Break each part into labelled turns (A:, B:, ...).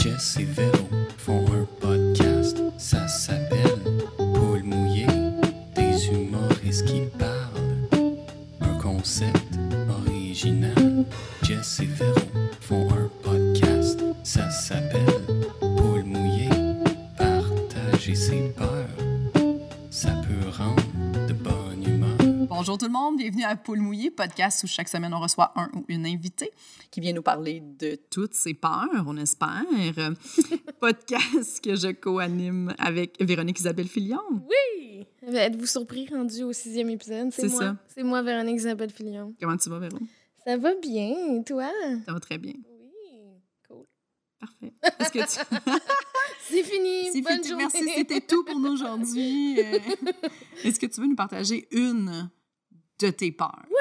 A: Jess et Véro font un podcast, ça s'appelle Paul mouillé, des humoristes qui parlent. Un concept original. Jess et Véro font un podcast, ça s'appelle Paul mouillé, partager ses peurs. Ça peut rendre de bonne humeur.
B: Bonjour tout le monde, bienvenue à Poule Mouillée, podcast où chaque semaine on reçoit un ou une invitée qui vient nous parler de toutes ses peurs, on espère. podcast que je co-anime avec Véronique Isabelle Filion.
C: Oui! Êtes-vous surpris rendu au sixième épisode?
B: C'est
C: moi.
B: ça.
C: C'est moi, Véronique Isabelle Fillon.
B: Comment tu vas, Véro?
C: Ça va bien, et toi?
B: Ça va très bien.
C: Oui. Cool.
B: Parfait. Est-ce que tu...
C: C'est fini.
B: C'est
C: Bonne
B: fini.
C: journée.
B: Merci, c'était tout pour nous aujourd'hui. Euh, Est-ce que tu veux nous partager une de tes peurs?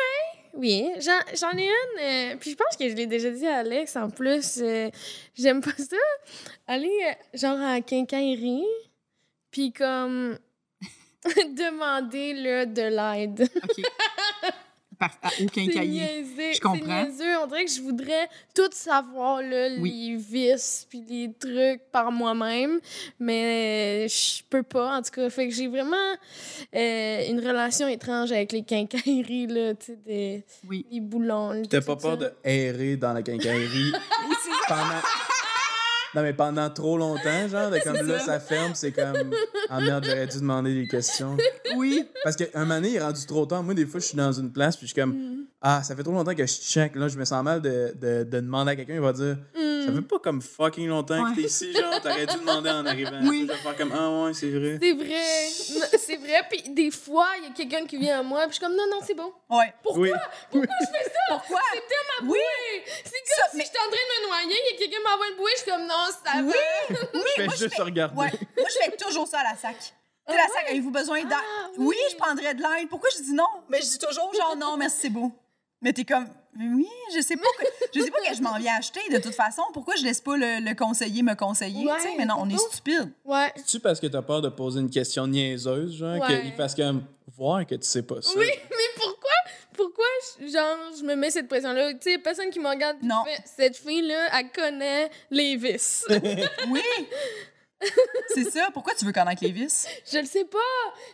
C: Oui, j'en j'en ai une. euh, puis je pense que je l'ai déjà dit à Alex. En plus, euh, j'aime pas ça. Aller, euh, genre, à la quincaillerie, puis comme... demander là, de l'aide.
B: OK. Par- à- Au
C: C'est
B: quincaillier.
C: niaiseux,
B: Je
C: c'est
B: comprends.
C: niaiseux. On dirait que je voudrais tout savoir, là,
B: Oui.
C: les vices puis les trucs par moi-même, mais je peux pas, en tout cas. Fait que j'ai vraiment euh, une relation étrange avec les quincailleries, là, tu sais, des,
B: Oui.
C: les boulons. là,
D: T'as
C: tout
D: pas
C: ça.
D: peur de errer dans la quincaillerie
B: c'est
D: pendant... Non, mais pendant trop longtemps, genre, de comme là,
B: ça.
D: ça ferme, c'est comme... Ah merde, j'aurais dû demander des questions.
B: Oui.
D: Parce qu'un moment donné, il est rendu trop tard. Moi, des fois, je suis dans une place, puis je suis comme... Ah, ça fait trop longtemps que je check. Là, je me sens mal de, de, de demander à quelqu'un. Il va dire...
C: Hmm. Mm.
D: Ça fait pas comme fucking longtemps que
B: Ouais.
D: t'es ici, genre. T'aurais dû demander en arrivant.
B: Oui.
D: Je vais faire comme... Ah ouais, c'est vrai.
C: C'est vrai, Non, c'est vrai. Puis des fois, il y a quelqu'un qui vient à moi, puis je suis comme non, non, c'est bon.
B: Ouais.
C: Pourquoi?
D: Oui.
B: Pourquoi? Oui.
C: Hey, C'est comme si j'étais en train de me noyer, il y a quelqu'un qui m'envoie une bouée, je suis comme non, ça va.
E: Oui, oui,
D: Je vais
E: moi, je
D: juste
E: fais,
D: regarder.
E: ouais, moi, je fais toujours ça à la sac. Tu sais, la sac, avez-vous besoin d'aide?
C: Ah,
E: oui.
C: oui.
E: je prendrais de l'aide. Pourquoi je dis non? Mais je dis toujours, genre, non, merci, c'est beau. Mais t'es comme, oui, je sais pas que, je sais pas que je m'en viens acheter, de toute façon. Pourquoi je laisse pas le, le conseiller me conseiller?
C: Ouais,
E: tu sais, mais non, on est
C: pourquoi?
E: stupide.
C: Ouais.
D: C'est-tu parce que t'as peur de poser une question niaiseuse, genre,
C: Ouais.
D: qu'il fasse comme... Voir que tu sais pas ça.
C: Oui, mais pourquoi, pourquoi, je- genre, je me mets cette pression-là? Tu sais, personne qui me regarde, puis
E: Non.
C: fait, cette fille-là, elle connaît les vices.
E: Oui! c'est ça. Pourquoi tu veux connaître les vices?
C: je le sais pas.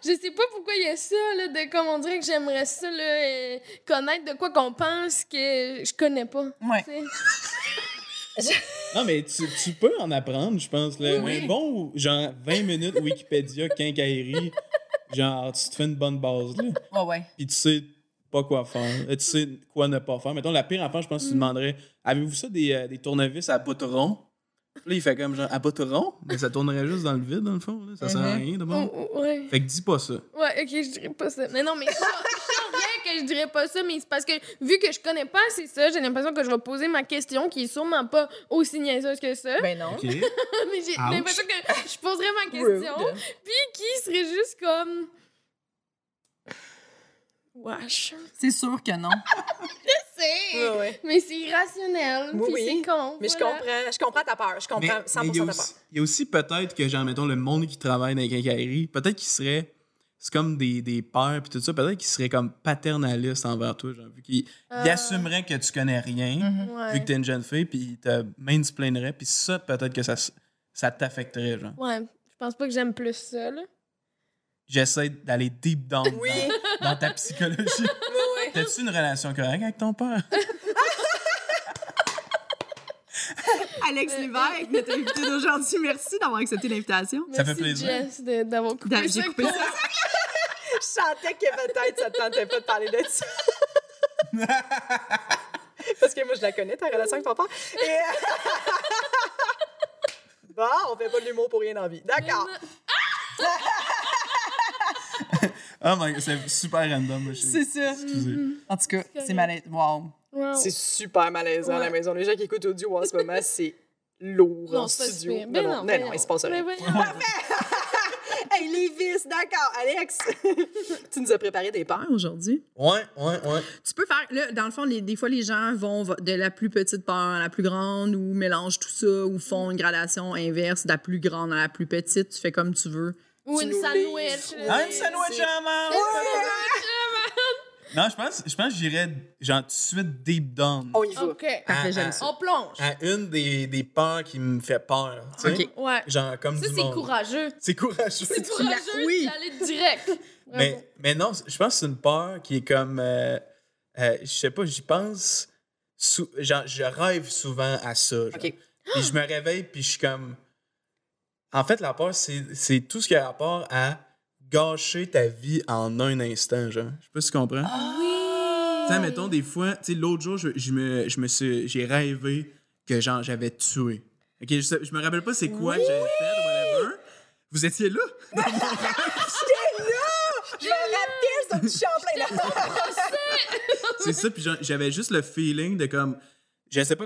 C: Je sais pas pourquoi il y a ça, là, de comme on dirait que j'aimerais ça, là, euh, connaître de quoi qu'on pense que je connais pas.
E: Ouais.
C: tu sais.
D: Non, mais tu, tu peux en apprendre, je pense. Là.
E: Oui, oui.
D: Un bon, genre, 20 minutes Wikipédia, quincaillerie, genre, tu te fais une bonne base, là.
E: Ouais, ouais.
D: Puis tu sais pas quoi faire. Euh, Tu sais quoi ne pas faire. Mettons, la pire affaire, je
E: Mm.
D: pense que tu demanderais Avez-vous ça des, euh, des tournevis à bout rond Puis Là, il fait comme genre à bout rond, mais ça tournerait juste dans le vide, dans le fond. Là. Ça sert à
E: Mhm.
D: rien, de bon.
C: Oh, oh, ouais.
D: Fait que dis pas ça.
C: Ouais, ok, je dirais pas ça. Mais non, mais je vrai que je dirais pas ça, mais c'est parce que vu que je connais pas assez ça, j'ai l'impression que je vais poser ma question qui est sûrement pas aussi niaiseuse que ça.
E: Ben non.
D: OK.
C: mais j'ai
D: Ouch.
C: l'impression que je poserais ma question. Puis qui serait juste comme. Wesh.
E: C'est sûr que non.
C: C'est.
F: Ouais, ouais.
C: Mais c'est irrationnel,
F: Oui,
C: puis
F: oui.
C: c'est con.
F: Mais je
C: voilà.
F: comprends, je comprends ta peur. Je
D: Mais
F: comprends
D: mais
F: 100%
D: il
F: ta
D: y a
F: peur.
D: aussi, il y a aussi peut-être que, genre, mettons, le monde qui travaille dans les quincailleries, peut-être qu'ils seraient. C'est comme des, des pères puis tout ça. Peut-être qu'ils seraient comme paternalistes envers toi, genre, vu qu'ils
C: Euh. Mm-hmm.
D: ils assumeraient que tu connais rien,
E: Mhm.
D: vu
C: Ouais.
D: que t'es une jeune fille, puis ils te mainsplaineraient, puis ça, peut-être que ça, s- ça t'affecterait, genre.
C: Ouais, je pense pas que j'aime plus ça, là.
D: J'essaie d'aller deep down
F: Oui.
D: dans, dans ta psychologie.
F: Ouais, ouais.
D: T'as-tu une relation correcte avec ton père?
B: Alex
F: Euh,
B: Lévesque, notre invité d'aujourd'hui, merci d'avoir accepté l'invitation.
D: Ça fait
C: Merci,
D: plaisir.
C: Jess, de- d'avoir
B: Da-
C: coupé
B: J'ai
C: ça.
B: coupé ça.
F: Je sentais que peut-être ça te tentait pas de parler de ça. Parce que moi, je la connais, ta relation avec ton père. Et- bon, on fait pas de l'humour pour rien dans la vie. D'accord.
D: Oh my god, c'est super random. là, je-
E: C'est ça.
D: Excusez.
B: Mm-hmm.
E: En tout cas,
C: correct.
E: c'est malaisant. Wow.
C: Wow.
F: C'est super malaisant à
C: Ouais.
F: la maison. Les gens qui écoutent audio en ce moment, c'est lourd en
C: Non, c'est pas
F: studio.
C: super. Ben non, ben
F: non, il se passe rien.
C: Ben voyons.
F: Hey, les vices, d'accord. Alex, tu nous as préparé des peurs aujourd'hui.
D: Ouais, ouais, ouais.
E: Tu peux faire, là, dans le fond, les- des fois, les gens vont va- de la plus petite peur à la plus grande ou mélangent tout ça ou font une gradation inverse de la plus grande à la plus petite. Tu fais comme tu veux.
C: Ou
F: Tu
C: une
F: nous
D: Hein,
C: sandwich.
F: livres.
C: là.
D: Un sandwich
F: c'est-
D: à la menthe. Non, je pense, je pense que j'irais, genre, tout de suite deep down.
G: On y va.
C: OK.
H: Oh, Parfait, j'aime
D: Ah,
H: ça.
C: On plonge.
D: À une des, des peurs qui me fait peur. Tu sais?
H: OK.
C: Ouais.
D: Genre, comme
C: Ça,
D: du
C: c'est
D: monde.
C: courageux.
D: C'est courageux.
C: C'est courageux
H: oui.
C: d'y aller direct. Bravo.
D: Mais, mais non, je pense que c'est une peur qui est comme. euh, euh, je sais pas, j'y pense. sou- genre, je rêve souvent à ça. genre.
G: OK.
D: Puis je me réveille, puis je suis comme. En fait, la peur, c'est c'est tout ce qui a rapport à gâcher ta vie en un instant, genre. Je sais pas si tu comprends. Tu sais, mettons, des fois, tu sais, l'autre jour, je, je me, je me suis, j'ai rêvé que, genre, j'avais tué. OK, je, sais- je me rappelle pas c'est quoi que j'avais fait, whatever. Vous étiez là?
B: Je me rappelle son petit Champlain. là.
D: C'est ça, puis genre, j'avais juste le feeling de comme. Je sais pas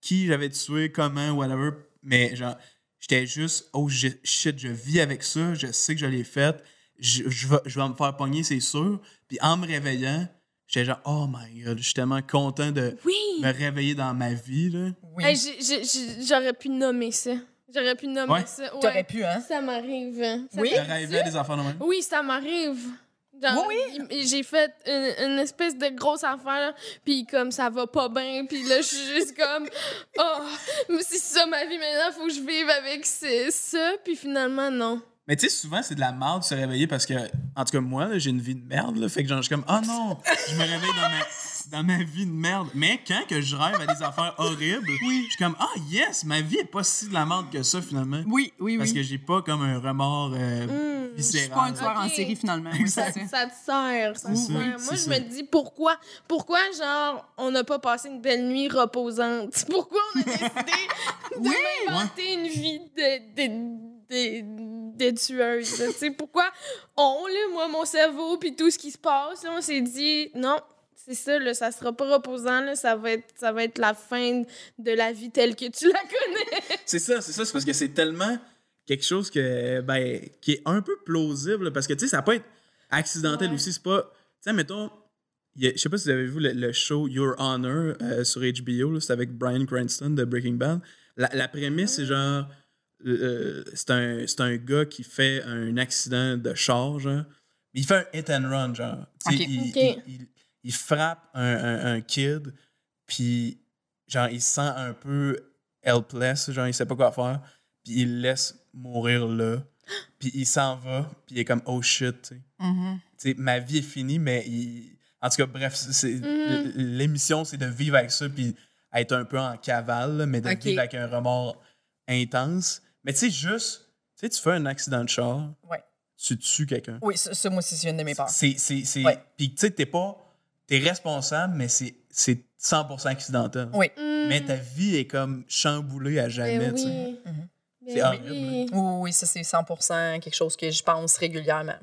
D: qui j'avais tué, comment, whatever, mais genre, j'étais juste, oh j'ai- shit, je vis avec ça, je sais que je l'ai fait, je, je vais, je vais me faire pogner, c'est sûr. Puis en me réveillant, j'étais genre, oh my god, je suis tellement content de
C: Oui.
D: me réveiller dans ma vie, là.
C: Hey, j'ai- j'ai- j'ai- J'aurais pu nommer ça. J'aurais pu nommer
D: Ouais.
C: ça. Ouais.
B: T'aurais pu, hein?
C: Ça m'arrive. Ça
B: Oui.
D: Je
C: t'arrive-tu?
D: rêvais des enfants de même.
C: Oui, ça m'arrive. Genre, il- J'ai fait une, une espèce de grosse affaire, puis comme ça va pas bien, puis là, je suis juste comme, oh, mais c'est ça ma vie maintenant, faut que je vive avec ce- ça, puis finalement, non.
D: Mais tu sais, souvent, c'est de la merde de se réveiller parce que, en tout cas, moi, là, j'ai une vie de merde. Là, fait que genre, je suis comme, oh non, je me réveille dans ma, dans ma vie de merde. Mais quand que je rêve à des affaires horribles, je suis comme, ah yes, ma vie est pas si de la merde que ça finalement.
B: Oui, oui,
D: Parce que
B: oui.
D: j'ai pas comme un remords euh,
C: Hmm.
B: Je suis pas un
D: viscéral.
B: tueur en
C: Ok.
B: série, finalement. Oui,
C: Ça,
B: c'est ça.
C: ça te sert. ça te
D: C'est ça,
C: sert.
D: c'est
C: Moi, je
D: ça.
C: me dis pourquoi, pourquoi, genre, on n'a pas passé une belle nuit reposante? Pourquoi on a décidé de m'inventer une vie de, de, de, de tueuse? là? Tu sais, pourquoi on, là, moi, mon cerveau, puis tout ce qui se passe, là, on s'est dit non. C'est ça, là, ça sera pas reposant, là, ça, va être, ça va être la fin de la vie telle que tu la connais.
D: C'est ça, c'est ça, c'est parce que c'est tellement quelque chose que ben qui est un peu plausible là, parce que tu sais ça peut être accidentel
C: Ouais.
D: aussi, c'est pas tu sais mettons il y a- je sais pas si vous avez vu le, le show Your Honor euh, sur HBO, là, c'est avec Brian Cranston de Breaking Bad. La, la prémisse, c'est genre, euh, c'est un, c'est un gars qui fait un accident de charge, mais il fait un hit and run, genre. Tu sais,
B: Ok.
D: Il,
C: Ok.
D: il- il- il frappe un, un- un kid, puis genre, il se sent un peu helpless, genre, il sait pas quoi faire, puis il le laisse mourir là, puis il s'en va, puis il est comme, oh shit, tu sais.
B: Mhm.
D: Tu sais, ma vie est finie, mais il- en tout cas, bref, c'est-
B: Mm-hmm.
C: Mhm.
D: l'émission, c'est de vivre avec ça, puis être un peu en cavale, là, mais de
H: Ok.
D: vivre avec un remords intense. Mais tu sais, juste, tu sais, tu fais un accident de char,
B: Ouais.
D: tu tues quelqu'un.
B: Oui, ça, ça, moi aussi, c'est une de mes peurs.
D: C'est, c'est, c'est-
B: Ouais.
D: Puis tu sais, t'es pas, t'es responsable, mais c'est, c'est 100% accidentel.
B: Oui.
D: Mais ta vie est comme chamboulée à jamais,
C: Ben
D: tu sais.
C: oui.
B: Mhm.
C: Ben
D: C'est ah, horrible,
C: oui.
B: Oui, oui, oui, ça, c'est 100 quelque chose que je pense régulièrement.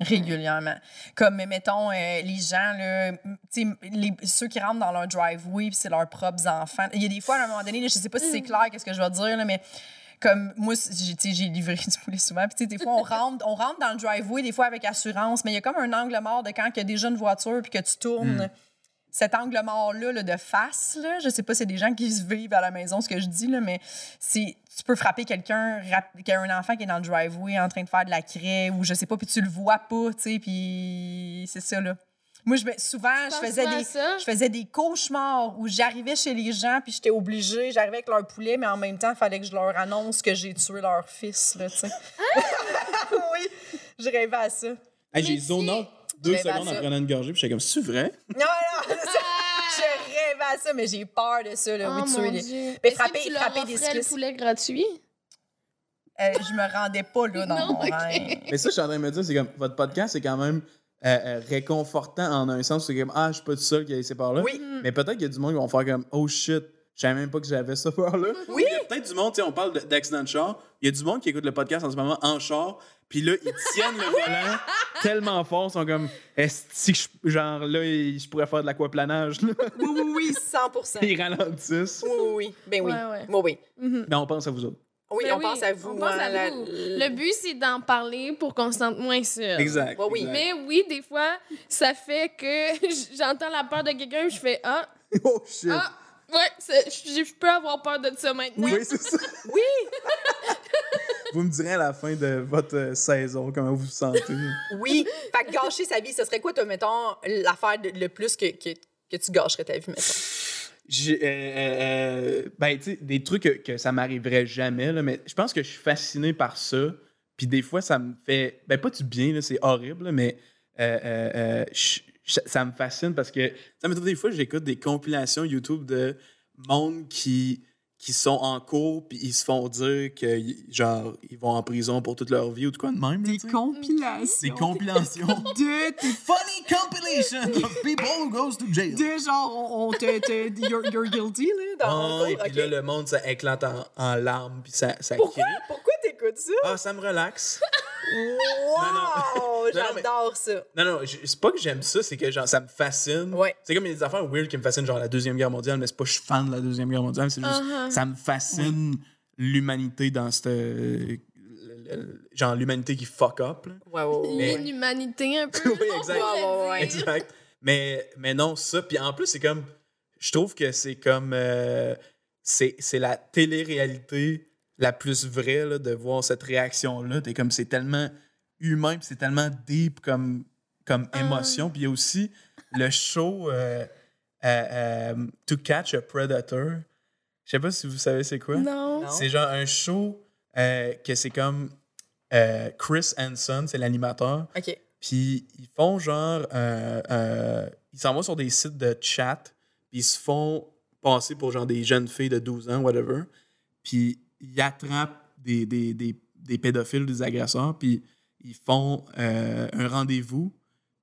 B: Régulièrement. Comme, mais mettons, euh, les gens, là, m- tu sais, les- ceux qui rentrent dans leur driveway, puis c'est leurs propres enfants. Il y a des fois, à un moment donné, là, je sais pas si c'est clair qu'est-ce que je vais dire, là, mais comme moi, c- j'ai tu sais, j'ai livré du poulet souvent. Puis, tu sais, des fois, on rentre, on rentre dans le driveway, des fois avec assurance, mais il y a comme un angle mort de quand il y a déjà une voiture, puis que tu tournes. Cet angle mort-là, là, de face, là, je sais pas, c'est des gens qui se vivent à la maison, ce que je dis, là, mais c'est tu peux frapper quelqu'un rap- qui a un enfant qui est dans le driveway en train de faire de la craie ou je sais pas puis tu le vois pas tu sais puis c'est ça là moi je me- souvent Ah, je
C: Pense
B: faisais
C: souvent à
B: des
C: ça.
B: je faisais des cauchemars où j'arrivais chez les gens puis j'étais obligée j'arrivais avec leur poulet mais en même temps il fallait que je leur annonce que j'ai tué leur fils là tu sais
C: Hein?
B: oui je rêvais à ça non
D: Hey, j'ai
C: Mais
D: zone
C: si-
D: out deux
B: Mais ben
D: secondes en
B: ça.
D: prenant une gorgée, puis j'étais comme, c'est vrai?
B: non ça, je rêvais à ça mais j'ai peur de ça là
C: Oh,
B: Euh, oui
C: mon
B: tuer les-
C: Dieu. Est-ce
B: Mais
C: que
B: frapper-
C: tu leur
B: frapper des
C: offrais le
B: Suisses.
C: poulet gratuit.
B: Euh, je me rendais pas là dans
C: Non,
B: mon
C: ok.
B: rêve
D: Mais ça, je suis en train de me dire, c'est comme votre podcast, c'est quand même euh, euh, réconfortant en un sens. C'est comme ah, je suis pas tout seul qui a ces peurs-là.
B: Oui.
D: Mais peut-être qu'il y a du monde qui vont faire comme oh shit, je savais même pas que j'avais cette peur-là.
B: Oui.
D: Il y a peut-être du monde, tu sais, on parle de- d'accident de char. Il y a du monde qui écoute le podcast en ce moment en char, puis là, ils tiennent le volant tellement fort, ils sont comme est-ce que je- genre là, ils- je pourrais faire de l'aquaplanage. là?
G: Oui, oui, oui, 100 Oui,
D: ils ralentissent.
G: oui, oui. Ben oui.
C: Ouais, ouais.
G: Oui, oui.
D: Mais on pense à vous autres.
G: Oui,
C: Ben
G: on pense à vous.
C: on pense
G: hein,
C: à
G: la-
C: vous.
G: la-
C: Le but, c'est d'en parler pour qu'on se sente moins sûr.
D: Exact.
G: Ouais, oui.
D: exact.
C: Mais oui, des fois, ça fait que j'entends la peur de quelqu'un je fais Ah,
D: oh shit.
C: ah, ouais, c'est- je je peux avoir peur de ça maintenant.
D: Oui, c'est ça.
G: Oui!
D: Vous me direz à la fin de votre euh, saison comment vous vous sentez.
E: Oui, fait que gâcher sa vie, ce serait quoi, toi, mettons, l'affaire de- le plus que, que, que tu gâcherais ta vie, mettons?
D: J'ai, euh, euh, euh, ben, tu sais, des trucs que, que ça m'arriverait jamais, là, mais je pense que je suis fasciné par ça. Puis des fois, ça me fait. Ben, pas du bien, là, c'est horrible, là, mais euh, euh, euh, je- je- ça me fascine parce que. Ça me des fois, j'écoute des compilations YouTube de monde qui, qui sont en cours, puis ils se font dire que, y- genre, ils vont en prison pour toute leur vie ou de quoi de même. là,
B: Des
D: tu sais. Des
B: compilations.
D: compilations.
B: Mm-hmm. de tes
D: Funny compilation of people who goes to jail.
B: Déjà, on, on te, te- you're, you're guilty, là.
E: Dans-
D: Ouais, Ah, et puis
E: ok.
D: là, le monde, ça éclate en, en larmes, puis ça, ça
E: Pourquoi?
D: crie.
E: Pourquoi t'écoutes ça?
D: Ah, ça me relaxe.
E: Wow!
D: non, mais-
E: J'adore ça.
D: Non, non, je- c'est pas que j'aime ça, c'est que genre, ça me fascine.
E: Ouais.
D: C'est comme il y a des affaires weird qui me fascinent, genre la Deuxième Guerre mondiale, mais c'est pas que je suis fan de la Deuxième Guerre mondiale, c'est juste,
C: Uh-huh.
D: ça me fascine l'humanité dans cette... euh, le- le- genre l'humanité qui fuck up, là.
E: Ouais, ouais, ouais, ouais.
C: L'inhumanité un peu.
D: Oui,
C: on
D: exact.
C: pourrait
E: Ouais, ouais, ouais.
C: dire.
D: Exact. Mais, mais non, ça. Puis en plus, c'est comme. Je trouve que c'est comme. euh, c'est c'est la télé-réalité la plus vraie là, de voir cette réaction-là. T'es comme. C'est tellement humain, puis c'est tellement deep comme, comme
C: Ah.
D: émotion. Puis il y a aussi le show euh, euh, euh, To Catch a Predator. Je sais pas si vous savez c'est quoi.
C: Non.
D: C'est genre un show euh, que c'est comme. euh, Chris Hansen, c'est l'animateur.
E: OK.
D: Puis ils font genre. euh, euh, ils s'en vont sur des sites de chat. Puis ils se font passer pour genre des jeunes filles de 12 ans, whatever. Puis ils attrapent des, des, des, des pédophiles, des agresseurs. Puis ils font euh, un rendez-vous.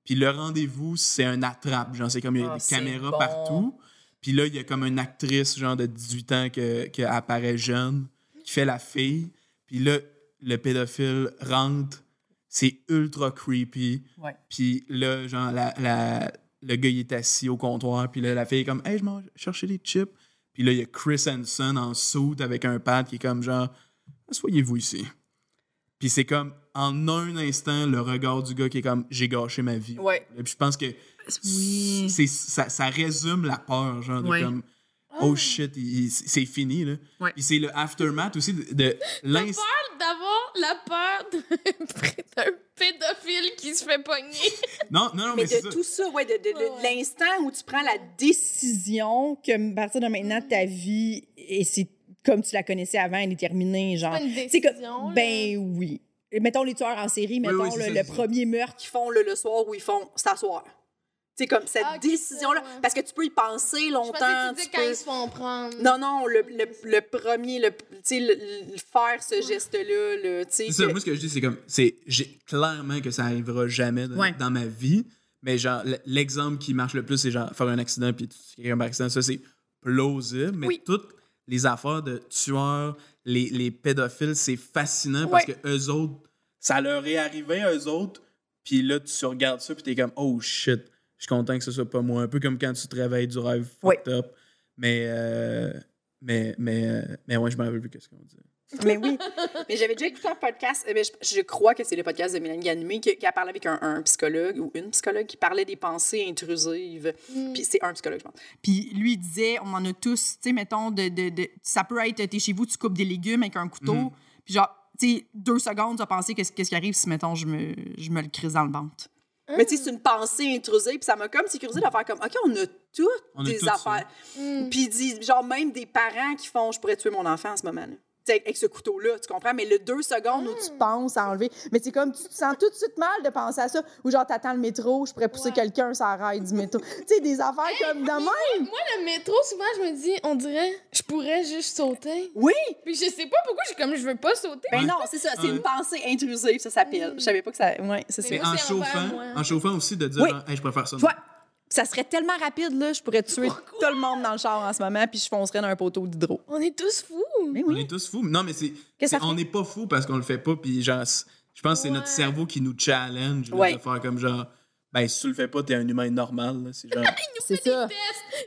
D: Puis le rendez-vous, c'est un attrape. Genre, c'est comme il y a
E: Ah,
D: des
E: c'est
D: caméras
E: bon.
D: partout. Puis là, il y a comme une actrice, genre de 18 ans, que- qui apparaît jeune, qui fait la fille. Puis là, le pédophile rentre. C'est ultra creepy.
E: Ouais.
D: Puis là, genre, la, la- le gars, il est assis au comptoir. Puis là, la fille est comme, hey, je m'en vais chercher des chips. Puis là, il y a Chris Hansen en soude avec un pad qui est comme, genre, asseyez-vous ici. Puis c'est comme, en un instant, le regard du gars qui est comme, j'ai gâché ma vie.
E: Ouais.
D: Puis je pense que
B: Oui.
D: c'est, ça, ça résume la peur, genre, de
B: Ouais.
D: comme, oh shit, il- il- c'est fini, là.
B: Ouais.
D: Puis c'est le aftermath aussi de, de l'instant.
C: D'avoir la peur de- d'un pédophile qui se fait pogner.
D: Non, non, non, mais,
F: Mais
D: c'est
F: de
D: ça.
F: tout ça, ouais, de, de- de
C: Ouais.
F: l'instant où tu prends la
I: décision que à partir de
C: Mm.
I: maintenant ta vie et c'est comme tu la connaissais avant elle est terminée genre
C: pas une
I: C'est comme-
C: décision. là.
I: ben oui mettons les tueurs en série mettons
D: oui, c'est
I: le,
D: ça,
I: le
D: c'est ça.
I: premier meurtre
F: qu'ils font le, le soir où ils font s'asseoir. C'est comme cette
C: Ah, ok,
F: décision-là.
C: ouais.
F: Parce que tu peux y penser
C: Je
F: longtemps.
C: pensais que tu disais
F: tu
C: quand
F: peux-
C: ils se font prendre.
F: Non, non, le, le- le premier, le, tu sais, le- le- faire ce geste-là, le, tu sais,
D: C'est ça,
F: que-
D: moi, ce que je dis, c'est comme, c'est j'ai- clairement que ça arrivera jamais dans,
B: Ouais.
D: dans ma vie, mais genre, l- l'exemple qui marche le plus, c'est genre faire un accident puis tu tues quelqu'un par accident, ça, c'est plausible, mais
C: Oui.
D: toutes les affaires de tueurs, les, les pédophiles, c'est fascinant parce que eux autres, ça leur est arrivé à eux autres, puis là, tu regardes ça puis t'es comme, oh shit, je suis content que ce soit pas moi. Un peu comme quand tu travailles du rêve fucked up, mais, euh, mais, mais, euh, mais ouais, je m'en rappelle plus qu'est-ce qu'on dit.
F: Mais oui. Mais j'avais déjà écouté un podcast, euh, mais je, je crois que c'est le podcast de Mélanie Ganimé qui, qui a parlé avec un, un psychologue ou une psychologue qui parlait des pensées intrusives.
C: Mm.
F: Puis c'est un psychologue, je pense.
B: Puis lui, il disait, on en a tous, tu sais, mettons, de, de, de- ça peut être, t'es chez vous, tu coupes des légumes avec un couteau,
D: Mhm.
B: puis genre, tu sais, deux secondes, tu as pensé qu'est-ce qu'est-ce qui arrive si, mettons, je me, je me le crise dans le ventre.
F: Mais tu sais, c'est une pensée intrusive, puis ça m'a comme sécurisé de faire comme, OK, on a toutes
D: On a
F: des
D: tout ça.
F: affaires.
C: Mm.
F: Puis il dit, genre, même des parents qui font, je pourrais tuer mon enfant en ce moment-là. Tu sais, avec ce couteau-là, tu comprends? Mais le deux secondes où tu
I: penses à enlever mais c'est comme tu te sens tout de suite mal de penser à ça ou genre t'attends le métro je pourrais pousser
C: Ouais.
I: quelqu'un ça arrête du métro tu sais des affaires comme
B: Ah,
I: de même
C: Le métro, souvent, je me dis, on dirait, je pourrais juste sauter.
F: Oui!
C: Puis je sais pas pourquoi, j'ai comme, je veux pas sauter.
F: Ben
D: Ouais.
F: non, c'est ça, c'est
D: Ouais.
F: une pensée intrusive, ça
I: Hmm.
F: s'appelle. Je savais pas que ça. Ouais, c'est ça.
C: Mais
D: Mais
C: moi,
D: en
C: c'est envers
D: chauffant,
C: moi.
D: en chauffant aussi de dire
I: Oui.
D: genre, Hey, je préfère ça.
I: Ouais. Ça serait tellement rapide, là, je pourrais tuer tout le monde dans le char en ce moment, puis je foncerais dans un poteau d'hydro.
C: On est tous fous.
I: Mais
D: On est tous fous. Non, mais c'est
I: Qu'est-ce
D: c'est-
I: que ça
D: on n'est pas fous parce qu'on le fait pas puis genre c'est- je pense que c'est notre
C: Ouais.
D: cerveau qui nous challenge là,
F: Ouais.
D: de faire comme genre ben si tu le fais pas t'es un humain normal là. c'est genre
I: C'est ça.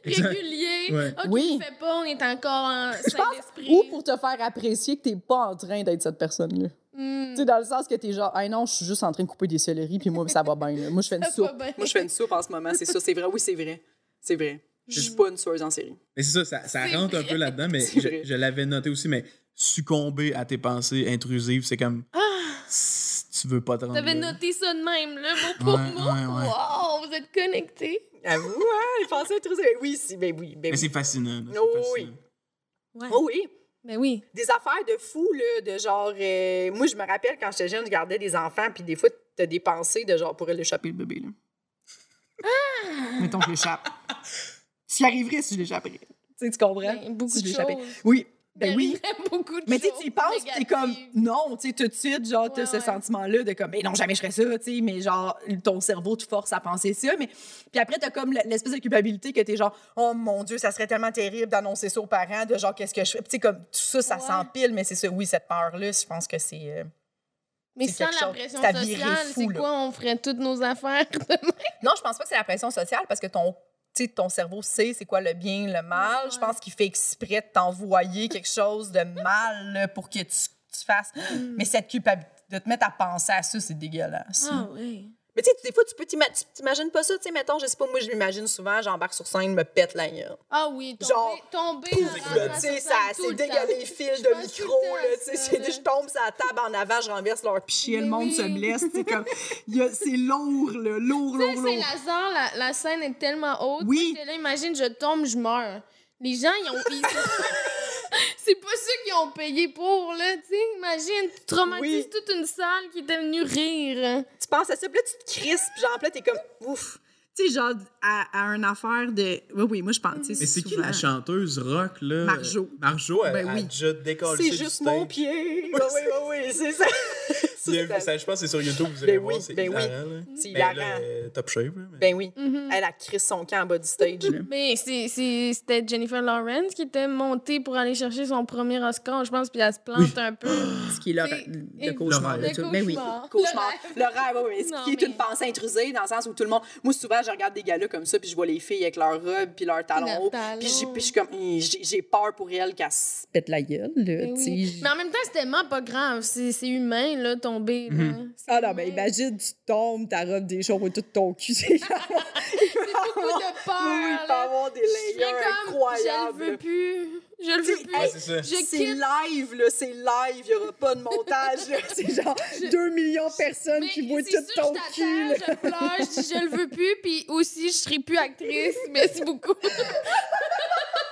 D: Exact.
C: Régulier.
D: Ouais.
C: Ok,
I: Oui.
C: le fais pas, on est encore en sain d'esprit.
I: Ou pour te faire apprécier que t'es pas en train d'être cette personne-là.
C: Mm.
I: Tu sais, dans le sens que t'es genre, hey non, je suis juste en train de couper des céleris, puis moi, ça va bien, là. Moi, je fais une
C: Ça
I: soupe.
C: va bien.
F: Moi, je fais une soupe en ce moment, c'est ça, c'est vrai. Oui, c'est vrai. C'est vrai. Je suis pas une tueuse en série.
D: mais c'est ça ça, ça
C: C'est
D: rentre un peu là-dedans mais
F: C'est
D: je,
F: vrai.
D: je l'avais noté aussi mais succomber à tes pensées intrusives. C'est comme
C: Ah!
D: si tu veux pas te rendre.
C: T'avais
D: là.
C: noté ça de même, là, mot pour
D: Ouais,
C: mot.
D: ouais, ouais.
C: Wow, vous êtes connectés.
F: À vous, hein? Les pensées intrusives. Oui, si, ben oui, ben
D: Mais c'est
F: oui.
D: fascinant. là, c'est
F: Oh, oui.
D: fascinant.
C: Ouais.
F: Oh oui,
C: Ben oui.
F: des affaires de fou, là, de genre... euh, moi, je me rappelle, quand j'étais jeune, je gardais des enfants, puis des fois, t'as des pensées de genre, pour aller échapper le bébé, là.
I: Ah!
B: Mettons que je l'échappe. S'il arriverait si je l'échapperais. Tu sais, tu comprends?
C: Ben, beaucoup
B: Si je
C: de
B: l'échappais.
C: choses.
B: Oui. Ben oui.
C: J'aimerais beaucoup de
B: Mais tu sais,
C: choses
B: tu y penses, pis t'es comme hmm,
C: négatives.
B: non, tu sais, tout de suite, genre, t'as
C: Ouais,
B: ce
C: ouais.
B: sentiment-là de comme, mais non, jamais je ferais ça, tu sais, mais genre, ton cerveau te force à penser ça. Mais puis après, t'as comme l'espèce de culpabilité que t'es genre, oh mon Dieu, ça serait tellement terrible d'annoncer ça aux parents, de genre, qu'est-ce que je fais. Puis Tu sais, comme tout ça, ça
C: Ouais.
B: s'empile, mais c'est ça, oui, cette peur-là, je pense que c'est. euh,
C: Mais
B: c'est
C: sans
B: quelque
C: la
B: chose.
C: pression
B: Ça virait
C: sociale,
B: fou,
C: c'est
B: là.
C: quoi? On ferait toutes nos affaires.
B: Non, je pense pas que c'est la pression sociale parce que ton, tu sais, ton cerveau sait c'est quoi le bien, le mal.
C: Ouais,
B: Je
C: ouais.
B: pense qu'il fait exprès de t'envoyer quelque chose de mal là, pour que tu, tu fasses.
F: Mm.
B: Mais cette culpabilité, de te mettre à penser à ça, c'est dégueulasse.
C: ah oui.
F: Mais tu sais, des fois, tu peux t'ima- tu t'imagines pas ça, tu sais, mettons, je sais pas, moi, je m'imagine souvent, j'embarque sur scène, me pète la gueule.
C: Ah oui, tomber,
F: Genre,
C: tomber en rentrant
F: Là, Tu
C: sur
F: sais,
C: scène
F: ça,
C: ah, tout
F: c'est
C: le temps.
F: dégueulé les fils
C: Je
F: de
C: pense tout
F: micro,
C: le temps
F: là,
C: à
F: tu sais,
C: ça,
F: c'est-
C: là.
F: je tombe sur la table en avant, je renverse leur pied.
B: chier, le
C: Mais
B: monde se
C: oui.
B: blesse. C'est comme, il y a- c'est lourd, là, lourd,
C: Tu sais,
B: lourd,
C: c'est
B: lourd.
C: Lazare, la, la scène est tellement haute.
B: Oui.
C: Moi, j'étais là, imagine, je tombe, je meurs. Les gens, ils ont. ils- c'est pas ceux qui ont payé pour, là, tu sais. Imagine, tu traumatises
F: Oui.
C: toute une salle qui était venue rire.
F: Tu penses à ça, puis là, tu te crisses, puis genre, puis là, t'es comme, ouf.
B: Tu sais, genre, à, à une affaire de. Oui, oui, moi, je pense.
D: Mais c'est qui la chanteuse rock, là?
B: Marjo.
D: Marjo, elle,
B: Ben
D: a
B: oui.
D: déjà décollé.
F: C'est juste mon pied. Oui, oui, oui, oui, c'est ça. Ça,
D: Je
F: c'est-
D: pense que c'est sur YouTube, vous
F: Ben
D: allez voir.
F: oui,
D: c'est
F: ben oui.
D: hilarant, là.
F: C'est
D: Ben là,
F: hilarant.
D: euh, Top shape, là, mais-
F: Ben oui,
B: Mm-hmm.
C: Mhm.
F: elle a crissé son camp en bas du stage, là.
C: Mais c'est- c'est- c'était Jennifer Lawrence qui était montée pour aller chercher son premier Oscar, je pense, puis elle se plante un peu.
B: Ce qui est là,
C: C'est-
B: le
C: et-
B: cauchemar de
D: Le
C: Le
B: tout. Mais oui.
C: cauchemar.
F: Cauchemar.
C: Le rêve.
F: Le rêve, oui, mais ce
C: Non,
F: qui est
C: mais-
F: une pensée intrusive, dans le sens où tout le monde. Moi, souvent, je regarde des gars-là comme ça, puis je vois les filles avec leurs robes, puis leurs
C: leurs
F: talons hauts. Puis
C: talons.
F: j'ai- puis je suis comme, Hum, j'ai j'ai peur pour elle qu'elle se-
I: Pète la gueule, là,
C: Mais,
F: Ben
I: tu
C: oui.
I: sais.
C: Mais en même temps, c'est tellement pas grave. C'est c'est humain, là, tomber. là. C'est
I: Ah non, mais
C: humain.
I: imagine, tu tombes, ta robe des choses, tout ton cul. c'est genre-
C: C'est beaucoup de peur.
F: Oui, oui, il peut
C: là.
F: avoir des
C: Je fais
F: layers
C: comme,
F: incroyables.
C: je le veux plus. Je le veux
D: Ouais,
C: plus.
D: c'est ça.
C: Je
F: C'est
C: quitte.
F: live, là, c'est live, il n'y aura pas de montage. là.
I: C'est genre 2 millions de personnes
C: Mais
I: qui voient
C: c'est
I: tout
C: sûr,
I: ton
C: je
I: cul. là.
C: t'attends, Je pleure, je dis je le veux plus, puis aussi je serai plus actrice. Merci beaucoup. je serai plus actrice.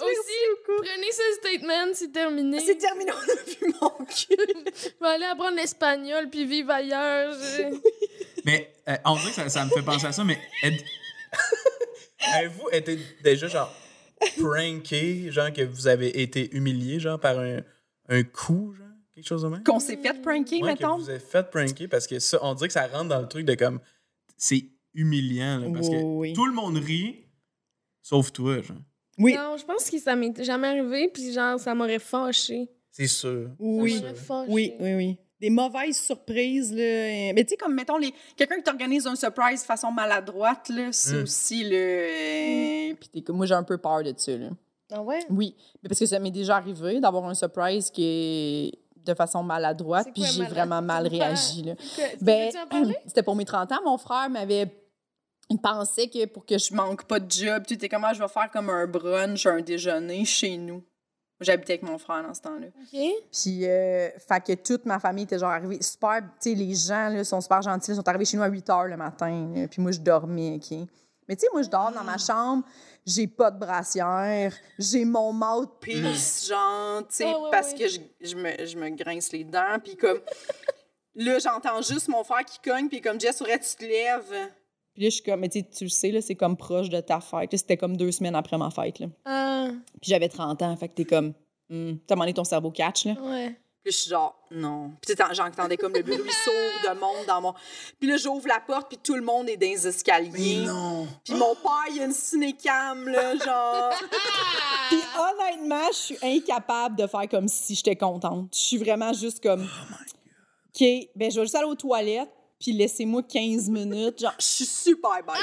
C: Aussi, prenez ce statement, c'est
I: Ah,
C: terminé.
F: C'est terminé, on a vu mon cul.
C: Je vais aller apprendre l'espagnol puis vivre ailleurs. Je-
D: Mais euh, on dirait que ça, ça me fait penser à ça, mais êtes- avez-vous été déjà genre pranké, genre que vous avez été humilié, genre par un, un coup, genre quelque chose de même?
B: Qu'on s'est fait pranker,
D: Ouais, que
B: mettons.
D: vous avez fait pranker parce que ça, on dirait que ça rentre dans le truc de comme c'est humiliant là, parce que
I: Oui, oui.
D: tout le monde rit sauf toi, genre.
I: Oui.
C: Non, je pense que ça m'est jamais arrivé, puis genre ça m'aurait fâché.
D: C'est sûr.
I: Oui,
D: m'aurait
I: oui, oui, oui. Des mauvaises surprises, là.
B: Mais tu sais, comme, mettons, les... quelqu'un qui t'organise un surprise de façon maladroite, là, c'est
D: Mm.
B: aussi
F: Hmm.
B: le... Puis t'es comme, moi, j'ai un peu peur de ça, là.
C: Ah ouais?
B: Oui, mais parce que ça m'est déjà arrivé d'avoir un surprise qui est de façon maladroite,
C: C'est
B: puis
C: quoi,
B: j'ai
C: maladroite?
B: vraiment mal
C: C'est quoi?
B: réagi, là.
C: Ben,
B: Ben, c'était pour mes 30 ans. Mon frère m'avait. Il pensait que pour que je manque pas de job, tu sais, comment je vais faire comme un brunch, un déjeuner chez nous. J'habitais avec mon frère dans ce temps-là. Puis, euh, fait que toute ma famille était genre arrivée super. Tu sais, les gens là, sont super gentils. Ils sont arrivés chez nous à 8 heures le matin.
F: Mm.
B: là. puis moi, je dormais, OK? Mais tu sais, moi, je dors dans ma chambre. J'ai pas de brassière. J'ai mon mouthpiece, Ah,
F: genre, tu sais,
C: Ouais, ouais,
F: parce
C: ouais.
F: que je, je me, je me grince les dents, puis comme... Là, j'entends juste mon frère qui cogne, puis comme Jess, faudrait que tu te lèves.
B: Puis là, je suis comme, mais tu sais, tu le sais, là, c'est comme proche de ta fête. Là, C'était comme deux semaines après ma fête. Là.
C: Ah,
B: Puis j'avais 30 ans, fait que t'es comme, hmm, t'as demandé ton cerveau catch, là.
C: ouais.
F: Puis je suis genre, non. Puis tu sais, t'en- j'entendais comme le bruit sourd de monde dans mon. Puis là, j'ouvre la porte, puis tout le monde est dans les escaliers.
D: non.
F: Puis mon père, il a une cinécam, là, genre.
B: Puis honnêtement, je suis incapable de faire comme si j'étais contente. Je suis vraiment juste comme,
D: Oh
B: OK, ben je vais juste aller aux toilettes, puis laissez-moi 15 minutes. Genre,
F: Je suis super bête.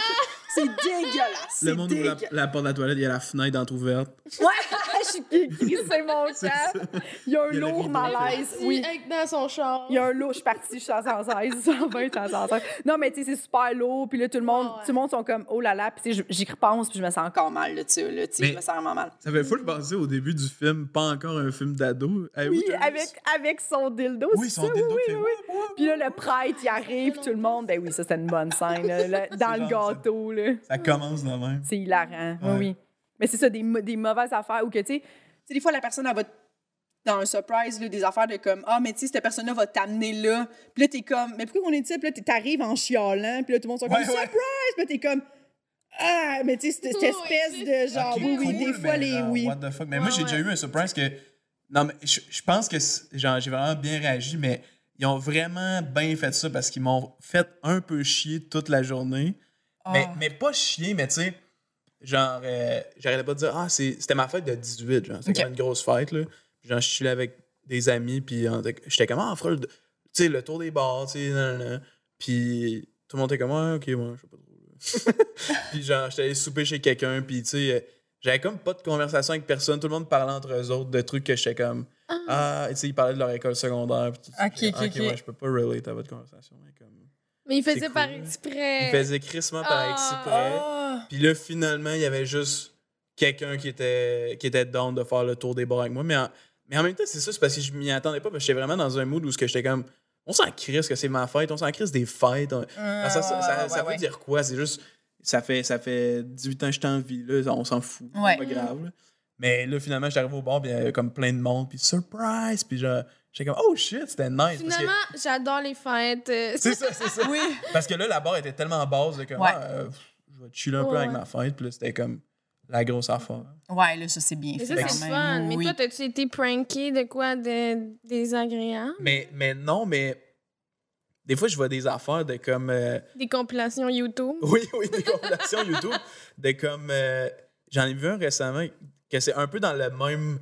F: C'est dégueulasse.
D: Le
F: c'est
D: monde ouvre la,
F: dégueu-
D: la porte de la toilette, il y a la fenêtre entre ouverte.
F: Ouais,
C: je suis kiki, c'est mon cas.
I: Il y a un
D: Il y a la
I: lourd
D: vidéo.
B: Ah,
I: malaise. Oui.
C: Ah, Avec dans son char.
I: Il y a un lot, je suis partie, je suis à 116, je suis en 20, je suis à 116. Non, mais tu sais, c'est super lourd. Puis là, tout le monde,
C: Ouais, ouais.
I: tout le monde sont comme, oh là là. Puis tu sais, je- j'y repense, puis je me sens encore.
F: Encore mal, là, tu là, tu sais,
D: Mais-
F: je me sens vraiment mal.
D: Ça fait full penser au début du film, pas encore un film d'ado. Eh
I: Oui,
D: t'as vu
I: avec,
D: ça?
I: avec son dildo.
D: Oui,
I: c'est
D: son
I: ça?
D: dildo
I: Oui,
D: qui
I: oui,
D: fait
I: oui. Puis là, le prêtre, il arrive, puis tout le monde, ben oui, ça, c'est une bonne scène. là, là, dans le
D: bon, ça.
I: gâteau, là.
D: Ça commence de même.
I: C'est hilarant.
D: Ouais.
I: Oui, oui. Mais c'est ça, des, mo- des mauvaises affaires où que, tu sais,
F: Tu sais, des fois, la personne, elle va t- dans un surprise, là, des affaires de comme, ah, mais tu sais, cette personne-là va t'amener là. Puis là, t'es comme, mais pourquoi on est là? Puis là, t'es- t'arrives en chialant, puis là, tout le monde sont comme,
D: Ouais, ouais.
F: surprise! Puis là, t'es comme, ah, mais tu sais, cette, cette
C: Oui,
F: espèce de genre,
D: Ok,
F: oui, oui,
D: cool,
F: des fois,
D: mais
F: les
D: genre,
F: oui.
D: What the fuck? Mais
C: Ouais,
D: moi, j'ai
C: ouais.
D: déjà eu un surprise que. Non, mais je, je pense que c'est- genre, j'ai vraiment bien réagi, mais ils ont vraiment bien fait ça parce qu'ils m'ont fait un peu chier toute la journée.
F: Ah.
D: Mais, mais pas chier, mais tu sais, genre, euh, j'arrêtais pas de dire, ah, c'est- c'était ma fête de 18, genre, c'était
E: Ok.
D: quand même une grosse fête, là. Puis genre, je suis là avec des amis, puis on était- j'étais comme, ah, on fera le- tu sais, le tour des bars, tu sais, nan, nan, nan. Puis tout le monde était comme, ah, ok, ouais, je sais pas trop. là. puis genre, j'étais allé souper chez quelqu'un, puis tu sais, euh, j'avais comme pas de conversation avec personne, tout le monde parlait entre eux autres de trucs que j'étais comme, ah, et tu sais, ils parlaient de leur école secondaire, puis tout ça.
E: Ok,
D: J'étais comme, Ah,
E: ok, ok.
D: ouais, je peux pas relate à votre conversation, mais comme.
C: Mais il faisait
D: C'est cool.
C: par exprès.
E: Euh,
D: Il faisait crissement par exprès.
E: Ah.
D: Puis là, finalement, il y avait juste quelqu'un qui était, qui était down de faire le tour des bars avec moi. Mais en, mais en même temps, c'est ça, c'est parce que je m'y attendais pas, parce que j'étais vraiment dans un mood où ce que j'étais comme, on s'en crisse que c'est ma fête, on s'en crisse des fêtes. on-
E: Euh,
D: Ah, ça, ça,
E: ouais,
D: ça-
E: ouais,
D: ça
E: ouais,
D: veut
E: ouais.
D: dire quoi? C'est juste, ça fait, ça fait 18 ans que je t'en vis, là, on s'en fout, c'est
E: Ouais.
D: pas grave. là. Mais là, finalement, j'étais arrivé au bar, puis il y avait comme plein de monde, puis surprise, puis genre, j'étais comme, oh shit, c'était nice. parce que-
C: Finalement, j'adore les fêtes. euh,
D: c'est ça, c'est ça. Parce que là, la barre était tellement basse de comme,
E: Ouais.
D: ah, euh, pff, je vais chiller un peu
C: Ouais,
D: avec
C: ouais.
D: ma fête. Puis là, c'était comme la grosse affaire.
E: Ouais, là, ça, c'est bien
C: Mais ça,
E: fait
C: c'est
E: quand
C: le
E: même,
C: fun. Mais
E: oui.
C: toi, t'as-tu été pranké de quoi de désagréable?
D: Mais, mais non, mais des fois, je vois des affaires de comme. euh,
C: Des compilations YouTube?
D: Oui, oui, des compilations YouTube. De comme. euh, J'en ai vu un récemment que c'est un peu dans le même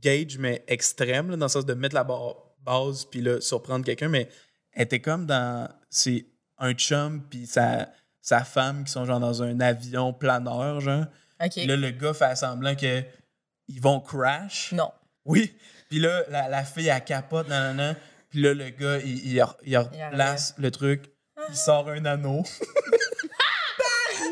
D: gauge, mais extrême, là, dans le sens de mettre la barre base puis là, surprendre quelqu'un. Mais elle était comme dans. C'est un chum puis sa, sa femme qui sont genre dans un avion planeur, genre.
E: OK.
D: Puis Là, le gars fait semblant que ils vont crash.
E: Non.
D: Oui. Puis là, la, la fille, elle capote, nan, nan, nan. Puis là, le gars, il, il, re- il replace le truc. Il sort un anneau.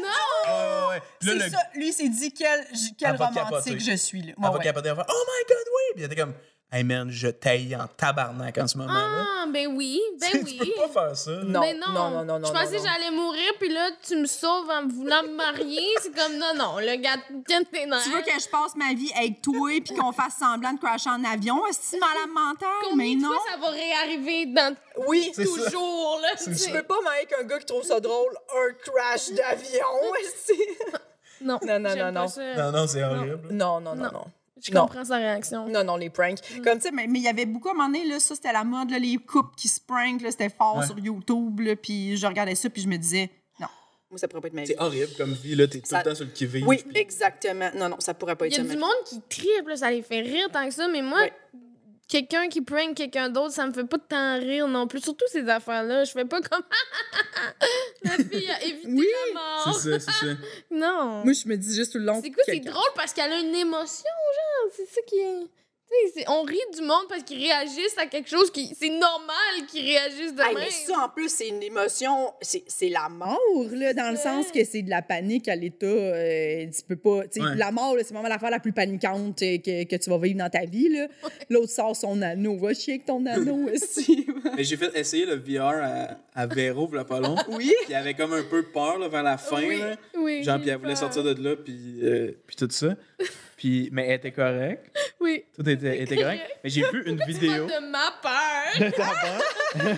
D: non! Ouais, ouais, ouais. Puis là, le gars,
E: lui, s'est dit quel,
D: quel Elle va romantique capoter. je
E: suis. Là.
D: elle va capoter. Elle va faire, Oh my God, oui! Puis elle était comme, Hey man, je taille en tabarnak en ce moment-là.
C: Ah, ben oui,
D: Oh, Tu
C: ben
D: sais,
C: oui.
D: Tu peux pas faire ça. là.
E: Non,
C: Ben
E: non, non, non, non,
C: Je pensais
E: non,
C: que
E: non.
C: j'allais mourir, puis là, tu me sauves en voulant me marier. C'est comme, non, non, le gars, tiens tes nerfs.
B: Tu veux que je passe ma vie avec toi puis qu'on fasse semblant de crasher en avion? C'est malade mental, mais
C: Combien de
B: non.
C: fois ça va réarriver dans
I: oui,
D: C'est ça.
C: toujours, là, tu
I: tu
C: sais?
I: peux pas marier qu'un gars qui trouve ça drôle un crash d'avion. est-ce que-
C: Non,
I: Non, non,
C: j'aime
I: non,
C: pas
I: non.
C: ça.
D: Non, non, c'est horrible.
I: non, non, non,
C: Non.
I: non.
C: Je
I: Non.
C: comprends Mm. sa réaction.
I: Non, non, les pranks. Comme,
B: Comme, tu sais, mais mais il y avait beaucoup à un moment donné, là, ça c'était la mode, là, les couples qui se prankent, là, c'était fort
D: Ouais.
B: sur YouTube, là, puis je regardais ça, puis je me disais, non.
F: Moi, ça pourrait pas être ma vie.
D: C'est horrible comme vie, là. T'es tout
F: Ça-
D: le temps sur le qui-vive.
F: Oui,
D: puis-
F: exactement. Non, non, ça pourrait pas
C: Il
F: être
C: y
F: ça.
C: a du
F: ma vie.
C: monde qui triple, ça les fait rire tant que ça, mais moi,
F: Ouais.
C: quelqu'un qui prank quelqu'un d'autre, ça me fait pas tant rire non plus. Surtout ces affaires-là, je fais pas comme la fille a évité la
D: C'est
C: mort.
D: ça, c'est ça.
C: Non.
I: moi, je me dis juste tout le long.
C: C'est quoi, c'est
I: quelqu'un-
C: drôle parce qu'elle a une émotion, genre. C'est ça qui est. tu sais, c'est- on rit du monde parce qu'ils réagissent à quelque chose qui. C'est normal qu'ils réagissent de
D: Ah,
F: Hey,
C: même.
F: mais ça, en plus, c'est une émotion, c'est c'est la mort.
I: mort, là, dans le sens que c'est de la panique à l'état. euh, tu peux pas. tu sais,
D: Ouais.
I: La mort, là, c'est vraiment l'affaire la plus paniquante euh, que, que tu vas vivre dans ta vie. là. L'autre sort son anneau. Va chier avec ton anneau aussi.
D: Mais j'ai fait essayer le VR à, à Véro, v'là pas long.
F: Oui.
D: Puis elle avait comme un peu peur là, vers la fin.
C: Oui,
D: là.
C: Oui.
D: Genre,
C: j'ai
D: puis elle voulait
C: peur.
D: sortir de là, puis, euh, puis tout ça. Puis, mais elle était correcte.
C: Oui.
D: Tout était, était correct. Mais j'ai vu une vidéo
C: Pas de ma peur.
D: de ta part.
C: Non, mais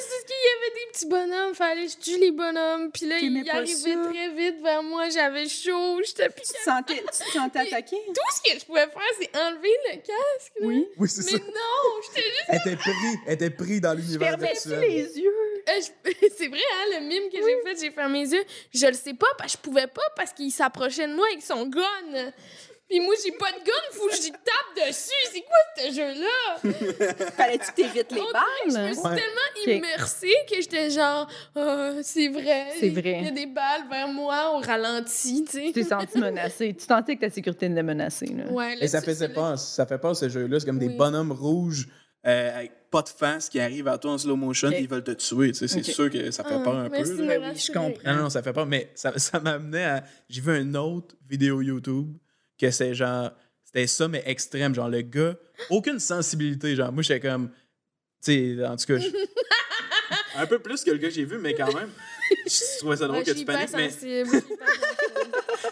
C: c'est ce qu'il y avait des petits bonhommes, fallait que je tue les bonhommes. Puis là,
B: T'aimais
C: ils
B: pas
C: arrivaient
B: ça?
C: très vite vers moi, j'avais chaud, j'étais plus
B: Tu te sentais, tu te sentais attaqué?
C: Tout ce que je pouvais faire, c'est enlever le casque. là.
D: Oui, c'est ça.
C: Mais non, j'étais juste.
D: Elle était prise, elle était pris dans l'univers virtuel.
I: les yeux.
C: euh, je- c'est vrai, hein, le mime que j'ai fait, j'ai fermé les yeux. Je le sais pas, parce que je pouvais pas, parce qu'il s'approchait de moi avec son gun. Puis moi, j'ai pas de gun, faut que j'y tape dessus. C'est quoi ce jeu-là?
F: Fallait-tu t'évites les
C: On
F: balles?
C: Je me suis
D: Ouais.
C: tellement immersée que j'étais genre, Ah, c'est vrai.
J: C'est
C: Il y a
J: vrai.
C: des balles vers moi au ralenti, tu
J: Tu
C: sais.
J: t'es senti menacée. Tu sentais que ta sécurité était menacée. Là.
C: Ouais, là,
D: Et ça
C: tu-
D: faisait
C: là,
D: peur, ça fait peur ce jeu-là. C'est comme des
C: Oui.
D: bonhommes rouges euh, avec pas de face qui arrivent à toi en slow motion et ils veulent te tuer. tu sais. C'est
I: Ok.
D: sûr que ça fait
C: Ah,
D: peur un
C: merci
D: peu.
C: de
D: là.
C: me
I: Ben oui, je
C: rassurer.
I: comprends.
D: Non, non, non, ça fait peur. Mais ça, ça m'amenait à. J'ai vu une autre vidéo YouTube que c'est genre. C'était ça, mais extrême. Genre, le gars, aucune sensibilité. Genre, moi, j'étais comme. Tu sais, en tout cas. je- un peu plus que le gars que j'ai vu, mais quand même. Je trouvais ça drôle
C: Ouais,
D: que
C: je suis
D: tu
C: hyper
D: paniques, mais.
C: sensible. je suis hyper sensible.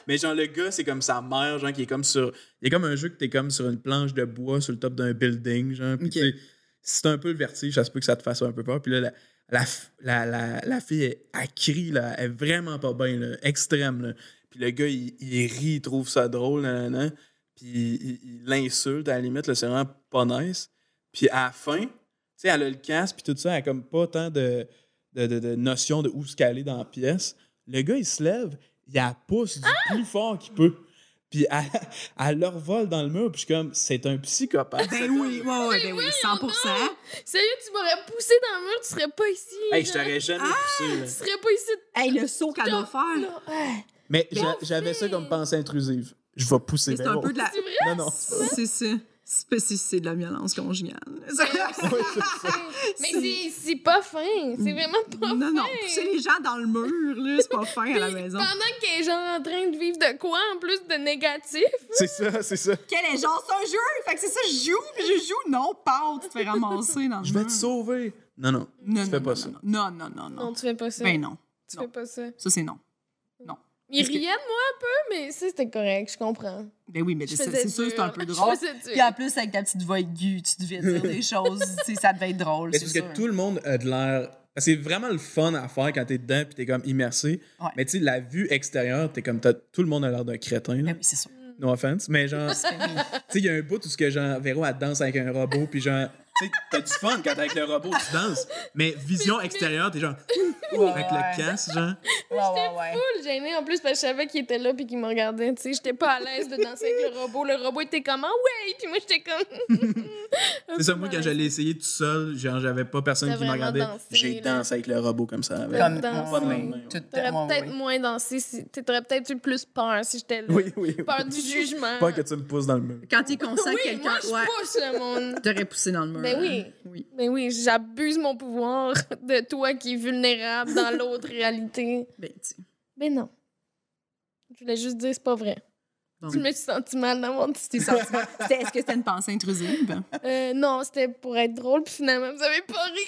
D: Mais genre, le gars, c'est comme sa mère, genre, qui est comme sur. Il y a comme un jeu que t'es comme sur une planche de bois sur le top d'un building, genre. Puis,
I: Ok.
D: tu sais, si t'as un peu le vertige, ça se peut que ça te fasse un peu peur. Puis là, la, la, f- la, la, la fille, elle, elle crie, là, elle est vraiment pas bien, là, extrême, là. Puis le gars, il, il rit, il trouve ça drôle, nan, nan, nan. Puis il- il il l'insulte, à la limite, là, c'est vraiment pas nice. Puis à la fin, tu sais, elle a le casque, puis tout ça, elle a comme pas tant de, de, de, de notion de où se caler dans la pièce. Le gars, il se lève, il la pousse du
B: Ah!
D: plus fort qu'il peut. Puis elle, elle leur vole dans le mur, puis je suis comme, c'est un psychopathe.
B: Ben oui, ouais, ouais, ben oui, 100
C: Sérieux, tu m'aurais poussé dans le mur, tu serais pas ici.
D: Hey, je
C: genre.
D: t'aurais jamais poussé. là.
C: Tu serais pas ici.
B: Hey, le saut qu'elle doit faire,
C: Non, ouais.
D: Mais j'a- j'avais ça comme pensée intrusive. Je vais pousser.
B: c'est
D: mais
B: un
D: bon.
B: peu de la...
C: C'est vrai?
D: Non, non.
B: C'est ça. C'est pas si c'est de la violence conjugale.
C: Mais c'est- c'est pas fin. C'est vraiment pas fin.
B: Non, non, pousser les gens dans le mur, là, c'est pas fin à la
C: Puis,
B: maison.
C: Pendant qu'elle est genre en train de vivre de quoi en plus de négatif?
D: C'est ça, c'est ça.
B: Quel est genre, c'est un jeu! Fait que c'est ça, je joue, puis je joue, non, pas, tu te fais ramasser dans le
D: Je
B: mur.
D: vais te sauver. Non, non.
B: Non,
D: tu
B: non,
D: fais
B: non,
D: pas
B: non,
D: ça.
B: Non, non, non, non.
C: Non, tu fais pas ça.
B: Ben non,
C: tu
B: non.
C: fais pas ça.
B: ça c'est non.
C: Il
B: Est-ce que-
C: riait de moi un peu, mais ça, c'était correct, je comprends.
B: Ben oui, mais
C: Je
B: c'est
C: faisais
B: c'est sûr,
C: dur.
B: c'est un peu
C: Je
B: drôle.
C: faisais dur.
E: Puis en plus, avec ta petite voix aiguë, tu devais dire des choses. tu sais, ça devait être drôle,
D: Mais
E: c'est
D: c'est parce
B: hein.
E: sûr.
D: que tout le monde a de l'air. C'est vraiment le fun à faire quand t'es dedans puis t'es comme immersé.
E: Ouais.
D: Mais tu sais, la vue extérieure, t'es comme. t'as- Tout le monde a l'air d'un crétin. là.
E: Mais Ben oui, c'est sûr.
D: No offense. Mais genre. tu sais, il y a un bout où ce que genre, Véro, elle danse avec un robot puis genre. Tu sais, t'as du fun quand t'es avec le robot, tu danses. Mais vision extérieure, t'es genre. Avec le casque, genre.
E: Ouais, ouais, ouais.
C: Full gênée en plus parce que je savais qu'il était là puis qu'il me regardait. Tu sais, j'étais pas à l'aise de danser avec le robot. Le robot était comme ah ouais, puis moi j'étais comme. Un
D: C'est ça,
C: peu
D: moi,
C: mal à
D: quand je l'ai essayé tout seul, genre, j'avais pas personne
C: T'as
D: qui me
C: vraiment
D: regardait.
C: dansé,
D: J'ai
C: là.
D: dansé avec le robot comme ça. avec-
E: Comme ouais,
C: Danser.
D: Pas de
E: ouais.
D: main, ouais.
E: Tout-
C: T'aurais
E: ouais,
C: peut-être
E: ouais.
C: moins dansé, si... t'aurais peut-être eu plus peur si j'étais là.
D: Oui, oui. oui.
C: Peur du jugement.
D: Pas que tu me pousses dans le mur.
B: Quand t'es conscient
C: Oui,
B: que quelqu'un,
C: moi je
B: ouais,
C: pousse le monde.
B: t'aurais poussé dans le mur.
C: Ben
B: hein.
C: oui.
B: Oui.
C: Ben oui, j'abuse mon pouvoir de toi qui est vulnérable dans l'autre réalité.
B: Ben, tu sais.
C: Ben non. Je voulais juste dire c'est pas vrai.
B: Bon.
C: Tu me suis senti mal dans mon petit
B: Tes sentiments. C'était- Est-ce que c'était une pensée intrusive?
C: Euh, non, c'était pour être drôle, puis finalement, vous avez pas ri.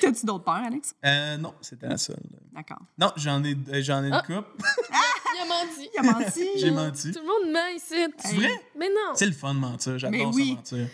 B: T'as-tu d'autres peurs, Alex?
D: Euh, non, c'était la seule.
B: D'accord.
D: Non, j'en ai, euh, j'en ai une
C: Ah.
D: coupe.
C: Il a menti.
B: Il a menti.
D: J'ai menti.
C: Tout le monde ment ici.
D: C'est vrai?
C: Mais non.
D: C'est le fun de mentir.
B: Mais
D: J'adore
B: oui.
D: ça mentir.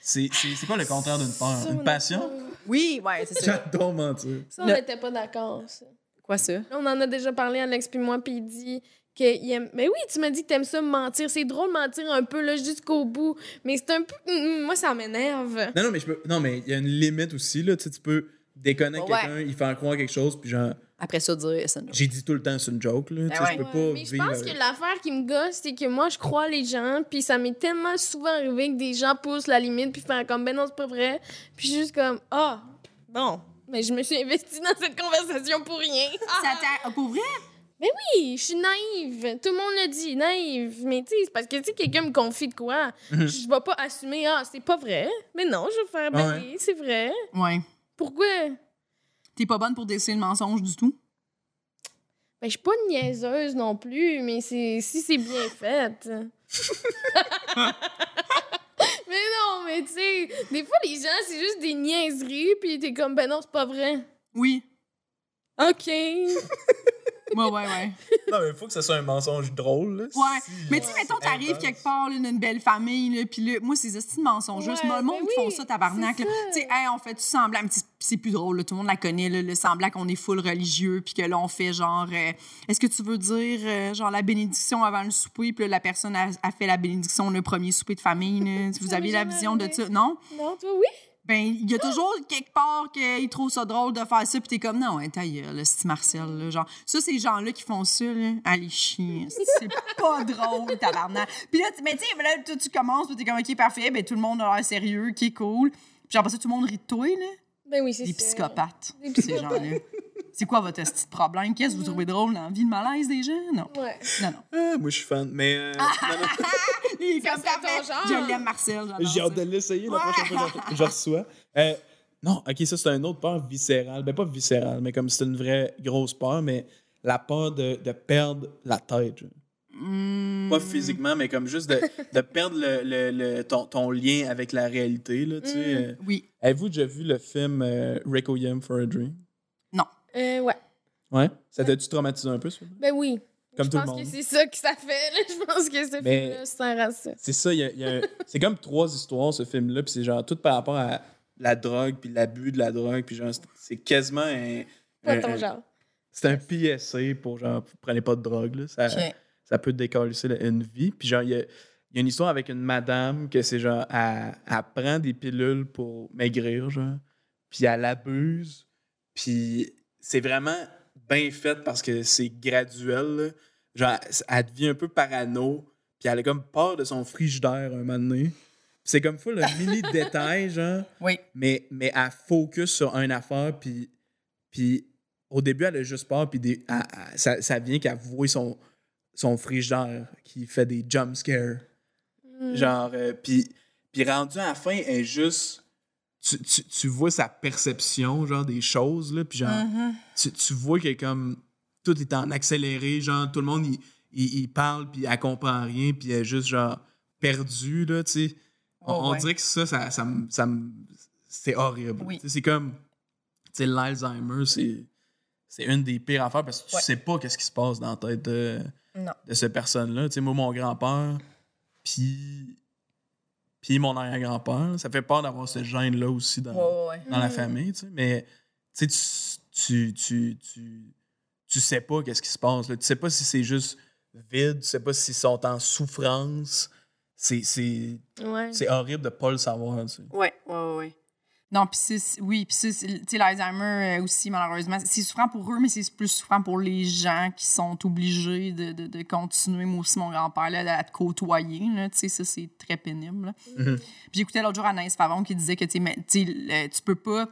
D: C'est, c'est, c'est quoi le contraire d'une peur?
C: Ça, on
D: Une
C: a-
D: passion?
E: Oui, ouais, c'est sûr.
D: J'adore mentir.
C: Ça, on
E: Le-
C: n'était pas d'accord. ça.
E: Quoi, ça?
C: On en a déjà parlé, Alex, puis moi, puis il dit que. il aime- Mais oui, tu m'as dit que t'aimes ça mentir. C'est drôle mentir un peu, là, jusqu'au bout. Mais c'est un peu. Mm, mm, Moi, ça m'énerve.
D: Non, non, mais je peux- non, mais il y a une limite aussi. Là. Tu sais, tu peux déconner
E: Ouais.
D: quelqu'un, il faire croire quelque chose, puis genre,
E: Après ça, dire, ça nous-
D: j'ai dit tout le temps, c'est une joke. Là. Tu sais,
E: ouais.
D: Je peux
C: Ouais,
D: pas
C: mais je
D: vivre.
C: pense
D: avec-
C: que l'affaire qui me gosse, c'est que moi, je crois les gens, puis ça m'est tellement souvent arrivé que des gens poussent la limite, puis font comme, ben non, c'est pas vrai. Puis je suis juste comme, ah, bon, mais je me suis investie dans cette conversation pour rien.
B: Ça t'a- ah, pour vrai?
C: Oui, je suis naïve. Tout le monde le dit, naïve. Mais tu sais, c'est parce que si quelqu'un me confie de quoi,
D: Mhm.
C: je vais pas assumer, ah, c'est pas vrai. Mais non, je vais faire, ben
D: Ouais.
C: oui, c'est vrai.
B: Ouais.
C: Pourquoi?
B: T'es pas bonne pour déceler le mensonge du tout?
C: Ben, je suis pas une niaiseuse non plus, mais c'est si c'est bien fait. mais non, mais tu sais, des fois, les gens, c'est juste des niaiseries, puis t'es comme, ben non, c'est pas vrai.
B: Oui.
C: OK.
B: Ouais, ouais, ouais.
D: Non, mais il faut que ce soit un mensonge drôle. Là,
B: Ouais.
D: Si-
B: Mais tu sais, mettons, t'arrives
D: intense.
B: quelque part, là, dans une belle famille, là, pis là, moi, ces estimes mensonges,
C: Ouais,
B: juste le monde
C: ben
B: qui font
C: oui,
B: ça, tabarnak,
C: c'est
B: là. Tu sais, hey, on fait du semblant, mais c'est- c'est plus drôle, là, tout le monde la connaît, là, le semblant qu'on est full religieux, puis que là, on fait genre, euh, est-ce que tu veux dire, euh, genre, la bénédiction avant le souper, puis là, la personne a, a fait la bénédiction, le premier souper de famille, là. vous
C: m'est
B: aviez la
C: jamais
B: vision de
C: arrivé.
B: ça, non?
C: Non, toi, oui?
B: Ben, il y a toujours quelque part qu'ils trouvent ça drôle de faire ça, puis t'es comme, non, ouais, ta gueule, c'est Martial, là. Genre, ça, ces gens-là qui font ça, là, allez chier. hein, C'est pas drôle, tabarnak. Puis là, tu- mais tu sais, là, tu, tu commences, puis t'es comme, OK, parfait, ben, tout le monde a l'air sérieux, qui est cool. Puis après ça, tout le monde rit de toi, là.
C: Ben oui, c'est
B: Des
C: ça.
B: psychopathes,
C: Des
B: ces gens-là. C'est quoi votre petit problème? Qu'est-ce que vous trouvez drôle dans la vie, le malaise des gens? Non,
C: Ouais.
B: non, non.
D: Ah, moi, je suis fan. Mais euh,
B: Ah,
D: non, non.
B: Il est comme
C: serait ton
B: parfait.
C: genre.
B: Je l'aime, Marcel. j'adore
D: J'ai hâte
B: ça.
D: de l'essayer la prochaine fois que je- je reçois. Euh, non, ok, ça c'est une autre peur viscérale. Ben pas viscérale, mais comme c'est une vraie grosse peur, mais la peur de, de perdre la tête. genre.
B: Hmm.
D: Pas physiquement, mais comme juste de, de perdre le, le- le- ton, ton lien avec la réalité. Là, tu sais.
B: Hmm.
D: Euh,
B: Oui.
D: Avez-vous déjà vu le film euh, Requiem for a Dream?
C: Euh, ouais.
D: Ouais. Ça t'a-tu traumatisé un peu, ça?
C: Ben oui.
D: Comme
C: je
D: tout le
C: pense
D: monde.
C: que c'est ça que ça fait. là. Je pense que ce
D: Mais- Euh,
C: film-là sert à ça.
D: C'est ça, il y a- il y a un- c'est comme trois histoires, ce film-là, puis c'est genre tout par rapport à la drogue, puis l'abus de la drogue, puis genre, c'est- c'est quasiment un...
C: Pas
D: un-
C: ton
D: un-
C: genre.
D: C'est un PSC pour genre, prenez pas de drogue, là. Ça,
E: Ok.
D: ça peut décalisser la- une vie. Puis genre, il y a, il y a une histoire avec une madame que c'est genre, elle, elle prend des pilules pour maigrir, genre, puis elle abuse. Puis c'est vraiment bien fait parce que c'est graduel, là. Genre, elle, elle devient un peu parano, puis elle a comme peur de son frigidaire un moment donné. Puis c'est comme fou, le mini détail, genre
E: Oui.
D: mais, mais elle focus sur une affaire, puis, puis au début, elle a juste peur, puis des- elle- elle- ça, ça vient qu'elle voit son, son frigidaire qui fait des jump scares.
C: Mm.
D: Genre, euh, puis, puis rendu à la fin, elle est juste... Tu, tu, tu vois sa perception, genre, des choses, là, puis genre,
E: Mhm.
D: tu, tu vois que comme tout est en accéléré, genre tout le monde il, il- il parle puis elle comprend rien puis elle est juste genre perdue là, tu sais. On,
E: Oh,
D: on
E: ouais.
D: dirait que ça ça, ça, me- ça me- c'est horrible.
E: Oui.
D: Tu sais, C'est comme tu sais l'Alzheimer, c'est c'est une des pires affaires parce que tu
E: Ouais.
D: sais pas qu'est-ce qui se passe dans la tête de
E: Non.
D: de cette personne là, tu sais moi mon grand-père puis puis mon arrière-grand-père, ça fait peur d'avoir ce gène là aussi dans
E: Ouais, ouais, ouais.
D: dans la
C: Mm.
D: famille, tu sais, mais tu sais, tu, tu, tu, tu, tu sais pas qu'est-ce qui se passe. Là. Tu sais pas si c'est juste vide, tu sais pas s'ils sont en souffrance. C'est, c'est,
C: Ouais.
D: c'est horrible de pas le savoir. tu sais.
B: Ouais, ouais, ouais. Non, puis c'est- c'est- oui, puis c'est- c'est- tu sais, l'Alzheimer euh, aussi, malheureusement, c'est souffrant pour eux, mais c'est plus souffrant pour les gens qui sont obligés de, de, de continuer. Moi aussi, mon grand-père, là, à te côtoyer, là, tu sais, ça, c'est très pénible. là.
D: Mhm.
B: Puis j'écoutais l'autre jour Anaïs Favon qui disait que, tu sais, mais, tu sais, le- tu peux pas...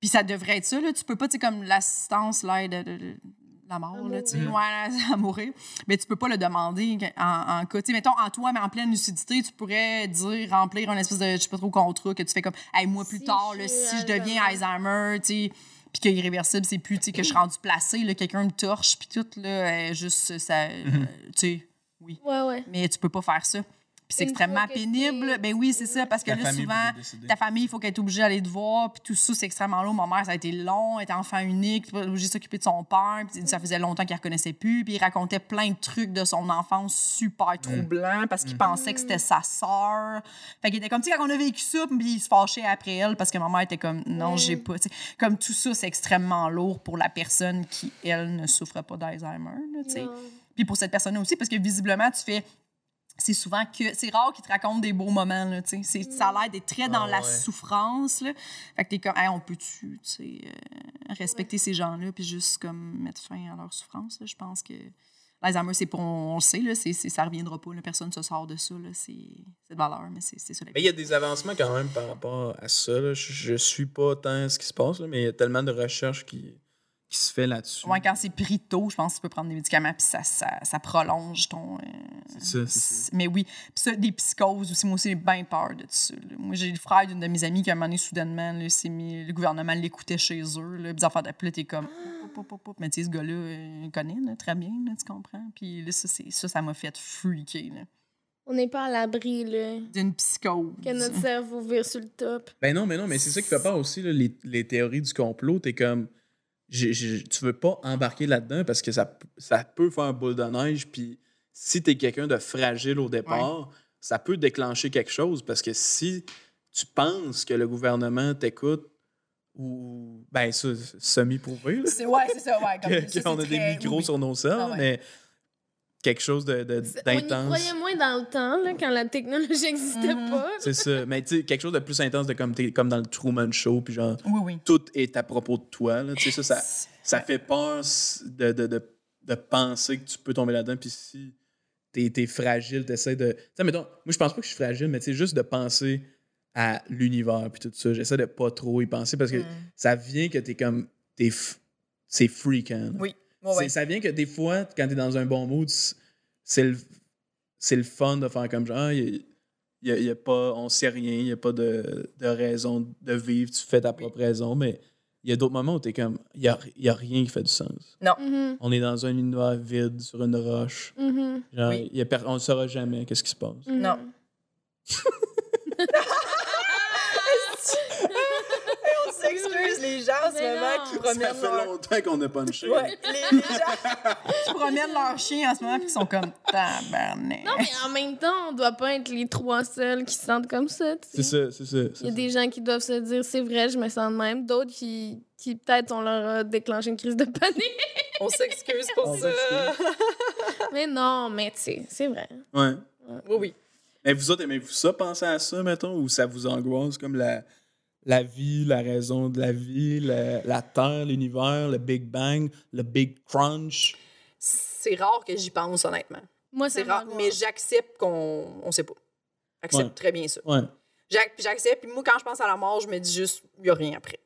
B: Puis ça devrait être ça, là, tu peux pas, tu sais, comme l'assistance, l'aide, de- de- la mort, là, tu sais,
D: mourir.
B: ouais, à mourir mais tu peux pas le demander en, en cas. Tu sais, mettons, en toi, mais en pleine lucidité, tu pourrais dire, remplir un espèce de, je sais pas trop, contrat que tu fais comme, hey, moi, plus
C: Si
B: tard,
C: je
B: là,
C: suis
B: si je deviens Alzheimer, tu sais, puis que irréversible, c'est plus, tu sais, que je suis rendu placé, là, quelqu'un me torche, puis tout, là, euh, juste, ça, euh, tu sais,
C: Ouais, ouais.
B: mais tu peux pas faire ça. Puis c'est
C: Une
B: extrêmement
C: fois que t'es-
B: pénible. Ben oui, c'est ça, parce que
D: Ta
B: là,
D: famille
B: souvent,
D: peut décider.
B: ta famille, il faut qu'elle soit obligée d'aller te voir, puis tout ça, c'est extrêmement long. Ma mère, ça a été long, elle était enfant unique, puis obligée de s'occuper de son père, puis ça faisait longtemps qu'elle ne reconnaissait plus, puis il racontait plein de trucs de son enfance super troublants, parce qu'il pensait que c'était sa sœur. Fait qu'il était comme, tu sais, quand on a vécu ça, puis il se fâchait après elle, parce que ma mère était comme, non, j'ai pas. tu sais. Comme tout ça, c'est extrêmement lourd pour la personne qui, elle, ne souffre pas d'Alzheimer, là, tu sais.
C: Non.
B: Puis pour cette personne-là aussi, parce que visiblement, tu fais. C'est souvent que. C'est rare qu'ils te racontent des beaux moments, là, tu sais. C'est- Ça a l'air d'être très dans
D: Ah,
B: la
D: ouais.
B: souffrance, là. Fait que t'es comme, Hey, on peut-tu, tu sais, euh, respecter ces gens-là, puis juste, comme, mettre fin à leur souffrance, là. Je pense que. L'Alzheimer, c'est pour. On le sait, là, c'est, c'est- ça reviendra pas, là. Personne se sort de ça, là. C'est, c'est de valeur, mais c'est, c'est ça. la
D: Mais il y a des avancements quand même par rapport à ça. là. Je, je suis pas tant ce qui se passe, là, mais il y a tellement de recherches qui, qui se fait là-dessus.
B: Ouais, quand c'est pris tôt, je pense que tu peux prendre des médicaments, puis ça, ça, ça prolonge ton. euh,
D: C'est ça, c'est ça.
B: C'est- Mais oui. Puis ça, des psychoses aussi. Moi aussi, j'ai bien peur de ça. là. Moi, j'ai le frère d'une de mes amies qui, à un moment donné, soudainement, là, s'est mis, le gouvernement l'écoutait chez eux. Là, puis des affaires d'appel, t'es comme... Pop, pop, pop, pop. Mais tu sais, ce gars-là, euh, il connaît là, très bien, là, tu comprends? Puis là, ça, c'est- ça, ça m'a fait freaker. là.
C: On n'est pas à l'abri, là.
B: D'une psychose.
C: Que notre cerveau vire sur le top.
D: Ben non, mais non, mais c'est ça qui fait peur aussi, là, les, les théories du complot. T'es comme. j'ai- j'ai- tu veux pas embarquer là-dedans parce que ça, p- ça peut faire boule de neige. Puis si t'es quelqu'un de fragile au départ, ça peut déclencher quelque chose parce que si tu penses que le gouvernement t'écoute ou. Ben, ça, c'est semi-prouvé. là,
E: C'est ouais, c'est ça, ouais. Comme
D: que-
E: ça,
D: qu'on
E: c'est
D: a des
E: très-
D: micros
E: oui,
D: sur nos cerfs,
E: Ah ouais.
D: mais quelque chose de- de-
C: On y
D: d'intense.
C: croyait moins dans le temps, là, quand la technologie n'existait
E: Mhm.
C: pas.
D: C'est ça. Mais tu sais, quelque chose de plus intense de comme, t'es- comme dans le Truman Show, puis genre,
E: Oui, oui.
D: tout est à propos de toi. là. Tu sais, ça, ça, ça fait peur s- de, de, de, de penser que tu peux tomber là-dedans, puis si t'es es fragile, t'essaies de... Tu sais, mettons, moi, je pense pas que je suis fragile, mais tu sais, juste de penser à l'univers, puis tout ça, j'essaie de pas trop y penser, parce que
E: Mm.
D: ça vient que t'es comme... t'es f- C'est freakant. là.
E: Oui. Ouais, ouais.
D: C'est- Ça vient que des fois, quand t'es dans un bon mood, c- c'est le, c'est le fun de faire comme genre, ah, y a- y a- y a pas, on sait rien, il n'y a pas de, de raison de vivre, tu fais ta propre raison, mais il y a d'autres moments où t'es comme, il n'y a, y a rien qui fait du sens.
C: Mhm,
D: On est dans un univers vide, sur une roche,
C: mhm,
D: genre,
E: Oui.
D: y a per- on ne saura jamais qu'est-ce qui se passe.
C: mhm.
E: Non. on s'excuse les gens en ce
C: Mais
E: moment
C: non.
E: qui promènent leur...
D: longtemps qu'on n'a pas punché.
E: Ouais, les, les gens...
B: Ils promènent leur chien en ce moment, puis ils sont comme tabarnak.
C: Non, mais en même temps, on doit pas être les trois seuls qui se sentent comme ça. tu sais.
D: C'est ça, c'est ça. c'est
C: Il y a
D: ça.
C: des gens qui doivent se dire c'est vrai, je me sens de même. D'autres qui, qui peut-être, on leur a déclenché une crise de panique.
E: On s'excuse pour
D: On
E: ça.
D: s'excuse.
C: mais non, mais tu sais, c'est vrai.
D: Ouais.
E: Oui, oui.
D: Mais vous autres, aimez-vous ça, penser à ça, mettons, ou ça vous angoisse comme la, la vie, la raison de la vie, la, la Terre, l'univers, le Big Bang, le Big Crunch?
E: C'est rare que j'y pense, honnêtement.
C: Moi,
E: C'est
C: ça
E: rare, mais
C: m'angoisse.
E: j'accepte qu'on on sait pas. J'accepte
D: Ouais.
E: très bien ça.
D: Ouais.
E: J'ac- puis J'accepte, puis moi, quand je pense à la mort, je me dis juste, il n'y a rien après.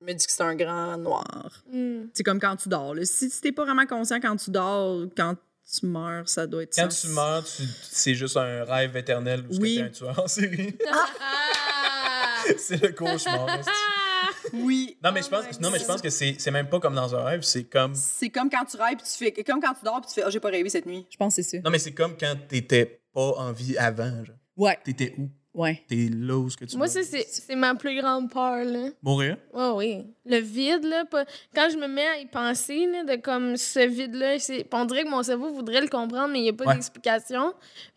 E: Je me dis que c'est un grand noir.
C: Mm.
B: C'est comme quand tu dors. là. Si, si t'es pas vraiment conscient quand tu dors, quand tu meurs, ça doit être sens-
D: meurs, c'est juste un rêve éternel
B: où Oui. t'es un
D: tueur en série.
C: Ah!
D: c'est le cauchemar.
F: Oui.
D: Non,
C: mais je pense- Oh my non, mais je God. pense
D: que c'est même pas comme dans un rêve, c'est comme.
F: C'est comme quand tu rêves, puis tu fais. Comme quand tu dors, puis tu fais. Ah, j'ai pas rêvé cette nuit.
I: Je pense que c'est ça.
D: Non, mais c'est comme quand t'étais pas en vie avant. genre.
I: Ouais,
D: T'étais où?
I: ouais.
D: T'es là où ce que tu
C: Moi,
D: vas.
C: ça, c'est c'est ma plus grande peur, là.
D: Mourir?
C: Oh oui. Le vide, là. pas- Quand je me mets à y penser, là, de comme ce vide-là, c'est- on dirait que mon cerveau voudrait le comprendre, mais il n'y a pas
D: Ouais.
C: d'explication.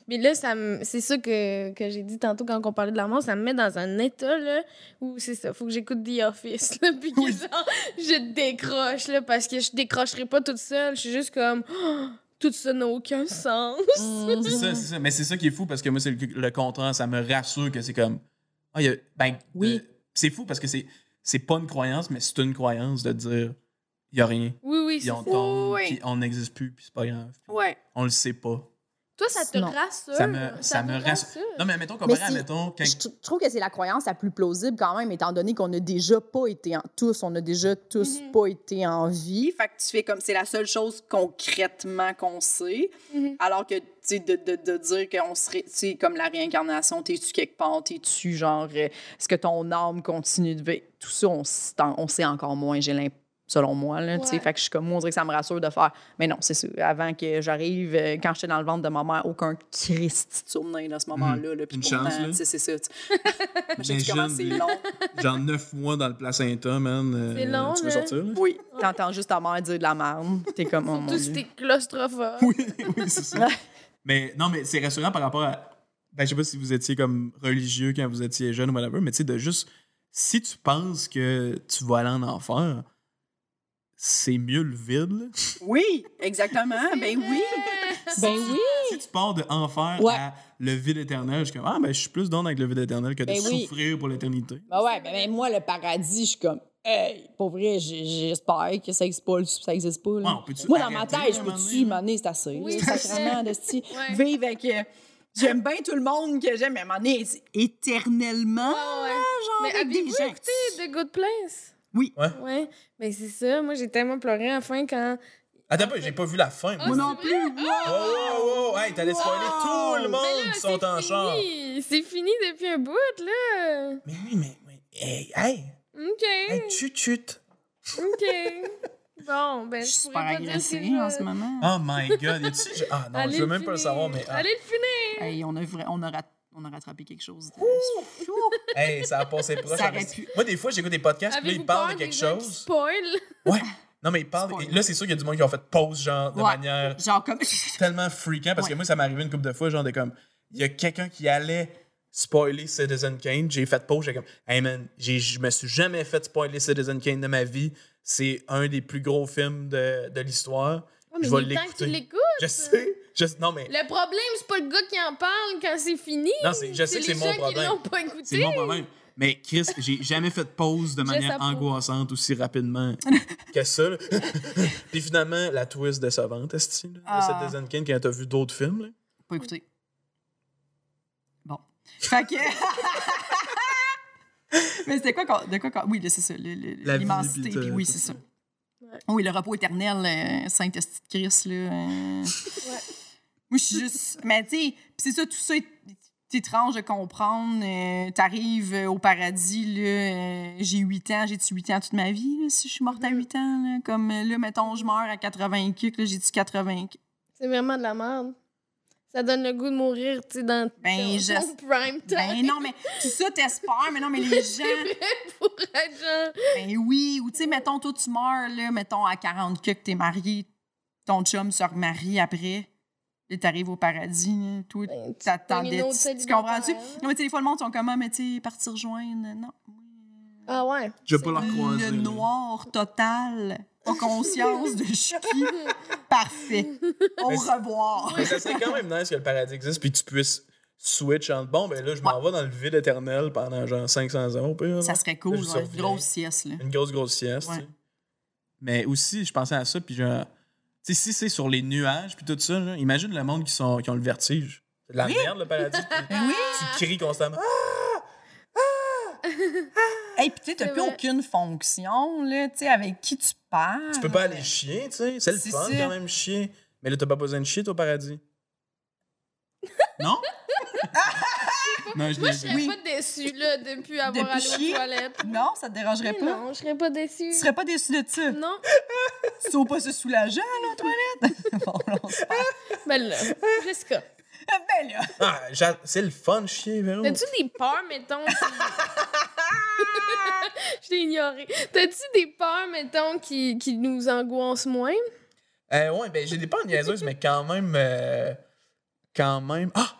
C: Mais là, ça me- c'est ça que, que j'ai dit tantôt quand on parlait de la mort, ça me met dans un état, là, où c'est ça, faut que j'écoute The Office, là, puis que genre, je décroche, là, parce que je décrocherai pas toute seule. Je suis juste comme... Oh, tout ça n'a aucun sens.
D: C'est ça, c'est ça. Mais c'est ça qui est fou parce que moi, c'est le, le contraire. Ça me rassure que c'est comme. Ah, il y a- ben,
B: Oui.
D: de- c'est fou parce que c'est, c'est pas une croyance, mais c'est une croyance de dire il y a rien.
C: Oui, oui, c'est
D: Puis on
C: ça.
D: tombe,
E: Oui.
D: puis on n'existe plus, puis c'est pas grave. Puis
E: Ouais.
D: On le sait pas.
C: Toi, ça te
B: Non.
C: rassure.
D: Ça me- ça me
C: te
D: rassure. Non, mais mettons, comparé
K: Mais
D: à,
K: si-
D: mettons, quand-
K: Je tr- je trouve que c'est la croyance la plus plausible quand même, étant donné qu'on n'a déjà pas été en tous, on n'a déjà tous
C: Mhm.
K: pas été en vie.
F: Fait que tu fais comme c'est la seule chose concrètement qu'on sait,
C: Mhm.
K: Mm-hmm.
F: alors que tu sais, de, de, de dire qu'on serait, tu sais, comme la réincarnation, t'es-tu quelque part, t'es-tu.
K: Tu, genre, euh, est-ce que ton âme continue de vivre? Tout ça, on, s- t'en- on sait encore moins, j'ai l'impression, selon moi. Là, tu sais.
C: Ouais.
K: Fait que je suis comme, moi, on dirait que ça me rassure de faire. Mais non, c'est sûr. Avant que j'arrive, euh, quand j'étais dans le ventre de ma mère, aucun Christ.
F: de tourner à ce moment-là. là, puis
D: Une
F: pourtant,
D: chance, là.
F: tu sais, C'est ça. tu- Moi, j'ai dit comment c'est
D: Imagine.
F: long.
D: genre neuf mois dans le placenta, man. euh,
C: C'est long,
D: Tu veux
C: là.
D: sortir, là?
F: Oui.
K: T'entends juste ta mère dire de la merde. T'es comme, oh mon
C: Surtout si
K: Dieu.
C: t'es claustrophobe.
D: Oui, oui, c'est ça. mais non, mais c'est rassurant par rapport à. Ben, je sais pas si vous étiez comme religieux quand vous étiez jeune ou whatever, mais tu sais, de juste. Si tu penses que tu vas aller en enfer, c'est mieux le vide, là.
F: Oui, exactement. ben oui.
K: Ben oui.
D: Si tu pars de enfer
K: Ouais.
D: à le vide éternel, je suis comme, ah, ben, je suis plus dans avec le vide éternel que de
K: Ben oui.
D: souffrir pour l'éternité.
K: Ben ouais, ben, ben moi, le paradis, je suis comme, hey, pour vrai, j'ai- j'espère que ça existe pas. Ça existe pas là.
D: Ouais, on peut-tu
K: moi, dans ma
D: arrêter,
K: tête, je
D: à un moment
K: peux-tu
D: donné, là?
K: m'amener, c'est assez.
C: Oui,
K: là,
C: c'est
K: sacrément, de style.
C: Ouais.
I: Vivre avec. euh, j'aime bien tout le monde que j'aime, mais à un moment donné, c'est éternellement.
C: Ah ouais.
I: Genre,
C: Mais
I: avec des
C: avez-vous
I: gens.
C: écouté The Good Place?
I: Oui.
D: Ouais.
C: Ouais. Ben, c'est ça. Moi, j'ai tellement pleuré à la fin quand.
D: Attends, un peu, j'ai pas vu la fin.
C: Ah,
D: moi.
I: non
C: c'est vrai?
I: plus,
D: Oh, oh, oh, hey, t'allais spoiler tout le
C: Mais
D: monde
C: là,
D: qui sont
C: c'est
D: en char.
C: fini. C'est fini depuis un bout, là.
D: Mais oui, mais, mais, hey, hey,
C: OK.
D: hey, chut, chut.
C: OK. Bon, ben,
B: Je
C: je,
B: suis
C: pourrais
B: super
C: pas dire ce que
B: agressée en
C: je-
B: ce moment.
D: Oh my god, y a-tu. Ah non,
C: Allez
D: je veux
C: le
D: même pas le
C: finir.
D: savoir, mais. ah.
C: Allez le finir.
B: Hey, on, a vra- on, a rat- on a rattrapé quelque chose. de-
D: Hey, ça a passé proche.
B: Ça
D: en
B: aurait
D: esti.
B: pu.
D: Moi, des fois, j'écoute des podcasts, puis là,
C: Avez-vous
D: ils parlent
C: peur
D: de quelque
C: des gens qui
D: chose.
C: Spoil.
D: Ouais. Non, mais ils parlent. et Là, c'est sûr qu'il y a du monde qui ont fait pause, genre, de
B: Ouais.
D: manière
B: Genre comme.
D: tellement freakant parce que moi, ça m'est arrivé une couple de fois, genre de comme, il y a quelqu'un qui allait spoiler Citizen Kane. J'ai fait pause, j'ai comme, hey man, j'ai- je me suis jamais fait spoiler Citizen Kane de ma vie. C'est un des plus gros films de, de l'histoire.
C: Ouais, mais
D: je vais
C: Ah, il est temps que tu
D: l'écouter.
C: l'écoutes.
D: Je sais. Je... Non, mais
C: Le problème, c'est pas le gars qui en parle quand c'est fini.
D: Non, c'est- je sais que
C: les
D: c'est mon
C: gens
D: problème.
C: qui l'ont pas
D: c'est
C: écouté.
D: mon problème. Mais Chris, j'ai jamais fait de pause de manière
C: s'approuve.
D: angoissante aussi rapidement que ça. là. Puis finalement, la twist décevante, est-ce que
L: Ah.
D: cette Kane quand t'as vu d'autres films? Là?
L: Pas écouté. Bon. Fait que. Mais c'était quoi qu'on- de quoi qu'on- Oui, là, c'est ça. le- le-
D: La vie,
L: L'immensité,
D: puis tout-
L: puis oui,
D: tout
L: c'est
D: ça.
L: ça. Oui, le repos éternel, euh, saint esti de Christ, là. euh. Moi, je suis juste. Mais tu sais, pis c'est ça, tout ça est est étrange de comprendre. euh, T'arrives euh, au paradis, là. euh, j'ai 8 ans, j'ai-tu 8 ans toute ma vie, là, si je suis morte à 8 ans, là? Comme euh, là, mettons, je meurs à 80 kicks, là, j'ai-tu 80
C: C'est vraiment de la merde. Ça donne le goût de mourir, tu sais, dans
L: Ben,
C: dans
L: je-
C: ton prime time.
L: Ben non, mais tout ça, t'espères, mais non, mais les gens.
C: pour être genre...
L: Ben oui, ou tu sais, mettons, toi, tu meurs, là, mettons, à 40 que que t'es marié, ton chum se remarie après. Là, t'arrives au paradis, là, toi,
C: Ben, tu
L: t'attendais.
C: pognes une autre
L: Tu, tu
C: célibataire,
L: comprends-tu?
C: hein?
L: Non, mais tu sais, des fois, le monde sont comme, ah, mais tu sais, partir rejoindre. Non.
C: Ah ouais.
D: Je vais pas leur croiser.
L: Le
D: là.
L: noir total. Pas conscience de je suis qui. Parfait. Au
D: Mais Ben, c'est-
L: revoir.
D: Mais ça serait quand même nice que le paradis existe puis tu puisses switch entre bon, ben là, je m'en vais dans le vide éternel pendant genre 500 ans. au pire,
L: Ça
D: là.
L: serait cool,
D: Là, je
L: ouais, une
D: reviens.
L: grosse sieste, là.
D: Une grosse, grosse sieste.
L: Ouais.
D: tu sais. Mais aussi, je pensais à ça, puis genre, tu sais, si c'est sur les nuages, puis tout ça, genre, imagine le monde qui, sont, qui ont le vertige. C'est de la merde, le paradis. puis
C: Oui.
D: Tu cries constamment.
B: Hey, puis tu sais, t'as
C: C'est
B: plus
C: vrai.
B: aucune fonction, là, tu sais, avec qui tu parles.
D: Tu peux pas aller chier, tu sais. C'est le
B: C'est
D: fun
B: ça.
D: quand même, chier. Mais là, t'as pas besoin de chier, toi, au paradis. Non? non, je
C: Moi,
D: l'ai
C: je
D: dit.
C: serais pas déçue, là, depuis avoir
B: Depuis
C: allé
B: chier?
C: aux toilettes.
B: Non, ça te dérangerait
C: Mais
B: pas.
C: Non, je serais pas déçue.
B: Tu serais pas déçu de ça.
C: Non,
B: Tu trouves pas se soulageant, là, aux toilettes? bon, là, on se parle.
C: ben là, Jessica.
B: Ben là,
D: Ah, j'a- c'est le fun, chier, Véro.
C: T'as-tu des peurs, mettons? qui- je l'ai ignoré. T'as-tu des peurs, mettons, qui, qui nous angoissent moins?
D: Euh, ouais, ben j'ai des peurs niaiseuses, mais quand même. euh, quand même. Ah!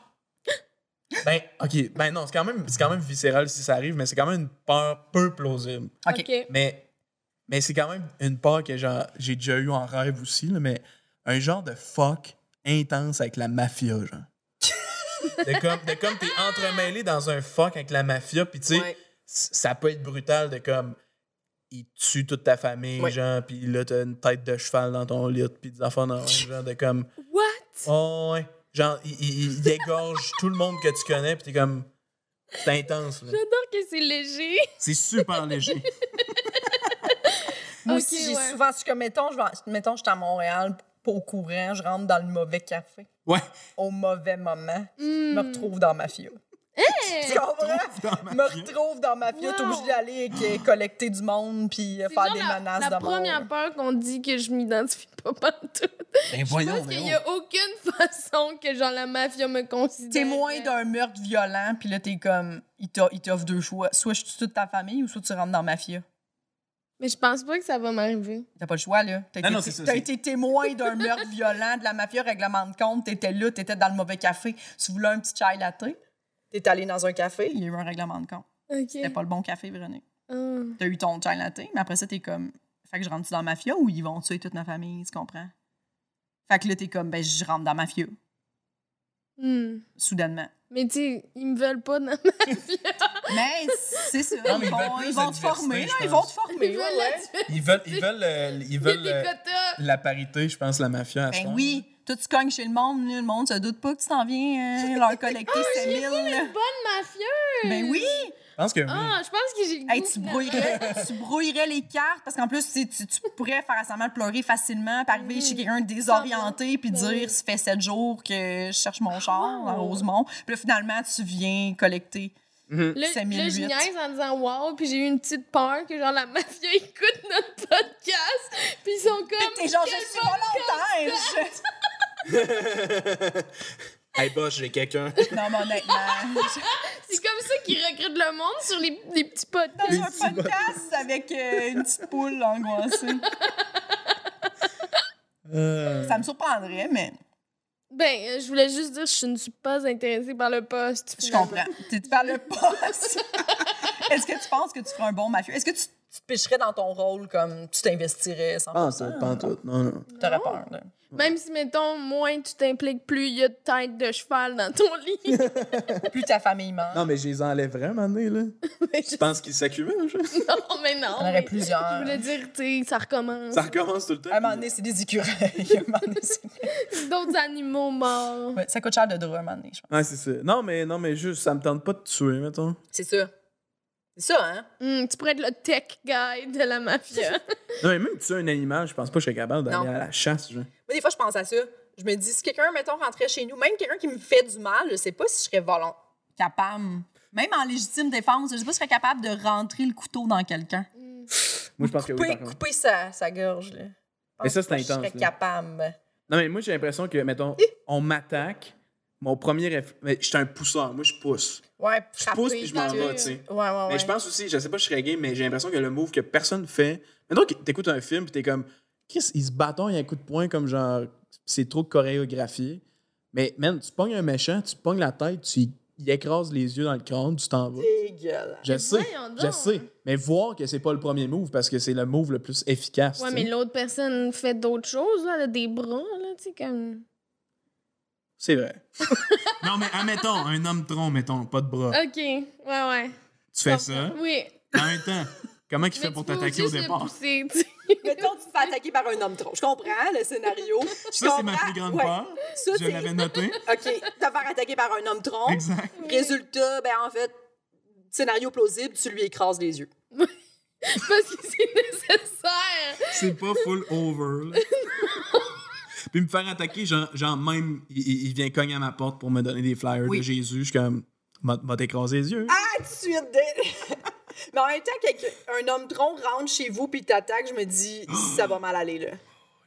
D: Ben, ok, ben non, c'est quand, même- c'est quand même viscéral si ça arrive, mais c'est quand même une peur peu plausible.
B: OK.
D: Mais, mais c'est quand même une peur que genre, j'ai déjà eu en rêve aussi, là, mais un genre de fuck intense avec la mafia, genre. de comme, de comme t'es entremêlé dans un fuck avec la mafia, puis tu sais,
B: Ouais.
D: c- ça peut être brutal de comme, ils tuent toute ta famille,
B: Ouais.
D: genre, puis là, t'as une tête de cheval dans ton lit, puis des enfants dans genre, de comme,
C: What?
D: oh, ouais. Genre, ils- ils ils égorgent tout le monde que tu connais, puis t'es comme, c'est intense, là.
C: J'adore que c'est léger.
D: C'est super léger.
B: moi
C: Ok,
B: aussi, j'ai
C: ouais.
B: souvent, c'est comme, mettons, je vais- mettons, je suis à Montréal, pas au courant, je rentre dans le mauvais café.
D: Ouais.
B: Au mauvais moment, je me
C: Hmm.
B: retrouve dans ma fille.
C: Hey!
B: Tu comprends?
D: Dans
B: me
D: ma-
B: retrouve dans ma fille, t'es
C: Wow.
B: obligé d'aller euh, collecter du monde puis euh,
C: C'est
B: faire
C: genre
B: des
C: la-
B: menaces
C: La
B: de mort.
C: première peur qu'on dit que je m'identifie pas partout.
D: Ben voyons,
C: Parce qu'il n'y a aucune façon que genre la mafia me considère. euh,
B: Témoin d'un meurtre violent, puis là, t'es comme, il t'a- il t'offre deux choix. Soit je tue toute ta famille ou soit tu rentres dans ma fille.
C: Mais je pense pas que ça va m'arriver.
B: T'as pas le choix, là. T'as
D: Non, non,
B: été,
D: c'est ça,
B: t'as
D: c'est-
B: été témoin d'un meurtre violent, de la mafia règlement de compte. T'étais là, t'étais dans le mauvais café. Tu voulais un petit chai latte. T'es allé dans un café, il y a eu un règlement de compte.
C: Ok.
B: C'était pas le bon café, Véronique.
C: Ah.
B: T'as eu ton chai latte, mais après ça, t'es comme, fait que je rentre dans la mafia ou ils vont tuer toute ma famille, tu comprends? Fait que là, t'es comme, ben, je rentre dans la mafia,
C: Hmm.
B: soudainement.
C: Mais tu sais, ils me veulent pas dans ma vie.
B: Mais c'est ça,
D: Non, mais
B: ils
D: ils veulent
B: vont,
D: plus
B: ils vont
D: de
B: te former,
D: diversité,
B: là,
D: je
B: ils vont
D: pense.
B: te
C: Ils
B: former.
C: veulent
B: ouais.
C: la tuer.
D: Ils veulent, ils veulent, euh, ils
C: Il y a
D: veulent
C: des
D: euh,
C: quotas.
D: la parité, je pense, la mafia. À ce
B: Ben
D: moment.
B: oui, toi, tu cognes chez le monde, là, le monde se doute pas que tu t'en viens euh, leur collecter 7000. là.
C: Bonne mafia.
B: Ben oui!
D: Je pense que oui.
C: Ah, je pense que j'ai le
B: Hey,
C: goût,
B: tu,
C: finalement.
B: brouillerais, tu brouillerais les cartes parce qu'en plus, tu, sais, tu, tu pourrais faire semblant de pleurer facilement, puis arriver chez quelqu'un désorienté, puis dire Ça fait sept jours que je cherche mon char à Rosemont. Puis là, finalement, tu viens collecter.
C: Là, là,
B: 5008.
C: je niaise en disant wow, puis j'ai eu une petite peur que genre la mafia écoute notre podcast, puis ils sont
B: Puis
C: comme.
B: t'es genre, je
C: Quel
B: suis volontaire! Je-
D: hey, boss, j'ai quelqu'un.
B: Non, mais honnêtement,
C: C'est comme ça qu'ils recrutent le monde sur les, les petits podcasts.
B: j'ai un podcast avec euh, une petite poule angoissée. Ça me surprendrait, mais
C: Ben, euh, je voulais juste dire, je ne suis pas intéressée par le poste.
B: je
C: finalement.
B: comprends. Tu te parles pas. Est-ce que tu penses que tu ferais un bon mafieux? Est-ce que tu, tu te pêcherais dans ton rôle comme tu t'investirais sans
D: Ah, ça, pas en tout. Non, non.
B: T'aurais peur, là.
C: Même si, mettons, moins tu t'impliques, plus il y a de têtes de cheval dans ton lit.
E: Plus ta famille ment.
D: Non, mais je les enlèverais, mané, là.
C: Mais
D: Je
C: je-
D: pense qu'ils s'accumulent, je-
C: non, mais non.
E: On aurait
C: mais-
E: plusieurs.
C: Je voulais dire, tu sais, ça recommence.
D: Ça recommence tout le temps.
E: À un moment donné, c'est des écureuils. À un moment donné, c'est-
C: D'autres animaux morts.
E: Ouais, ça coûte cher de droit, à un moment donné, je pense.
D: Ouais, c'est ça. Non, mais, non, mais juste, ça me tente pas de tuer, mettons.
E: C'est ça. C'est ça, hein?
C: Hum, tu pourrais être le tech guy de la mafia.
D: Non, mais même tuer un animal, je pense pas que je serais capable d'aller
E: Non.
D: à la chasse, genre.
E: Moi, des fois, je pense à ça. Je me dis, si quelqu'un, mettons, rentrait chez nous, même quelqu'un qui me fait du mal, je sais pas si je serais volant.
B: Capable. Même en légitime défense, je sais pas si je serais capable de rentrer le couteau dans quelqu'un.
D: Moi, je pense que oui,
E: couper,
D: par contre.
E: couper sa, sa gorge, là. Je
D: Mais ça,
E: pense pas
D: c'est
E: que Je
D: intense,
E: serais
D: là.
E: capable.
D: Non, mais moi, j'ai l'impression que, mettons, on m'attaque, mon premier réflexe. mais Je suis un pousseur, moi, je pousse.
E: Ouais,
D: Je pousse puis je m'en
E: frapper,
D: vais, tu sais.
E: Ouais, ouais,
D: Mais
E: ouais.
D: je pense aussi, je sais pas, je serais gay, mais j'ai l'impression que le move que personne fait. Maintenant que t'écoutes un film, puis t'es comme, qu'est-ce, ils se battent, il y a un coup de poing, comme genre, c'est trop chorégraphié. Mais, man, tu pognes un méchant, tu pognes la tête, tu y- y écrases les yeux dans le crâne, tu t'en vas.
E: Dégueulasse.
D: Je sais,
C: voyons
D: je
C: donc.
D: sais. Mais voir que c'est pas le premier move parce que c'est le move le plus efficace.
C: Ouais,
D: tu
C: mais
D: sais.
C: l'autre personne fait d'autres choses, là. Elle a des bras, là, tu sais, comme.
D: C'est vrai. non, mais admettons, un homme tronc, mettons, pas de bras.
C: Ok, ouais, ouais.
D: Tu fais ça.
C: Oui.
D: En même temps, comment qu'il
C: Mais
D: fait pour
C: tu peux
D: t'attaquer au
C: aussi le
D: départ?
C: pousser, tu sais.
E: Mettons, tu te fais attaquer par un homme trop. Je comprends le scénario. Je
D: Ça, c'est ma
E: comprends.
D: plus grande
E: Ouais.
D: peur.
E: Ça,
D: Je
E: c'est-
D: l'avais noté.
E: OK, te faire attaquer par un homme tronc.
D: Exact.
E: Résultat, ben en fait, scénario plausible, tu lui écrases les yeux.
C: Parce que c'est nécessaire.
D: C'est pas full over. là. Puis me faire attaquer, genre, genre même, il- il, il vient cogner à ma porte pour me donner des flyers de Jésus. Je suis comme, va va t'écraser les yeux.
E: Ah, tout de suite. dé- Mais en même temps, qu'un homme tronc rentre chez vous puis t'attaque, je me dis, ça va mal aller, là.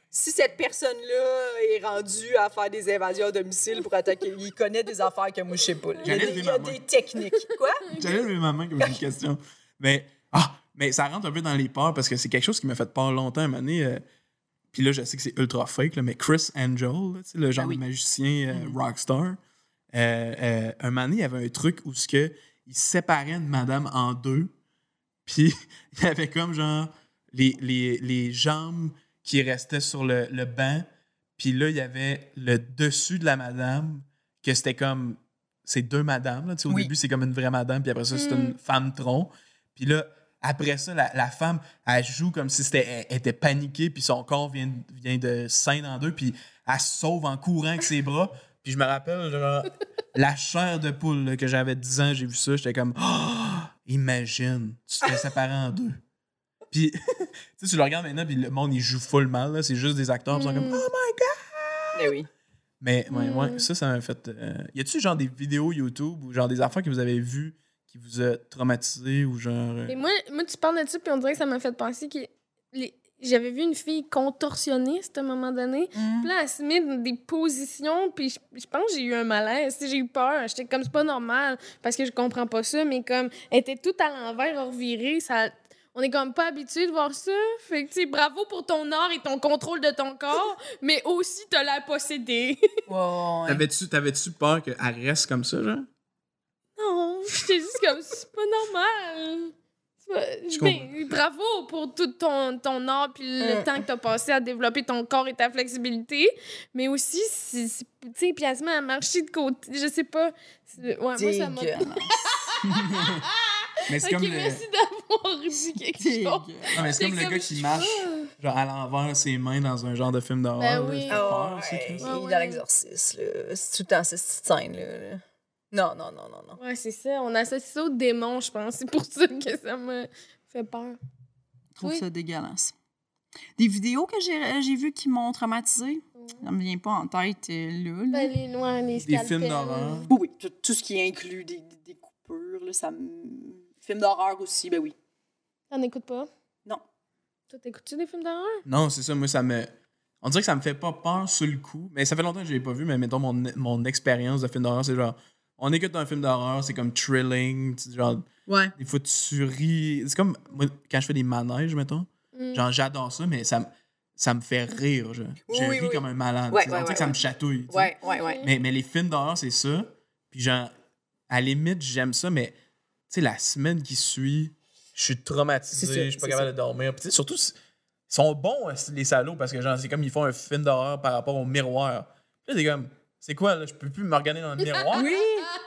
E: Si cette personne-là est rendue à faire des invasions à domicile pour attaquer, il connaît des affaires que moi, je sais pas. là. Il y a
D: J'allais
E: des,
D: lever
E: il y a
D: ma main.
E: des techniques. Quoi?
D: J'avais levé ma main comme une question. Mais, ah, mais ça rentre un peu dans les peurs parce que c'est quelque chose qui m'a fait peur longtemps. À un moment donné, euh, puis là, je sais que c'est ultra fake, là, mais Chris Angel, là, tu sais, le genre de magicien euh, rockstar, euh, euh, un moment donné, il y avait un truc où ce que, il séparait une madame en deux. Puis il y avait comme genre les, les, les jambes qui restaient sur le, le banc. Puis là, il y avait le dessus de la madame, que c'était comme. C'est deux madames. Là. Tu sais, Au
E: Oui.
D: début, c'est comme une vraie madame, puis après ça, c'est une femme tronc. Puis là, après ça, la, la femme, elle joue comme si c'était, elle- elle était paniquée, puis son corps vient, vient de scindre en deux, puis elle se sauve en courant avec ses bras. Puis je me rappelle, genre, la chair de poule là, que j'avais 10 ans, j'ai vu ça, j'étais comme, Ah! imagine, tu te fais séparer en deux. Puis, tu sais, tu le regardes maintenant, puis le monde, il joue full mal, là. c'est juste des acteurs, qui sont comme, oh my god!
E: Mais Ben oui.
D: Mais ouais, ouais, ça, ça m'a fait. euh, Y a-tu genre des vidéos YouTube ou genre des affaires que vous avez vues qui vous a traumatisé ou genre. euh,
C: Mais moi, moi, tu parles de ça, puis on dirait que ça m'a fait penser que les- j'avais vu une fille contorsionniste à un moment donné. Puis là, elle se met dans des positions, puis je, je pense que j'ai eu un malaise. Tu sais, J'ai eu peur. J'étais comme, c'est pas normal, parce que je comprends pas ça, mais comme, elle était tout à l'envers, revirée. Ça, on est comme pas habitué de voir ça. Fait que, tu sais, bravo pour ton art et ton contrôle de ton corps, mais aussi te la posséder.
E: Oh,
D: T'avais-tu, t'avais-tu peur qu'elle reste comme ça, genre?
C: Non, j'étais juste comme, c'est pas normal. C'est pas-
D: Je
C: ben, bravo pour tout ton, ton art puis le temps que t'as passé à développer ton corps et ta flexibilité. Mais aussi, c'est- c'est- tu sais, puis elle se met à marcher de côté. Je sais pas. C'est- Ouais, moi, ça m'a.
E: Dégueulasse.
D: Mais c'est
C: Ok,
D: comme le,
C: merci d'avoir dit quelque chose.
D: non, mais c'est
C: C'est
D: comme le
C: comme- Ah.
D: gars qui marche genre à l'envers ses mains dans un genre de film d'horreur.
C: Ben
D: là.
C: oui.
D: J'ai
E: Ah
B: Oh,
D: peur,
E: ouais,
D: c'est Chris.
C: Ouais,
E: Dans
C: ouais.
E: l'exorcisme, là. C'est tout le temps cette petite scène-là. là. Non, non, non, non, non.
C: Ouais, c'est ça. On associe ça au démon, je pense. C'est pour ça que ça me fait peur.
B: Je trouve
C: Oui.
B: ça dégueulasse. Des vidéos que j'ai j'ai vues qui m'ont traumatisée, ça me vient pas en tête euh, là. là.
C: Ben, les loin, les
D: Des
C: scalpels.
D: films d'horreur.
F: Oui, oui, tout, tout ce qui inclut des, des- des coupures, là, ça me... Film d'horreur aussi, ben oui.
C: T'en écoutes pas?
F: Non.
C: Toi, t'écoutes-tu des films d'horreur?
D: Non, c'est ça, moi, ça me. On dirait que ça me fait pas peur sur le coup. Mais ça fait longtemps que je l'ai pas vu, mais mettons, mon, mon expérience de film d'horreur, c'est genre. On écoute un film d'horreur, c'est comme thrilling, tu- genre.
B: Ouais.
D: Des fois, tu ris. C'est comme. Moi, quand je fais des manèges, mettons.
C: Mm.
D: Genre, j'adore ça, mais ça, me- ça me fait rire, genre.
E: Oui,
D: je
E: oui,
D: ris
E: oui.
D: comme un malade.
E: Ouais,
D: tu sais. on
E: ouais,
D: dirait
E: ouais,
D: que ça me
E: ouais.
D: chatouille. tu sais.
E: Ouais, ouais, ouais.
D: Mais, mais les films d'horreur, c'est ça. Puis genre, à la limite, j'aime ça, mais tu sais, la semaine qui suit, je suis traumatisé,
E: C'est ça,
D: je suis pas
E: c'est
D: capable de dormir. Puis tu sais, surtout, si- Ils sont bons, esti, les salauds, parce que genre, c'est comme ils font un film d'horreur par rapport au miroir. Puis là, c'est comme, c'est quoi, là? Je peux plus me regarder dans le miroir.
F: Oui!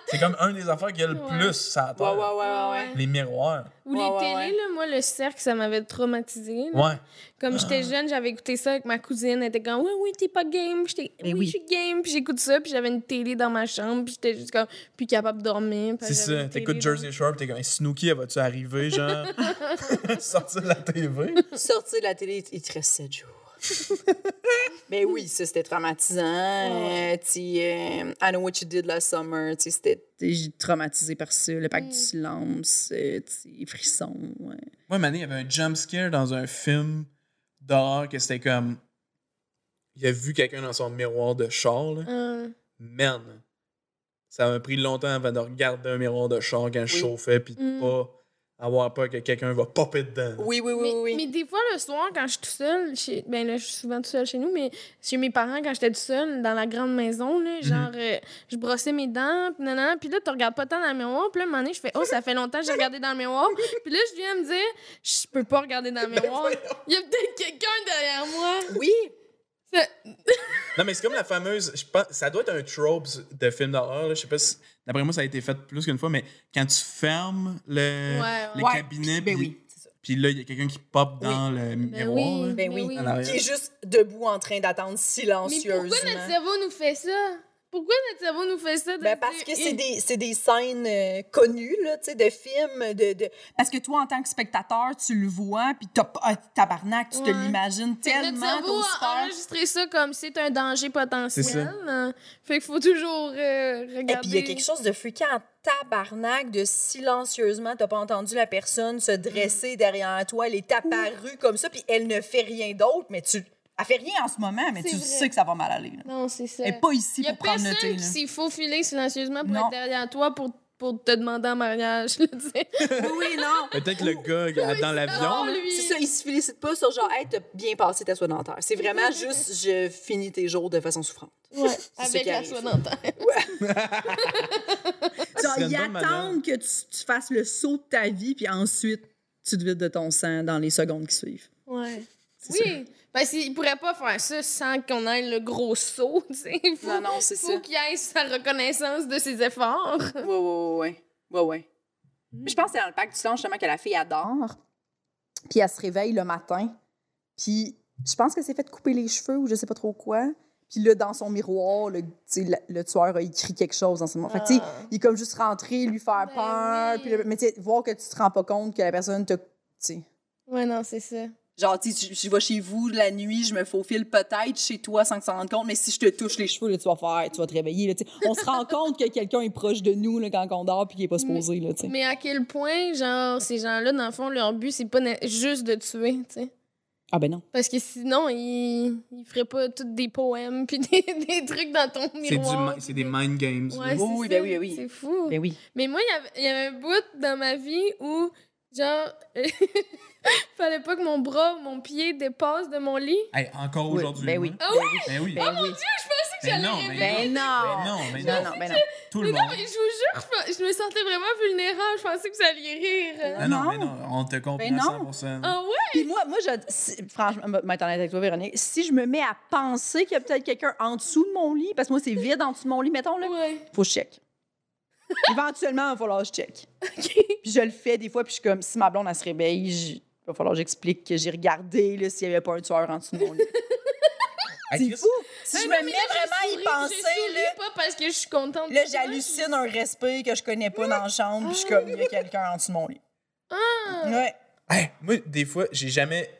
D: C'est comme un des affaires qui a le
C: Ouais.
D: plus ça
F: Ouais, ouais, ouais, ouais, ouais.
D: Les miroirs.
C: Ou
F: Ouais, ouais,
C: les télés,
F: ouais.
C: là, moi, le cercle, ça m'avait traumatisé.
D: Ouais.
C: Comme j'étais
F: Ah.
C: jeune, j'avais écouté ça avec ma cousine. Elle était comme, oui, oui, t'es pas game. J'étais, oui,
B: oui.
C: je suis game. Puis j'écoute ça. Puis j'avais une télé dans ma chambre. Puis j'étais juste comme, plus capable de dormir. parce
D: C'est
C: que j'avais
D: ça.
C: une
D: T'écoutes
C: télé
D: Jersey Shore, pis t'es comme, Hey, Snooki, elle va-tu arriver, genre? Sortir de la TV?
B: Sortir de la télé, il te reste 7 jours. Mais oui, ça, c'était traumatisant. Euh, tu sais, euh, I know what you did last summer. Tu sais, c'était j'ai été traumatisée par ça. Le
C: Mm.
B: pacte du silence, euh, tu sais, les frissons. ouais.
D: Moi, Mané, il y avait un jump scare dans un film d'horreur que c'était comme. Il a vu quelqu'un dans son miroir de char, là.
C: dans- Euh,
D: Man, ça m'a pris longtemps avant de regarder un miroir de char quand je
B: Oui.
D: chauffais, puis de
C: Mm.
D: pas avoir peur que quelqu'un va popper dedans.
B: Oui, oui, oui,
C: mais,
B: oui.
C: mais des fois, le soir, quand je suis tout seul, chez... ben là, je suis souvent tout seul chez nous, mais chez mes parents, quand j'étais tout seul dans la grande maison,
B: Mhm.
C: là, genre, euh, je brossais mes dents, puis nan, nan, nan, puis là, tu regardes pas tant dans le miroir, puis là, un moment donné, je fais, oh, ça fait longtemps que j'ai regardé dans le miroir, puis là, je viens me dire, je peux pas regarder dans le
B: Ben
C: miroir. Il y a peut-être quelqu'un derrière moi.
B: Oui,
C: Ça-
D: Non, mais c'est comme la fameuse. Je pense, ça doit être un trope de film d'horreur. là. Je sais pas si. D'après moi, ça a été fait plus qu'une fois, mais quand tu fermes le,
C: Ouais,
D: le
C: ouais.
D: cabinet,
B: ben
D: puis
B: oui, c'est ça.
D: puis là, il y a quelqu'un qui pop dans le miroir.
C: oui.
D: là.
B: Ben oui.
C: oui.
D: À l'arrière.
B: Qui est juste debout en train d'attendre
C: Mais
B: silencieusement.
C: pourquoi notre cerveau nous fait ça? Pourquoi notre cerveau nous fait ça? de
B: Ben
C: se
B: parce
C: dire,
B: que c'est
C: Eh,
B: des, c'est des scènes euh, connues, là, tu sais, de films, de... de-
I: Parce que toi, en tant que spectateur, tu le vois, puis t'as pas- ah, tabarnak, tu te
C: Ouais.
I: l'imagines
C: Fait que notre
I: tellement,
C: cerveau
I: t'oses
C: a
I: faire.
C: enregistré ça comme c'est un danger potentiel.
D: C'est ça.
C: hein. Fait qu'il faut toujours euh, regarder.
B: Et puis, il y a quelque chose de fréquent en tabarnak, de silencieusement, t'as pas entendu la personne se
C: Mm.
B: dresser derrière toi, elle est apparue comme ça, puis elle ne fait rien d'autre, mais tu...
I: Elle fait rien en ce moment, mais
C: C'est
I: tu
C: vrai.
I: sais que ça va mal aller. là.
C: Non, c'est ça.
I: Elle est pas ici
C: Il y a
I: pour prendre
C: personne
I: le thé.
C: qui
I: là.
C: s'est faufilé silencieusement pour
I: Non.
C: être derrière toi pour, pour te demander en mariage. là, tu sais.
B: Oui, non!
D: Peut-être le gars qui- dans l'avion.
C: Non,
D: là.
C: lui.
B: Ah, C'est ça, il se félicite pas sur genre, hey, t'as bien passé ta soie dentaire. C'est vraiment juste, je finis tes jours de façon souffrante.
C: Ouais,
B: ce
C: avec
B: qui
C: la
B: arrive.
C: soie dentaire.
K: Ah, Genre,
D: C'est une
K: ils
D: bonne manière.
K: attendent que tu, tu fasses le saut de ta vie, puis ensuite, tu te vides de ton sang dans les secondes qui suivent.
C: Ouais. Oui, parce qu'il pourrait pas faire ça sans qu'on ait le gros saut, tu sais. Faut,
B: Non, non, c'est ça.
C: faut qu'il ait sa reconnaissance de ses efforts.
B: Ouais, ouais, ouais, ouais. ouais, ouais.
F: Je pense que c'est dans le pacte du sang, justement, que la fille adore.
B: dort, puis elle se réveille le matin, puis je pense qu'elle s'est fait couper les cheveux ou je sais pas trop quoi. Puis là, dans son miroir, le, tu sais, le- le tueur a écrit quelque chose dans son
C: Ah.
B: miroir. Fait que, tu sais, il est comme juste rentré, lui faire
C: Ben
B: peur,
C: oui.
B: puis le- mais tu sais, voir que tu te rends pas compte que la personne te... tu sais.
C: Ouais, non, c'est ça.
F: Genre, tu sais, je- je vais chez vous la nuit, je me faufile peut-être chez toi sans que tu t'en rendes compte, mais si je te touche les
B: Les cheveux, là, tu vas faire, tu vas te réveiller. là, tu sais. on se rend compte que quelqu'un est proche de nous là, quand on dort puis qu'il est pas supposé. Là, tu sais.
C: Mais à quel point, genre, ces gens-là, dans le fond, leur but, c'est pas na- juste de tuer, tu sais.
B: ah ben non.
C: Parce que sinon, ils, ils feraient pas tous des poèmes puis des, des trucs dans ton
D: C'est du
C: miroir.
D: mi- c'est des mind games. là.
C: Ouais,
F: Oh
C: c'est
F: oui,
C: ça.
F: ben oui, ben oui.
C: C'est fou.
B: Ben oui.
C: Mais moi, il y avait- il y, avait un bout dans ma vie où, genre, fallait pas que mon bras ou mon pied dépasse de mon lit.
D: Hey, encore
K: Oui,
D: aujourd'hui.
K: ben oui.
D: moi.
C: Ah
D: Ben oui.
K: Ben oui.
C: C'est que j'allais
D: Ben non,
C: rêver.
D: ben Ben non, ben non.
K: ben non.
D: Tout
C: Mais
D: le
C: non,
D: monde.
C: mais je vous jure, je, je me sentais vraiment vulnérable. Je pensais que vous alliez rire.
D: Ben non, ben non. On te comprend
F: Ben non.
D: 100%.
C: Ah ouais?
K: Puis moi, moi je, si- franchement, je vais être honnête avec toi, Véronique, si je me mets à penser qu'il y a peut-être quelqu'un en dessous de mon lit, parce que moi, c'est vide en dessous de mon lit, mettons, là,
C: Ouais.
K: faut que je check. Éventuellement, il va falloir que je check. Puis je le fais des fois, puis je suis comme, si ma blonde, elle se réveille, je- il va falloir que j'explique que j'ai regardé là, s'il n'y avait pas un tueur en dessous de mon lit.
D: Ah,
K: C'est
D: Chris,
K: fou!
B: Si je
C: Ah
B: me
C: non,
B: mets
C: mais là,
B: vraiment à
C: j'ai
B: y
C: souri-
B: penser,
C: j'ai souri
B: là,
C: pas parce que je suis contente.
B: Là, j'hallucine un respect que je connais pas dans la chambre, puis je suis comme, il y a quelqu'un en dessous de mon lit. Ouais.
D: Hey, moi, des fois, j'ai jamais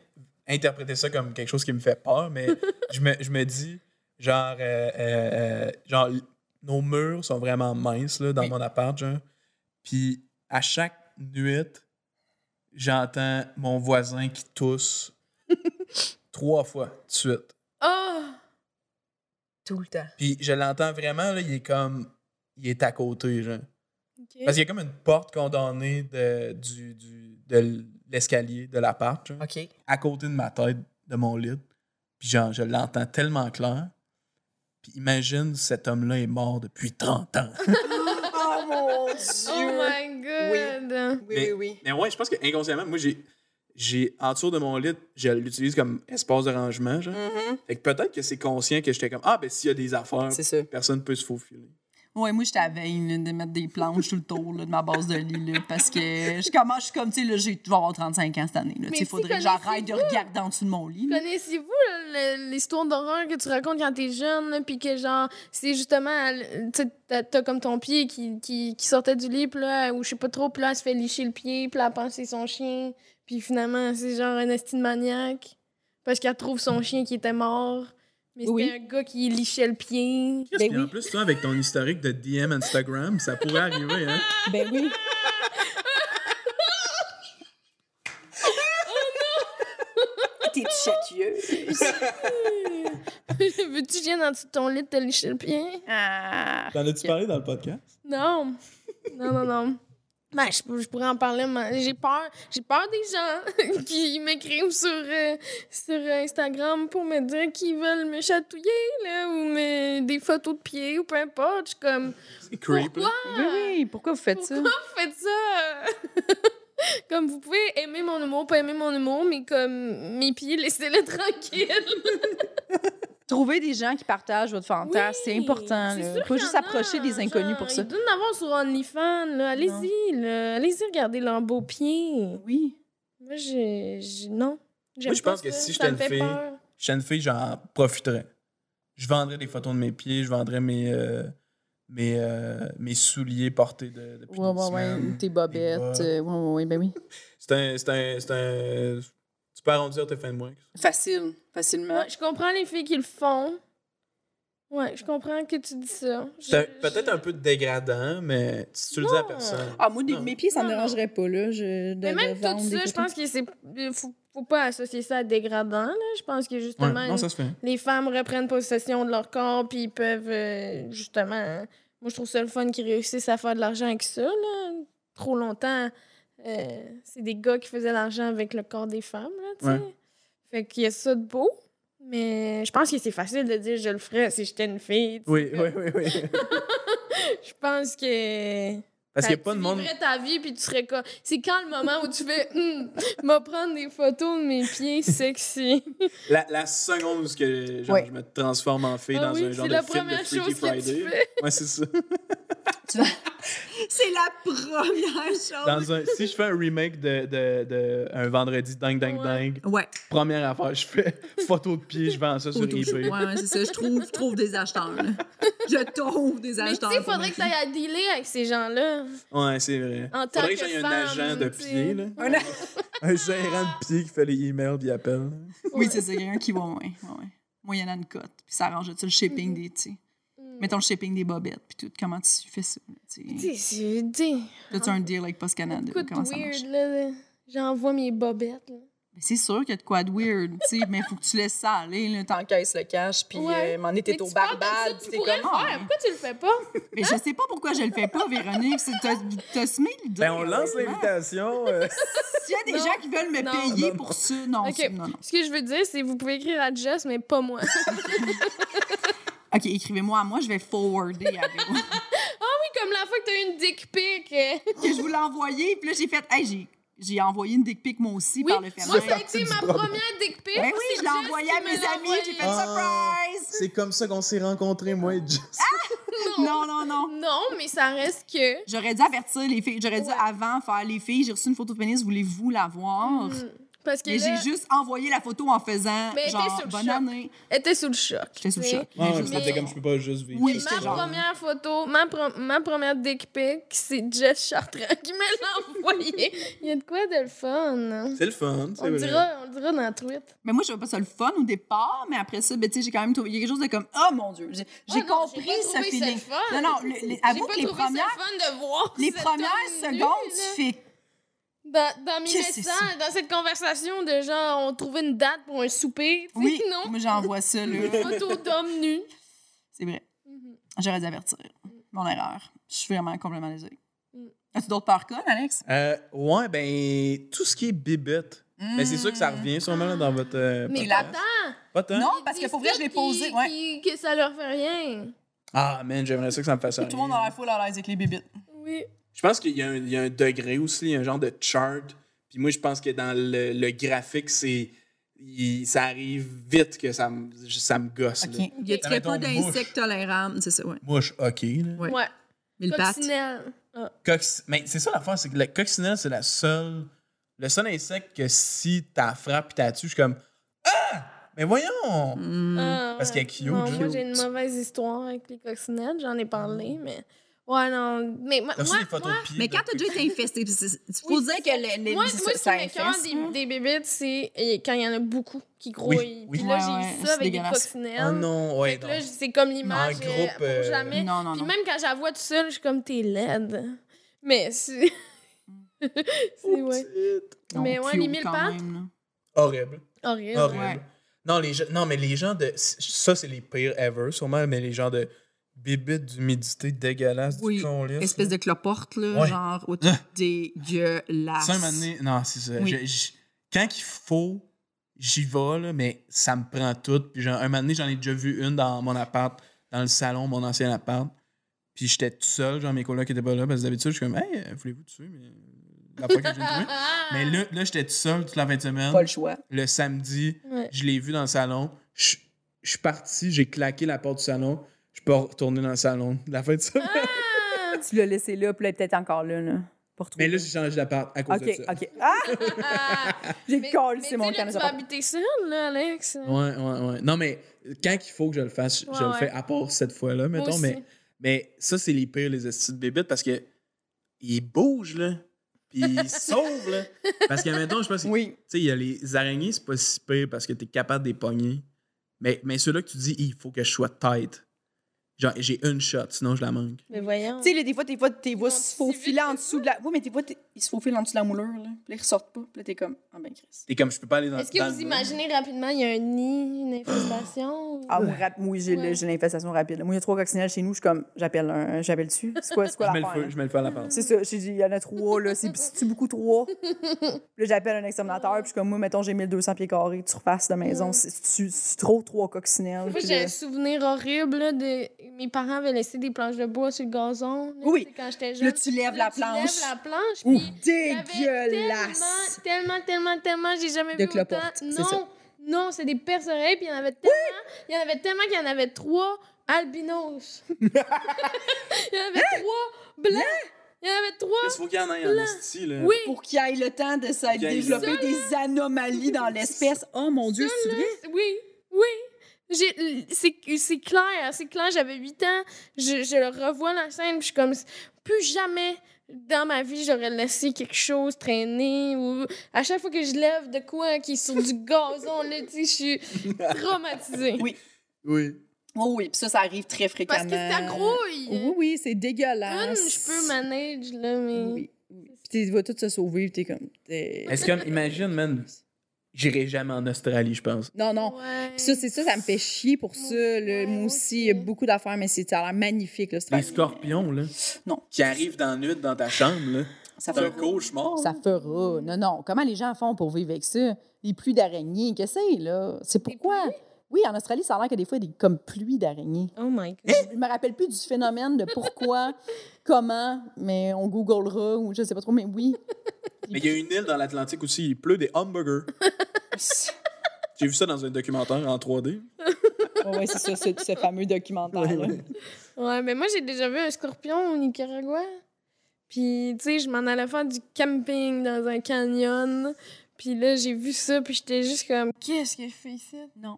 D: interprété ça comme quelque chose qui me fait peur, mais je, me, je me dis, genre, euh, euh, euh, genre, l- nos murs sont vraiment minces là, dans mon appart, genre. Puis à chaque nuit, j'entends mon voisin qui tousse trois fois de suite.
C: Oh!
B: Tout le temps.
D: Puis je l'entends vraiment, là, il est comme. Il est à côté, genre.
C: Ok.
D: Parce qu'il y a comme une porte condamnée de, du, du- de l'escalier de l'appart, genre,
B: OK.
D: à côté de ma tête, de mon lit. Puis genre, je l'entends tellement clair. Puis imagine, cet homme-là est mort depuis 30 ans.
B: Oh mon Dieu!
C: Oh my god!
B: Oui, oui, oui.
D: Mais ouais, je pense que inconsciemment, moi, j'ai. j'ai en dessous de mon lit, je l'utilise comme espace de rangement. Genre. Fait que peut-être que c'est conscient que j'étais comme Ah, ben s'il y a des affaires,
E: Mm-hmm. C'est ça.
D: personne ne peut se faufiler.
B: Ouais, moi, j'étais à veille là, de mettre des planches tout le tour là, de ma base de lit, là, parce que je commence, je suis comme, tu sais, là, j'ai- je vais avoir 35 ans cette année. là. Tu sais,
C: Mais
B: Il faudrait que j'arrête de
C: connaissez-vous?
B: regarder en dessous de mon lit. là.
C: Connaissez-vous là, le- l'histoire d'horreur que tu racontes quand t'es jeune, là, puis que genre, c'est justement, elle- tu sais, t'as- t'as comme ton pied qui, qui, qui sortait du lit, puis là, ou je sais pas trop, puis là, elle se fait licher le pied, puis là, elle pense que c'est son chien, puis finalement, c'est genre un estime maniaque, parce qu'elle trouve son chien qui était mort, mais
K: Oui.
C: c'était un gars qui lichait le pied.
E: Ben
D: Qu'est-ce que- En plus, toi, avec ton historique de DM Instagram, ça pourrait arriver, hein?
K: Ben oui.
F: T'es chatieux.
C: Veux-tu que je vienne en dessous de ton lit te licher le pied?
D: T'en as-tu parlé dans le podcast?
C: Non. Non, non, non. Ben, je, pour- je pourrais en parler, mais j'ai peur. J'ai peur des gens qui m'écrivent sur, euh, sur Instagram pour me dire qu'ils veulent me chatouiller, là, ou me, des photos de pieds, ou peu importe. Je suis comme,
D: C'est creep. là.
C: pourquoi?
J: Oui, oui, pourquoi vous faites ça?
C: Vous faites ça? comme, vous pouvez aimer mon humour, pas aimer mon humour, mais comme, mes pieds, laissez-les tranquilles.
K: Trouver des gens qui partagent votre fantasme, c'est
C: Oui,
K: important.
C: c'est
K: là.
C: sûr
K: Faut
C: qu'il
K: juste
C: y en a, hein.
K: approcher des inconnus
C: genre,
K: pour ça.
C: Il doit en avoir sur OnlyFans, là. Allez-y, là. Allez-y regarder leurs beaux pieds.
K: Oui.
C: Moi, j'ai. j'ai- Non. J'aime
D: Moi, je
C: pas
D: pense que
C: ça. Ça
D: si j'étais
C: me
D: une
C: fait
D: fille-
C: peur.
D: J'étais une fille, j'en profiterais. Je vendrais des photos de mes pieds, je vendrais mes, euh, mes, euh, mes souliers portés de, depuis
E: Ouais,
D: une
E: ouais, ouais.
D: semaine.
E: Ou tes
D: Mes
E: bobettes.
D: bas.
E: euh, ouais, ouais, ouais, ben oui.
D: C'est un, c'est un, c'est un... Tu peux arrondir tes fins de mois.
F: Facile, facilement.
C: Ouais, je comprends les filles qui le font. Ouais, je comprends que tu dis ça. Je-
D: C'est un- peut-être
C: je-
D: un peu dégradant, mais si tu le dis à personne...
F: Ah, moi, des-
D: Non.
F: mes pieds, ça me
C: Non.
F: dérangerait pas, là. Je, de,
C: Mais
F: de
C: même tout
F: vendre des
C: ça, je
F: photos.
C: pense que c'est. Faut, faut pas associer ça à dégradant, là. Je pense que
D: Ouais,
C: justement.
D: non, ça se fait.
C: les femmes reprennent possession de leur corps, puis ils peuvent, euh, justement... hein. Moi, je trouve ça le fun qu'ils réussissent à faire de l'argent avec ça, là. Trop longtemps, euh, c'est des gars qui faisaient l'argent avec le corps des femmes, là, tu sais.
D: Ouais.
C: Fait qu'il y a ça de beau, mais je pense que c'est facile de dire « je le ferais si j'étais une fille tu sais.
D: Oui, oui, oui, oui.
C: Je pense que...
D: Parce qu'il n'y
C: Ben,
D: a pas de monde...
C: Tu vivrais ta vie, puis tu serais comme... C'est quand le moment où tu fais Hum, me prendre des photos de mes pieds sexy.
D: La, la seconde où ce que, genre,
E: Ouais.
D: je me transforme en fille
C: Ah
D: dans
C: oui,
D: un genre
C: c'est
D: de
C: la
D: film de
C: première
D: Freaky
C: chose que
D: Friday.
C: tu fais.
D: Ouais, c'est ça.
F: C'est la première chose.
C: Ah
D: Dans un- si je fais un remake de, de, de un vendredi dingue dingue
C: Ouais.
D: dingue,
B: Ouais,
D: première affaire je fais photo de pied, je vends ça sur
B: photo. Ouais,
D: eBay.
B: ouais, c'est ça. Je trouve, trouve des acheteurs. là. Je trouve des
C: Mais tu
B: acheteurs.
C: sais, il
B: pour
C: faudrait
B: mes
C: que tu ailles à dealer avec ces gens-là.
D: Ouais, c'est vrai.
C: En tant
D: Faudrait
C: que
D: que j'aille un
C: femme,
D: agent de
C: tu sais.
D: pied là.
F: Un-
D: Un gérant de pied qui fait les emails puis appelle.
B: filles. Oui, c'est ça. Quelqu'un qui va, ouais, ouais, ouais. Moyennant une cote. Puis ça arrange tu le shipping
E: Mm-hmm.
B: des, tu sais. Mettons le shipping des bobettes, puis tout. Comment tu fais ça? là, Tu sais,
C: Tu sais, c'est- tu sais,
B: T'as-tu un deal avec Post Canada?
C: quoi de
B: Comment ça marche?
C: weird, là. J'envoie mes bobettes, là.
B: Mais c'est sûr qu'il y a de quoi de weird, tu sais, mais faut que tu laisses ça aller. Là, T'en-
E: T'encaisses le cash, puis
C: Ouais.
E: euh, m'en
C: Mais
E: était au
C: tu parles de ça,
E: barbade.
C: tu
E: puis t'es comme...
C: pourrais le
B: comme, ah,
C: faire.
B: ouais.
C: Pourquoi tu le fais pas?
B: Ah, Mais je sais pas pourquoi je le fais pas, Véronique. C'est- T'as t'as semé l'idée.
D: Ben on lance
B: honnêtement.
D: l'invitation. euh.
B: S'il y a des
C: Non.
B: gens qui veulent me
C: Non.
B: payer pour ça, non,
C: Ok.
B: c'est- non, non.
C: Ce que je veux dire, c'est que vous pouvez écrire à Jess, mais pas moi. oui,
B: OK, écrivez-moi à moi, je vais forwarder à Véro.
C: comme la fois que t'as eu une dick pic. euh.
B: que je vous l'ai envoyé, puis là, j'ai fait, hey, j'ai, j'ai envoyé une dick pic moi aussi
C: Oui,
B: par le fait
C: moi,
B: même.
C: ça a été ma première dick pic.
B: Ben oui,
C: c'est
B: je l'ai
C: Jess
B: envoyé
C: qui
B: à
C: me
B: mes
C: l'a
B: amis, j'ai fait
C: envoyé.
B: surprise!
D: c'est comme ça qu'on s'est rencontrés moi et Jess.
C: Ah.
B: Non, non, non.
C: Non, mais ça reste que...
B: J'aurais dû avertir les filles. J'aurais dû avant faire les filles. J'ai reçu une photo de pénis, voulez-vous la voir?
C: Hmm. Parce que
B: Mais
C: là,
B: j'ai juste envoyé la photo en faisant
C: Mais t'es
B: genre
C: sur le
B: bonne
C: choc.
B: année.
C: elle était sous le choc.
B: J'étais sous le
C: tu sais.
B: choc.
D: Ouais, je me
B: Juste-
C: mais-
D: disais comme je peux pas juste vivre.
B: Oui,
D: ça,
C: Ma
D: c'est genre-
C: première photo, ma, pro- ma première dick pic, c'est Jess Chartrand qui me l'a envoyé. Il y a de quoi de le fun. hein?
D: C'est le fun,
C: On
D: c'est
C: le,
D: vrai.
C: dira, on le dira dans la tweet.
B: Mais moi, je trouvais pas ça le fun au départ, mais après ça, ben, tu sais, j'ai quand même trouvé. Il y a quelque chose de comme, oh mon Dieu, j'ai, j'ai compris ce feeling. Non, non, le- les- avoue que les premières,
C: fun de voir
B: les
C: cette
B: premières
C: tenue,
B: secondes, tu fais
C: là. Dans, dans mes
B: Qu'est-ce que c'est
C: messages, dans cette conversation de genre, on trouvait une date pour un souper. tu sais,
B: Oui,
C: non?
B: moi j'envoie ça, là.
C: Photo d'homme nu.
B: C'est vrai.
C: Mhm.
B: J'aurais dû avertir. Mon erreur. Je suis vraiment complètement désolée.
C: Mm.
B: As-tu d'autres peurs connes, Alex?
D: Euh, ouais, ben tout ce qui est bibette. Mais Ben, c'est sûr que ça revient sûrement là, dans votre euh,
C: Mais
D: podcast.
C: attends,
D: Pas tant.
B: Non, parce que pour vrai, je l'ai posé. Ouais.
C: que ça leur fait rien.
D: Ah, man, j'aimerais ça que ça me fasse
B: Tout le monde a l'air full à l'aise avec les bébites.
C: Oui.
D: Je pense qu'il y, a un- il y a un degré aussi, un genre de chart. Puis Puis moi, je pense que dans le, le graphique, c'est. il- ça arrive vite que ça me, ça me gosse. là.
B: Il y a très peu
D: Mettons,
B: d'insectes tolérables. C'est ça, ouais.
D: Mouche, OK. là.
B: Ouais.
C: Ouais.
B: Mille pattes.
C: Coccinelle. Ah.
D: Cocc- Mais c'est ça l'affaire, c'est que le coccinelle, c'est la seule. Le seul insecte que si t'as frappes et t'as tué, je suis comme Ah! Mais voyons!
B: Hmm.
C: Ah,
D: Parce
C: ouais.
D: qu'elle est cute,
C: Non, Moi,
D: cute.
C: j'ai une mauvaise histoire avec les coccinelles. J'en ai parlé, mais. Ouais, non. Mais moi,
D: T'as reçu
C: moi-
D: des photos
C: moi-
D: de pieds.
B: Mais quand
D: de
B: t'as déjà été infesté, il faut
C: Oui,
B: dire
C: c'est
B: que le, le-
C: moi,
B: ça-
C: moi,
B: ça
C: ce qui m'écœure
B: infeste.
C: des, des bébites, c'est eh, quand il y en a beaucoup qui grouillent.
D: oui.
C: Puis là,
B: Ouais,
C: j'ai
B: ouais,
C: eu
B: c'est
C: ça avec des
B: dégueulasse.
D: Oh
C: coccinelles.
D: non, ouais, non.
C: Là, je- c'est comme
D: en
C: l'image. euh,
D: groupe,
C: pour
D: euh,
C: jamais.
B: Non, non,
C: Puis
B: non.
C: même quand je la vois toute seule, je suis comme, t'es laide. Mais c'est. c'est, ouais.
B: Non,
C: Mais ouais,
B: cute
C: les mille
B: quand
C: pattes.
B: même, là.
D: Horrible.
C: Horrible.
D: Horrible.
B: Ouais.
D: Non, les gens, non, mais les gens de. Ça, c'est les pires ever, sûrement, mais les gens de bibites d'humidité dégueulasse
B: Oui,
D: du con là.
B: Espèce de cloporte, là,
D: Ouais.
B: genre, au
D: Ah.
B: dégueulasse.
D: Ça, un moment donné, non, c'est ça.
B: Oui.
D: Je- je- quand il faut, j'y vais, là, mais ça me prend tout. Puis genre, un moment donné, j'en ai déjà vu une dans mon appart, dans le salon, mon ancien appart. Puis j'étais tout seul, genre mes colocs étaient pas là, parce que d'habitude, je suis comme, hey, euh, voulez-vous tuer? Mais la fois que j'ai
C: Ah,
D: trouvé. Mais là, là j'étais tout seul toute la fin de semaine.
K: Pas le choix.
D: Le samedi,
C: Ouais.
D: je l'ai vu dans le salon. Je je suis parti, j'ai claqué la porte du salon. Je peux retourner dans le salon la fin de semaine.
C: Ah!
K: Tu l'as laissé là, puis là, peut-être encore là, là. Pour
D: Mais
K: trouver.
D: là, j'ai changé d'appart à cause
K: OK,
D: de ça.
K: OK. Ah! J'ai
C: Mais-
K: collé,
C: mais
K: c'est mon
C: tu sais, là,
K: canne.
C: Tu vas habiter seule, là, Alex.
D: Ouais, ouais, ouais. Non, mais quand il faut que je le fasse, je- je
C: Ouais,
D: le
C: ouais.
D: fais, à part cette fois-là,
C: Moi
D: mettons.
C: aussi.
D: Mais, mais ça, c'est les pires, les estis de bébites, parce que ils bougent, là. Puis ils sauvent, là. Parce que, mettons, je pense que,
K: Oui.
D: tu sais, il y a les araignées, c'est pas si pire parce que t'es capable de les pogner. Mais, mais ceux-là que tu dis, il faut que je sois tête. Genre, j'ai une shot, sinon je la manque.
C: Mais voyons.
K: Tu sais, là, des fois, des fois, t'es vois
C: vont
K: se
C: si vite
K: faufiler en
C: que
K: dessous de la. Oui, mais des fois, t'es-
F: Ils se faufilent en dessous de la moulure, là. Puis là, ils ressortent pas. Puis là, t'es comme, ah ben, Chris.
D: T'es comme, je peux pas aller dans
C: Est-ce que
D: dans
C: vous
D: le-
C: imaginez rapidement, il y a un nid, une infestation? ou-
K: Ah, oui, rap- oui, j'ai
C: Ouais.
K: j'ai l'infestation rapide. Moi, il y a trois coccinelles chez nous, je suis comme, j'appelle un, j'appelle dessus. C'est quoi, c'est quoi
D: Je mets le
K: l'affaire?
D: feu,
K: là?
D: je mets le feu à la porte.
K: C'est ça, j'ai dit, il y en a trois, là, c'est c'est-tu beaucoup trois. Puis là, j'appelle un exterminateur, puis je suis comme, moi, mettons, j'ai 1200 pieds carrés de surface de maison, c'est- c'est c'est trop trois coccinelles.
C: Moi,
K: Puis
C: j'ai
K: là-
C: un souvenir horrible là, de. Mes parents avaient laissé des planches de bois sur le gazon. là,
F: Oui.
C: tu sais, Quand j'étais jeune.
F: Là, tu lèves la
C: Là, tu
F: planche.
C: lèves la planche.
F: Ouh,
C: puis il y avait
F: dégueulasse!
C: Tellement, tellement, tellement, tellement, j'ai jamais
F: De
C: vu autant.
F: cloportes, c'est ça.
C: Non, non, c'est des perce oreilles, puis il y en avait tellement. Il y en avait tellement qu'il y en avait trois albinos. il y en avait
F: Hein?
C: trois blancs. Il y en avait trois.
D: Il faut qu'il y en ait en esti, là.
C: Oui,
F: Pour qu'il ait le temps de se
D: Bien
F: développer des anomalies dans l'espèce. Oh mon Dieu, c'est vrai?
C: Oui, oui. J'ai- C'est c'est clair, c'est clair. J'avais 8 ans, je, je le revois la scène, puis je suis comme plus jamais dans ma vie j'aurais laissé quelque chose traîner ou à chaque fois que je lève de quoi qui est sur du gazon là, tu sais, je suis traumatisée
D: Oui.
F: Oh oui, puis ça, ça arrive très
C: parce
F: fréquemment.
C: que ça grouille.
I: Oui, oui, c'est
C: Une,
I: dégueulasse.
C: je peux manager là, mais
I: Oui. Puis tu vas tout se sauver, puis t'es comme. t'es-
D: Est-ce que, imagine, man, j'irai jamais en Australie, je pense.
I: Non, non.
C: Ouais.
I: Puis ça, c'est ça, ça me fait chier pour ça. là.
C: Ouais,
I: moi
C: moi
I: aussi, il y a
C: aussi.
I: beaucoup d'affaires, mais c'est, ça a l'air magnifique, là,
C: Bah,
D: Les scorpions, là.
F: Non.
D: Qui arrivent dans nuit dans ta chambre, là.
F: Ça
D: C'est
F: fait
D: un cauchemar.
K: Ça fera. Non, non. Comment les gens font pour vivre avec ça? Les pluies d'araignées, qu'est-ce que c'est, là? C'est pourquoi? Oui, en Australie, ça a l'air que des fois, il y a des comme pluies d'araignées.
C: Oh my god.
K: Je me rappelle plus du phénomène de pourquoi, comment, mais on googlera ou je sais pas trop, mais oui.
D: Mais il y a une île dans l'Atlantique aussi, il pleut des hamburgers. J'ai vu ça dans un documentaire en 3D.
K: oui, c'est ça, ce, ce fameux documentaire. là.
C: Ouais, mais moi, j'ai déjà vu un scorpion au Nicaragua. Puis, tu sais, je m'en allais faire du camping dans un canyon. Puis là, j'ai vu ça, puis j'étais juste comme...
B: Qu'est-ce que je fais ici? Non.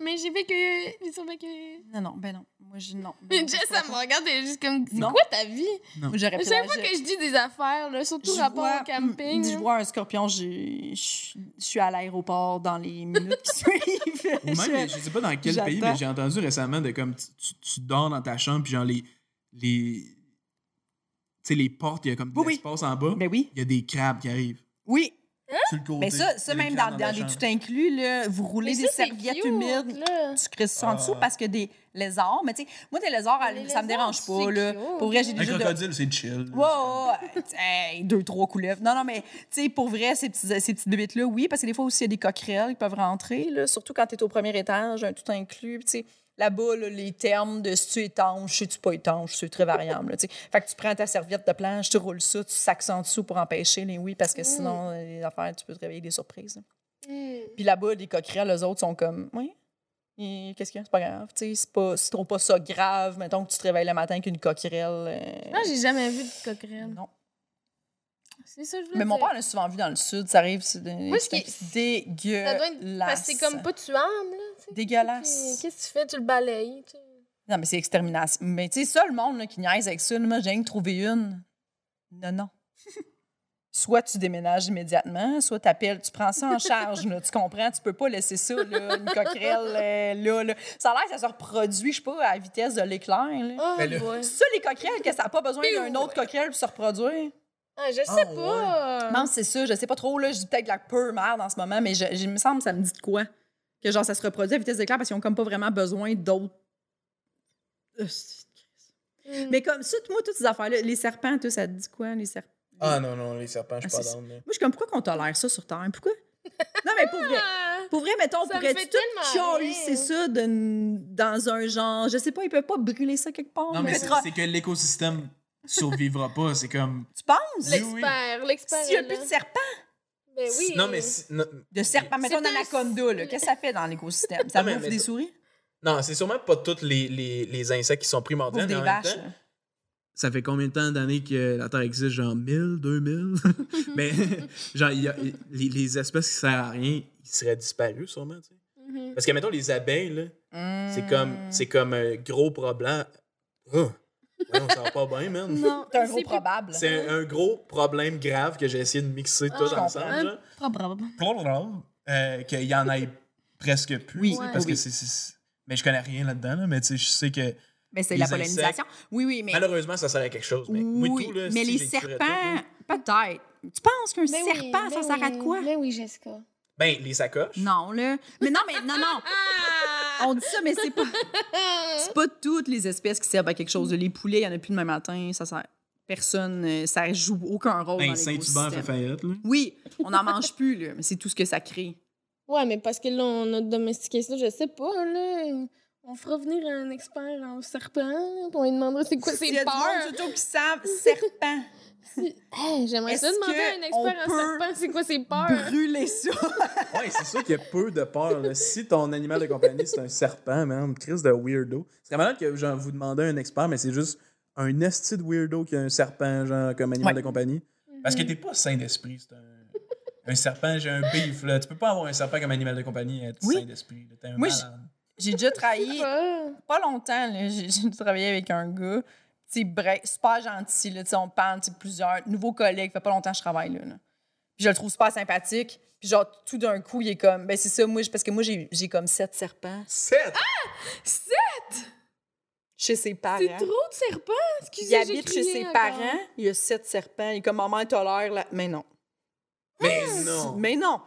C: Mais j'ai vu que... Ils sont pas que...
B: Non, non, ben non. Moi, je non.
C: Mais Jess, elle me regarde, elle est juste comme... C'est
B: Non.
C: quoi ta vie?
B: Moi, j'aurais
C: À
B: pris
C: chaque
B: la
C: fois
B: jet.
C: que je dis des affaires, là, surtout rapport au camping...
B: Je
C: là.
B: vois un scorpion, je, je- je suis à l'aéroport dans les minutes qui suivent.
D: Ou même, je sais pas dans quel pays,
B: j'attends.
D: mais j'ai entendu récemment de comme tu, tu- tu dors dans ta chambre, puis genre les. les tu sais, les portes, il y a comme des
K: Oui, oui.
D: espaces en bas.
K: Ben oui.
D: Il y a des crabes qui arrivent.
K: Oui,
D: Sur le côté.
K: mais ça, ça
D: Il y a des
K: même dans,
D: crabes
K: dans
D: ta
K: les
D: chambre.
K: tout inclus, là, vous roulez
C: Mais
K: des
C: ça, c'est
K: serviettes
C: cute,
K: humides,
C: là.
K: tu crises ça en
D: Ah.
K: dessous parce que des lézards, mais tu sais, moi, des lézards,
C: Les
K: ça me
C: lézards,
K: dérange pas,
C: c'est
K: là.
C: cute.
K: Pour vrai, j'ai
D: Un
K: déjà... de-
D: crocodile, c'est chill.
K: Ouais, ouais, ouais. Hey, deux, trois couleuvres. Non, non, mais tu sais, pour vrai, ces, petits, ces petites bébites-là, oui, parce que des fois aussi, il y a des coquerelles qui peuvent rentrer, là, surtout quand tu es au premier étage, un tout inclus. puis tu sais,
B: Là-bas, là, les termes de si tu étanche, si tu pas étanche, c'est très variable. là, tu sais. fait que tu prends ta serviette de planche, tu roules ça, tu sacs ça en dessous pour empêcher les oui, parce que sinon, euh, les affaires, tu peux te réveiller des surprises. là. Puis là-bas, les coquerelles, eux autres, sont comme, oui, et qu'est-ce qu'il y a? C'est pas grave. Tu sais, c'est pas, c'est trop pas ça grave. Mettons que tu te réveilles le matin avec une coquerelle. euh,
C: Non, Ah, j'ai jamais vu de coquerelle.
B: non.
C: C'est ça, que je voulais
B: Mais mon
C: dire.
B: père l'a souvent vu dans le sud. Ça arrive, c'est
C: Moi,
B: des
C: ce qui- Ça
B: euh,
C: doit être. Parce
B: dégueulasse.
C: que c'est comme pas tuable, là. tu sais.
B: Dégueulasse.
C: Qu'est-ce que tu fais? Tu le balayes. tu-
B: Non, mais c'est extermination. Mais tu sais, ça, le monde là, qui niaise avec ça, là, moi, j'ai rien que trouvé une. Non, non. soit tu déménages immédiatement, soit tu appelles, tu prends ça en charge, là, tu comprends? Tu peux pas laisser ça, là, une coquerelle, euh, là, là. Ça a l'air que ça se reproduit, je sais pas, à la vitesse de l'éclair. là.
C: Oh,
D: Mais là-
C: boy.
B: C'est ça, les coquerelles, que ça n'a pas besoin d'un autre coquerelle pour se reproduire?
C: Ah, je sais
D: Ah,
C: pas.
B: Non, c'est ça. Je sais pas trop. Là, je dis peut-être de la peur merde en ce moment, mais je, je- il me semble que ça me dit de quoi? Que genre, ça se reproduit à vitesse d'éclair parce qu'ils ont comme pas vraiment besoin d'autres. Euh, c'est-
C: Mm.
B: Mais comme ça, moi, toutes ces affaires-là, les serpents, tout, ça te dit quoi, les serpents?
D: Ah non, non, les serpents, je suis
B: Ah,
D: pas
B: c'est
D: down. là.
B: Moi, je suis comme, pourquoi qu'on tolère ça sur Terre? Pourquoi? Non, mais pour vrai.
C: Ah!
B: Pour vrai, mettons,
C: Ça me
B: pourrais-tu
C: fait
B: tout
C: tellement
B: chialer,
C: rire.
B: c'est ça, d'une- dans un genre, je sais pas, ils peuvent pas brûler ça quelque part.
D: Non, mais
B: là.
D: c'est c'est que l'écosystème survivra pas. C'est comme.
B: Tu penses?
C: L'expert, l'expert.
B: S'il y a
C: est
B: plus
C: là.
B: de serpents,
C: Ben oui.
D: Non, mais. si- Non,
B: de serpents, mettons,
C: C'est un-
B: d'anaconda, là, qu'est-ce que ça fait dans l'écosystème? Ça
D: Non, mais-
B: bouffe des
D: mais-
B: souris?
D: non, c'est sûrement pas tous les, les, les insectes qui sont primordiaux.
B: Bouffe
D: mais
B: des
D: en même
B: vaches?
D: temps,
B: là.
D: ça fait combien de temps d'années que la Terre existe? Genre 1000, 2000? mais, genre, il y a- les, les espèces qui servent à rien, ils seraient disparus sûrement, tu sais.
C: Mhm.
D: Parce que, mettons, les abeilles, là, c'est
B: Mm-hmm. Mm.
D: comme, c'est comme un gros problème. Oh, voyons, ça va pas bien, man.
C: Non,
B: C'est un gros
C: plus-
B: probable.
D: C'est un, un gros problème grave que j'ai essayé de mixer
C: Ah,
D: tout
C: je
D: ensemble.
C: comprends.
D: genre.
C: Ben
D: Blablabla. Euh, qu'il y en ait presque plus.
B: Oui,
D: tu sais,
C: ouais.
D: parce que
B: oui.
D: c'est- c'est. Mais je connais rien là-dedans, là, mais tu sais, je sais que
B: Mais c'est
D: Les
B: la pollinisation. Oui, oui, mais.
D: malheureusement, ça sert à quelque chose. Mais, moi,
B: oui,
D: tout, là,
B: mais
D: si
B: les
D: j'ai tiré tout,
B: serpents,
D: là.
B: peut-être. Tu penses qu'un
C: Ben oui,
B: serpent, ça
C: ben
B: sert à de
C: oui,
B: quoi?
C: Ben oui, Jessica.
D: Ben, les sacoches.
B: Non, là. Mais non, mais non, non. On dit ça, mais c'est pas. C'est pas toutes les espèces qui servent à quelque chose. Les poulets, il y en a plus demain matin. Ça sert. Personne. euh, Ça joue aucun rôle. dans
D: Ben, Saint-Hubert fait
B: l'écosystème.
D: faillite, là.
B: Oui, on n'en mange plus, là. Mais c'est tout ce que ça crée.
C: Ouais, mais parce que là, on a domestiqué ça, je sais pas, là. On fera venir un expert en serpent, là, puis on lui demandera c'est quoi
B: Il y a
C: ses
B: du monde
C: peurs.
B: surtout qui savent serpent.
C: Hey, J'aimerais ça
B: Est-ce
C: demander à un
B: que on
C: expert en
B: peut
C: serpent c'est quoi ses peurs.
B: Brûler ça.
D: Ouais, c'est sûr qu'il y a peu de peur. là. Si ton animal de compagnie, c'est un serpent, man, crise de weirdo. C'est malade que genre, vous demandez à un expert, mais c'est juste un esti de weirdo qui a un serpent genre, comme animal
B: Ouais.
D: de compagnie. Parce que t'es pas sain d'esprit. C'est un, un serpent, j'ai un beef. Là. Tu peux pas avoir un serpent comme animal de compagnie et être
B: Oui.
D: sain d'esprit. là. T'es un
B: Moi,
D: malade.
B: J'ai déjà travaillé.
C: Ah.
B: pas longtemps, là, j'ai j'ai travaillé avec un gars, tu sais, bref, super gentil, là, tu sais, on parle, tu sais, plusieurs, nouveaux collègues, fait pas longtemps que je travaille là, là. Puis je le trouve super sympathique, puis genre, tout d'un coup, il est comme, ben c'est ça, moi, je- parce que moi, j'ai j'ai comme sept serpents
D: Sept!
B: Ah! chez ses
C: C'est
B: parents.
C: trop de serpents,
B: Il
C: excusez j'ai
B: habite chez
C: crié
B: ses
C: encore.
B: parents, il a sept serpents, il est comme, maman, elle tolère, là, mais non.
D: Mais non!
B: Mais non.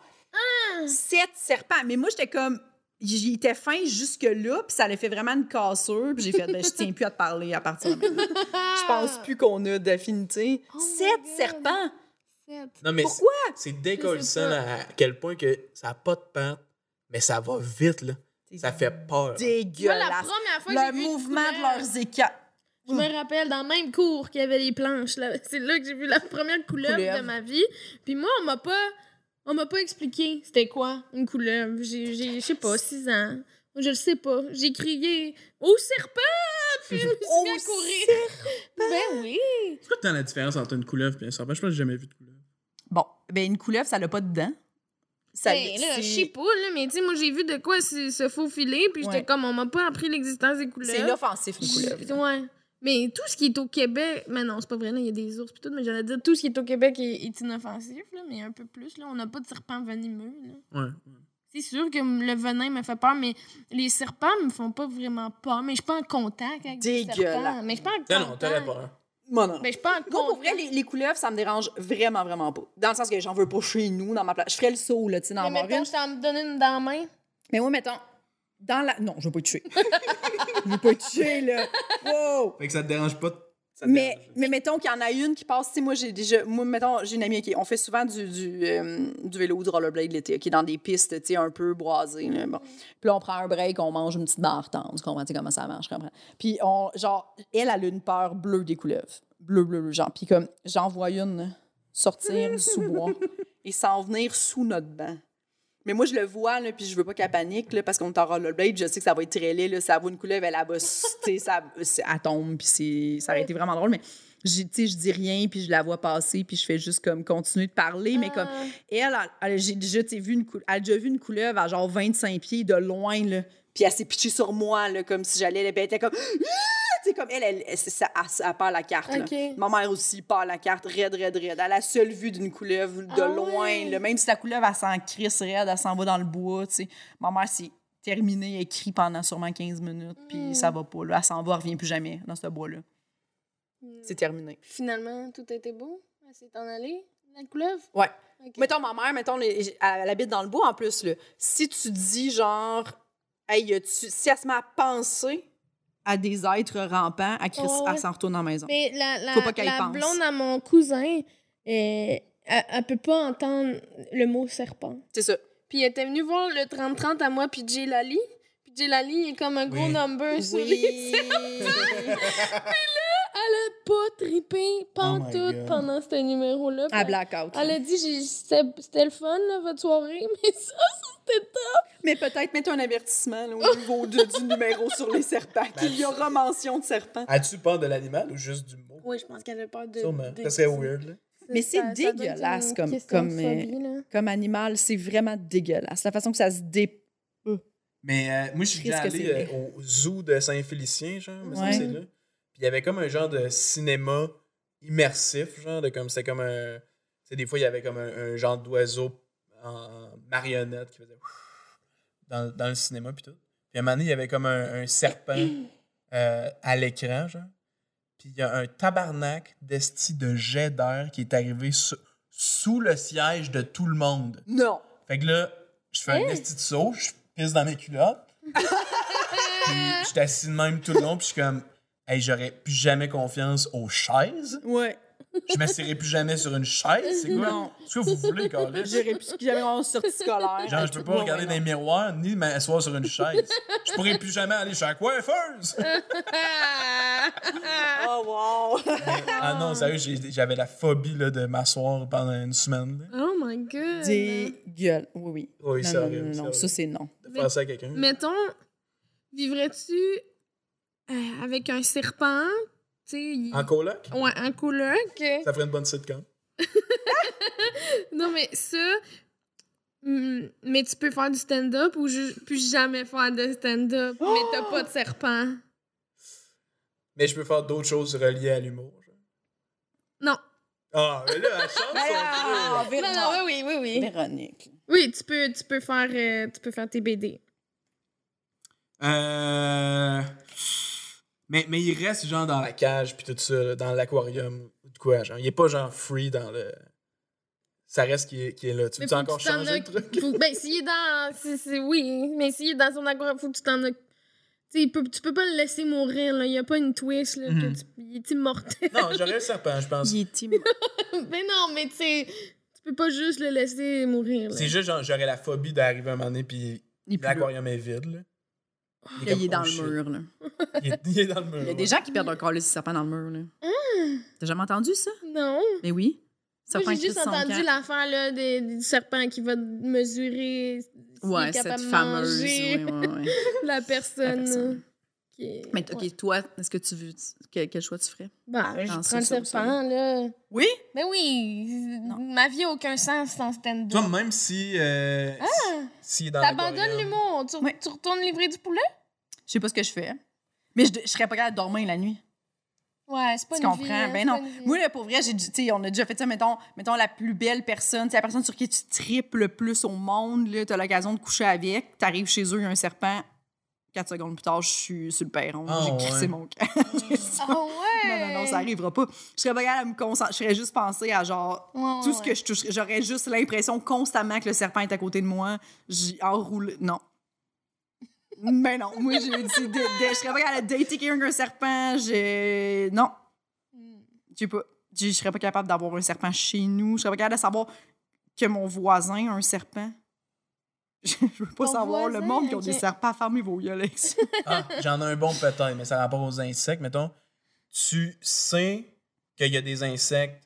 C: Ah!
B: Sept serpents. Mais moi, j'étais comme. J'y étais fin jusque-là, puis ça l'a fait vraiment une cassure, puis j'ai fait, ben, je tiens plus à te parler à partir de maintenant. Je pense plus qu'on a d'affinité.
C: Ah! Oh my
B: Sept
C: God.
B: serpents.
C: Sept.
D: Non, mais
B: Pourquoi?
D: c'est c'est décollissant
C: pas.
D: à quel point que ça a pas de pattes, mais ça va vite. là. Ça fait peur.
C: Moi, la
B: Dégueulasse.
C: première fois que j'ai
B: Le
C: vu une
B: mouvement de
C: couleur,
B: leurs écailles.
C: Je me rappelle dans le même cours qu'il y avait les planches. là. C'est là que j'ai vu la première couleuvre,
B: Couleuvre.
C: de ma vie. Puis moi, on m'a pas, on m'a pas expliqué c'était quoi une couleuvre. J'ai, j'ai, je sais pas, 6 ans. Je le sais pas. J'ai crié au serpent, puis je me suis mis à courir. Ben oui.
D: C'est quoi tant la différence entre une couleuvre et un serpent? Je pense que j'ai jamais vu de couleuvre.
B: Bon, ben une couleuvre, ça l'a pas de dents. Ça
C: Ben là,
B: c'est-
C: je sais pas, là, mais tu sais, moi, j'ai vu de quoi se, se faufiler, puis j'étais
B: Ouais.
C: comme, on m'a pas appris l'existence des couleurs.
B: C'est l'offensif, une couleuvre.
C: J- Ouais. Mais tout ce qui est au Québec, mais non, c'est pas vrai, là, il y a des ours pis tout, mais j'allais dire tout ce qui est au Québec est, est inoffensif, là, mais un peu plus, là, on n'a pas de serpents venimeux, là.
D: Ouais.
C: C'est sûr que m- le venin me fait peur, mais les serpents me font pas vraiment peur, mais je suis pas en contact avec des
B: Dégueulasse.
C: serpents. Mais je suis pas en
D: Non,
C: contact.
D: non, t'aurais peur.
B: Moi, non.
C: Mais je suis pas en
B: Moi, pour vrai, les,
C: contact.
B: les couleuvres, ça me dérange vraiment, vraiment pas. Dans le sens que j'en veux pas chez nous, dans ma place. Je ferais le saut, là, tu sais, dans
C: Mais
B: ma
C: mettons, je t'en donne une dans la main.
B: Mais moi, mettons, dans la. Non, je veux pas être tuer.
M: Je veux pas être chier, là. Wow!
D: Fait que ça te dérange pas de Ça te
B: Mais,
D: dérange.
B: mais mettons qu'il y en a une qui passe, tu sais, moi, j'ai déjà, moi, mettons, j'ai une amie, qui on fait souvent du, du, euh, du vélo ou du rollerblade l'été, qui est dans des pistes, tu sais, un peu boisées, là, bon. Puis là, on prend un break, on mange une petite barre tendre, tu comprends, tu sais, comment ça marche, je comprends. Puis, on, genre, elle, elle a une peur bleue des couleuvres. Bleu, bleu, bleu, genre. Puis comme, j'en vois une sortir du sous-bois et s'en venir sous notre banc. Mais moi, je le vois, là, puis je veux pas qu'elle panique, là, parce qu'on est en rollerblade, je sais que ça va être très laid, là, ça vaut une couleuvre, elle, elle va, s- tu sais, ça, c'est- elle tombe, puis c'est- ça aurait été vraiment drôle, mais j'ai- tu sais, je dis rien, puis je la vois passer, puis je fais juste comme continuer de parler, mais comme, elle, elle- elle- j'ai déjà, tu sais, vu une cou- elle a déjà vu une couleuvre à genre 25 pieds de loin, là, puis elle s'est pitchée sur moi, là, comme si j'allais, là, puis elle était comme, Ah! tu sais, comme elle, elle, elle- c'est ça, elle, elle perd la carte, là.
C: OK.
B: Ma mère aussi part la carte raide, raide, raide. À la seule vue d'une couleuvre de
C: Ah
B: loin,
C: ouais.
B: là, même si la couleuvre, elle s'en crisse raide, elle s'en va dans le bois, tu sais. Ma mère, c'est terminé, elle crie pendant sûrement 15 minutes, puis ça va pas, là. Elle s'en va, elle revient plus jamais dans ce bois-là. C'est terminé.
C: Finalement, tout était beau. Elle s'est en allée, la couleuvre.
B: Ouais.
C: Ok.
B: Mettons, ma mère, mettons, les- elle, elle habite dans le bois en plus, là. Si tu dis, genre, hey, y a-tu- si elle se met à penser à des êtres rampants, à Chris,
C: Ouais, ouais.
B: elle s'en retourne dans la maison.
C: Mais la, la,
B: Faut pas qu'elle
C: la
B: pense.
C: blonde à mon cousin, euh, elle, elle peut pas entendre le mot serpent.
B: C'est ça.
C: Puis elle était venue voir le 30-30 à moi, puis Jay Lally. Puis Jay Lally est comme un gros
D: Oui.
C: number sur les- Elle a pas trippé
D: Oh my
C: pantoute
D: God.
C: pendant ce numéro-là.
B: à blackout. là.
C: Elle a dit, j'ai- c'était c'était le fun, là, votre soirée, mais ça, c'était top.
B: Mais peut-être mettre un avertissement là, au niveau de- du numéro sur les serpents, qu'il y aura mention de serpent.
D: As-tu peur de l'animal ou juste du mot?
C: Oui, je pense qu'elle a peur de.
D: Sûrement. Ça serait weird, là.
B: Mais c'est dégueulasse comme- comme, euh, Comme animal, c'est vraiment dégueulasse. La façon que ça se dé...
D: Mais euh, moi, je suis déjà
B: Triste que
D: allé
B: c'est
D: euh, au zoo de Saint-Félicien, genre, me semble
B: Ouais.
D: que c'est là. Puis il y avait comme un genre de cinéma immersif, genre, de comme, c'était comme un... Tu sais, des fois, il y avait comme un, un genre d'oiseau en marionnette qui faisait... ouf dans, dans le cinéma, puis tout. Puis à un moment donné, il y avait comme un, un serpent euh, à l'écran, genre. Puis il y a un tabarnak d'esti de jet d'air qui est arrivé sous- sous le siège de tout le monde.
B: Non!
D: Fait que là, je fais un petit saut, je pisse dans mes culottes. puis je suis assis de même tout le long, puis je suis comme, hey, j'aurais plus jamais confiance aux chaises.
B: Ouais.
D: Je m'assirais plus jamais sur une chaise. C'est quoi?
B: Non.
D: C'est que vous voulez, câlisse?
B: J'irai plus jamais en sortie scolaire.
D: Genre, je peux pas regarder dans les miroirs ni m'asseoir sur une chaise. Je pourrais plus jamais aller chez la coiffeuse.
B: Oh, wow!
D: ah non, sérieux, j'ai- j'avais la phobie là, de m'asseoir pendant une semaine. Là.
C: Oh my god.
B: Dégueulasse. Oui, oui.
D: Oh, Oui,
B: Non,
D: c'est
B: non,
D: horrible,
B: non,
D: c'est
B: non,
D: horrible.
B: ça, c'est non.
D: De faire ça à quelqu'un.
C: Mettons, vivrais-tu euh, avec un serpent, tu sais, il-
D: En coloc,
C: ouais, en coloc?
D: ça ferait une bonne sitcom.
C: Non, mais ça, mm, mais tu peux faire du stand-up ou ju- plus jamais faire de stand-up, mais t'as pas de serpent.
D: Mais je peux faire d'autres choses reliées à l'humour. genre.
C: Non.
D: Ah, mais là, elle chante son truc.
C: Non, non, oui, oui, oui, oui.
B: Ah, Véronique.
C: Oui, tu peux, tu peux, faire, euh, tu peux faire tes BD.
D: Euh... Mais, mais il reste genre dans la cage puis tout ça, là, dans l'aquarium ou de quoi, genre. Il est pas genre free dans le. Ça reste qu'il est, qu'il est là. Tu
C: Mais
D: veux
C: faut
D: encore
C: que tu t'en
D: changer le
C: oc-
D: truc?
C: faut- ben, s'il est dans. c'est- c'est- oui, mais s'il est dans son aquarium, faut que tu t'en occupes. Tu sais, il peut- tu peux pas le laisser mourir, là. Il y a pas une twist, là.
D: Mhm.
C: que tu- il est immortel.
D: non, j'aurais le serpent, je pense.
C: mais non, mais tu sais, tu peux pas juste le laisser mourir, là.
D: C'est juste genre, j'aurais la phobie d'arriver un moment donné puis
B: Il est plus là.
D: l'aquarium est vide, là.
B: Là, il est
D: comme,
B: dans
D: oh,
B: le
D: shit.
B: mur, là.
D: Il est, il est dans le mur.
B: Il y a
D: ouais.
B: des gens qui perdent leur corps, le serpent dans le mur, là. T'as jamais entendu ça?
C: Non.
B: Mais oui.
C: Moi,
B: Serpent
C: j'ai
B: qui
C: juste
B: crisse son
C: entendu
B: camp.
C: l'affaire, là, des- du serpent qui va mesurer. s'il est
B: Ouais, cette
C: capable de
B: fameuse.
C: manger
B: ouais, ouais, ouais.
C: La personne.
B: personne.
C: qui est-
B: Mais OK,
C: ouais.
B: toi, est-ce que tu veux. Quel, quel choix tu ferais?
C: Bah, je
B: Ah,
C: prends
B: ça,
C: le
B: ça, ça,
C: serpent, là.
B: Oui?
C: Mais oui, ma vie a aucun sens sans stand-up.
D: Toi, Ah, même si. euh,
B: Ah!
D: si- s'il est dans
C: Ah! T'abandonnes
D: l'aquarium,
C: l'humour, tu,
B: Ouais.
C: tu retournes livrer du poulet?
B: Je sais pas ce que je fais. Mais je, je serais pas capable de dormir la nuit.
C: Ouais, c'est pas
B: Tu
C: une
B: comprends?
C: vie, hein, c'est
B: ben
C: pas
B: non.
C: une vie.
B: Moi, là, pour vrai, j'ai, du- tu sais, on a déjà fait ça, mettons, mettons la plus belle personne, tu sais, la personne sur qui tu tripes le plus au monde, là, t'as l'occasion de coucher avec, t'arrives chez eux, il y a un serpent, quatre secondes plus tard, je suis sur le perron,
D: Ah,
B: j'ai crissé
D: ouais.
B: mon camp.
C: Ah ouais!
B: Non, non, non, ça arrivera pas. Je serais pas capable de me concentrer, je serais juste pensée à genre,
C: Ouais,
B: tout ce
C: ouais.
B: que je toucherais, j'aurais juste l'impression constamment que le serpent est à côté de moi, j'y enroule, non. Mais non, moi, je, dis, de- de- je serais pas capable de dater quelqu'un avec un serpent, j'ai... Non.
C: Hmm.
B: j'ai pas, j'ai- je serais pas capable d'avoir un serpent chez nous. Je serais pas capable de savoir que mon voisin a un serpent. Je veux pas
C: Ton
B: savoir le
C: voisin,
B: monde qui a des
C: ok.
B: serpents. Fermez vos gueules avec ça.
D: Ah, j'en ai un bon peut-être, mais ça a rapport aux insectes. Mettons, tu sais qu'il y a des insectes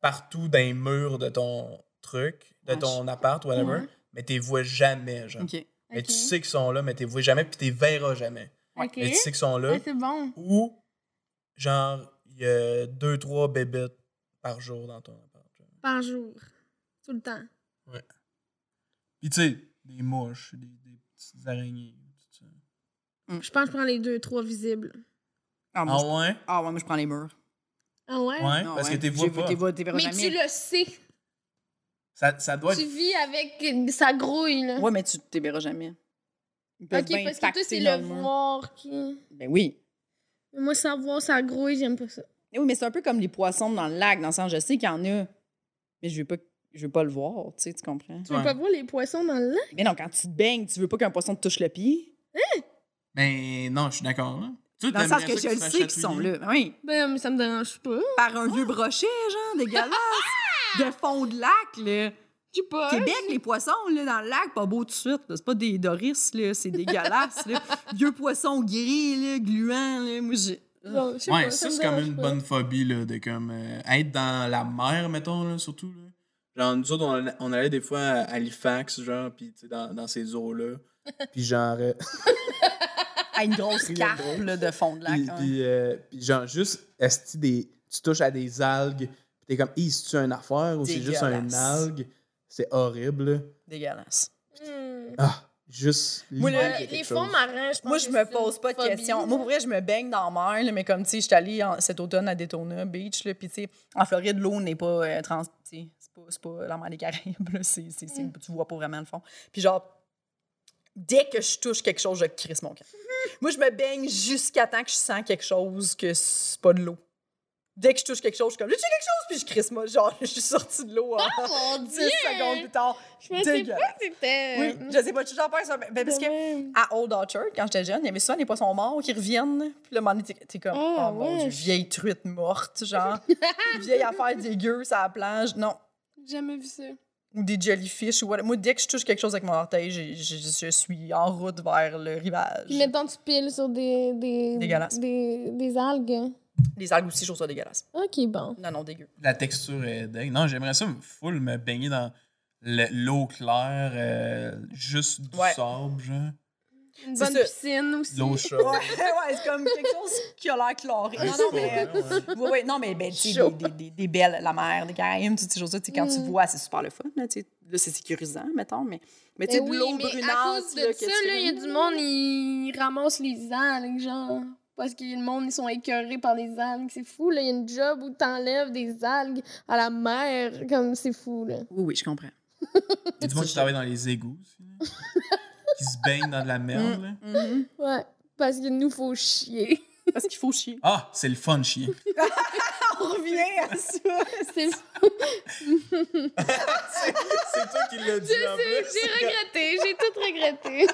D: partout dans les murs de ton truc, de
B: Ouais,
D: ton appart, whatever, mais tu les vois jamais. Genre.
B: Mhm. OK.
D: Mais tu
C: Ok.
D: sais qu'ils sont là, mais tu les vois jamais, puis tu les verras jamais.
C: Ok.
D: Mais tu sais qu'ils sont là.
C: Ouais, c'est bon.
D: Ou, genre, il y a deux, trois bébêtes par jour dans ton appart. genre.
C: Par jour. Tout le temps.
D: Puis tu sais, des mouches, des, des petites araignées. tout ça.
C: Je pense que je prends les deux, trois visibles.
B: Ah, moi,
D: Ah
B: je-
D: ouais?
B: ah ouais, moi, je prends les murs.
C: Ah ouais?
D: Ouais,
B: Ah
D: parce
B: ouais.
D: que t'es vois
B: J'ai-
D: pas.
B: t'es vois- t'es verras
C: Mais
B: jamais.
C: tu le sais.
D: Ça, ça doit
C: Tu
D: être...
C: vis avec sa grouille, là.
B: Ouais, mais tu t'es verras jamais. Ben, Ils peuvent
C: ok,
B: bien
C: parce que toi,
B: pacter
C: c'est
B: dans
C: le
B: mur.
C: voir qui.
B: Ben oui.
C: Mais Moi, savoir sa grouille, j'aime pas ça.
B: Mais oui, mais c'est un peu comme les poissons dans le lac, dans le sens, je sais qu'il y en a, mais je veux pas, je veux pas le voir, tu sais, tu comprends?
C: Tu veux
D: Ouais.
C: pas voir les poissons dans le lac?
B: Mais non, quand tu te baignes, tu veux pas qu'un poisson te touche le pied.
D: Ben non, je suis d'accord. Là. Tu sais,
B: Dans le
D: t'aimerais
B: sens que je
D: ça qu'ils
B: le
D: se fassent
B: sais qu'ils sont
D: chatouiller.
B: là. Ben Oui,
C: Ben, mais ça me dérange pas.
B: par un vieux brochet, genre, dégueulasse, de fond de lac, là.
C: Je sais pas.
B: Québec, les poissons, là, dans le lac, pas beau tout de suite. là. C'est pas des Doris, là, c'est dégueulasse, là. Vieux poisson gris, là, gluant, là. Moi, j'ai...
C: Non, je sais
D: Ouais,
C: pas,
D: ça,
C: me
D: c'est comme
C: dérange
D: une
C: pas.
D: bonne phobie là, de comme euh, être dans la mer, mettons, là, surtout. Là. Genre, nous autres, on, on allait des fois à Halifax, genre, pis tu sais, dans, dans ces eaux-là. Puis genre. euh,
B: Ah, une grosse carpe, là, de fond de lac.
D: Puis,
B: hein.
D: puis, euh, puis genre, juste, est des, tu touches à des algues, pis t'es comme, hey, c'est-tu un affaire ou c'est juste un
B: Dégueulasse.
D: algue? C'est horrible. là.
B: Dégueulasse.
C: Hmm.
D: Ah, juste.
B: Moi,
D: l'idée
B: là,
D: qu'il y a
C: les
D: quelque
C: fonds
D: chose.
C: marins, je pense.
B: Moi, je
C: que
B: me
C: c'est
B: pose
C: une
B: pas de
C: phobie,
B: questions.
C: là.
B: Moi, pour vrai, je me baigne dans la mer, là, mais comme, tu sais, je suis allée en- cet automne à Daytona Beach, là, puis, tu sais, en Floride, l'eau n'est pas euh, trans... Tu sais, c'est pas, c'est pas la mer des Caraïbes, là, c'est, c'est, c'est-
C: Mm.
B: tu vois pas vraiment le fond. Puis genre, dès que je touche quelque chose, je crisse mon camp. Moi, je me baigne jusqu'à temps que je sens quelque chose que c'est pas de l'eau. Dès que je touche quelque chose, je suis comme, j'ai quelque chose, puis je crisse moi. Genre, je suis sortie de l'eau en
C: Ah, Mon
B: 10
C: Dieu! Euh,
B: secondes plus tard.
C: Je me sais
B: Dégueulasse.
C: pas, c'était.
B: Oui, je sais pas, je suis toujours peur, ça. Ben, parce que
C: que.
B: à Old Orchard, quand j'étais jeune, il y avait souvent des poissons morts qui reviennent. Puis le moment donné, t'es- t'es comme, oh,
C: Ah,
B: mon Dieu,
C: wesh.
B: vieille truite morte, genre. vieille affaire dégueu sur la plage. Non.
C: J'ai jamais vu ça.
B: Ou des jellyfish. Ou what- Moi, dès que je touche quelque chose avec mon orteil, j'ai- j'ai- je, suis en route vers le rivage.
C: Puis mettons, tu piles sur des. Des,
B: Dégueulasse.
C: des, des algues.
B: Les algues aussi, je trouve ça dégueulasse.
C: Ok, bon.
B: Non, non, dégueu.
D: La texture est dingue. Non, j'aimerais ça me full me baigner dans le- l'eau claire, euh, juste du
B: Ouais.
D: sable, genre.
C: Une
B: C'est
C: bonne
B: ça.
C: piscine aussi.
D: L'eau chaude.
B: Ouais, ouais, c'est comme quelque chose qui a l'air chloré.
D: Un
B: Non, non,
D: sport,
B: mais.
D: euh, ouais, ouais.
B: Oui, oui, non, mais ben, tu sais, des, des, des- des belles, la mer, des Caraïbes, toutes ces choses-là, tu sais, quand tu
C: Mm.
B: vois, c'est super le fun, là, tu sais. Là, c'est sécurisant, mettons, mais, mais tu
C: Mais
B: sais, de
C: Ben oui,
B: l'eau
C: mais
B: brunante,
C: à cause de
B: là, que
C: ça,
B: tu fais
C: là, il y a
B: comme-
C: du monde, ils ramassent les algues, genre. Parce que le monde, ils sont écœurés par les algues. C'est fou, là. Il y a une job où t'enlèves des algues à la mer. Comme, c'est fou, là.
B: Oui, oui, je comprends.
D: Il y a du monde qui travaille dans les égouts aussi. là. qui se baigne dans de la merde. là.
C: Ouais. Parce qu'il nous faut chier.
B: Parce qu'il faut chier.
D: Ah, c'est le fun, chien.
B: On revient à ça.
C: C'est fou.
D: c'est toi qui l'as dit. en
C: J'ai
D: plus.
C: regretté. J'ai tout regretté.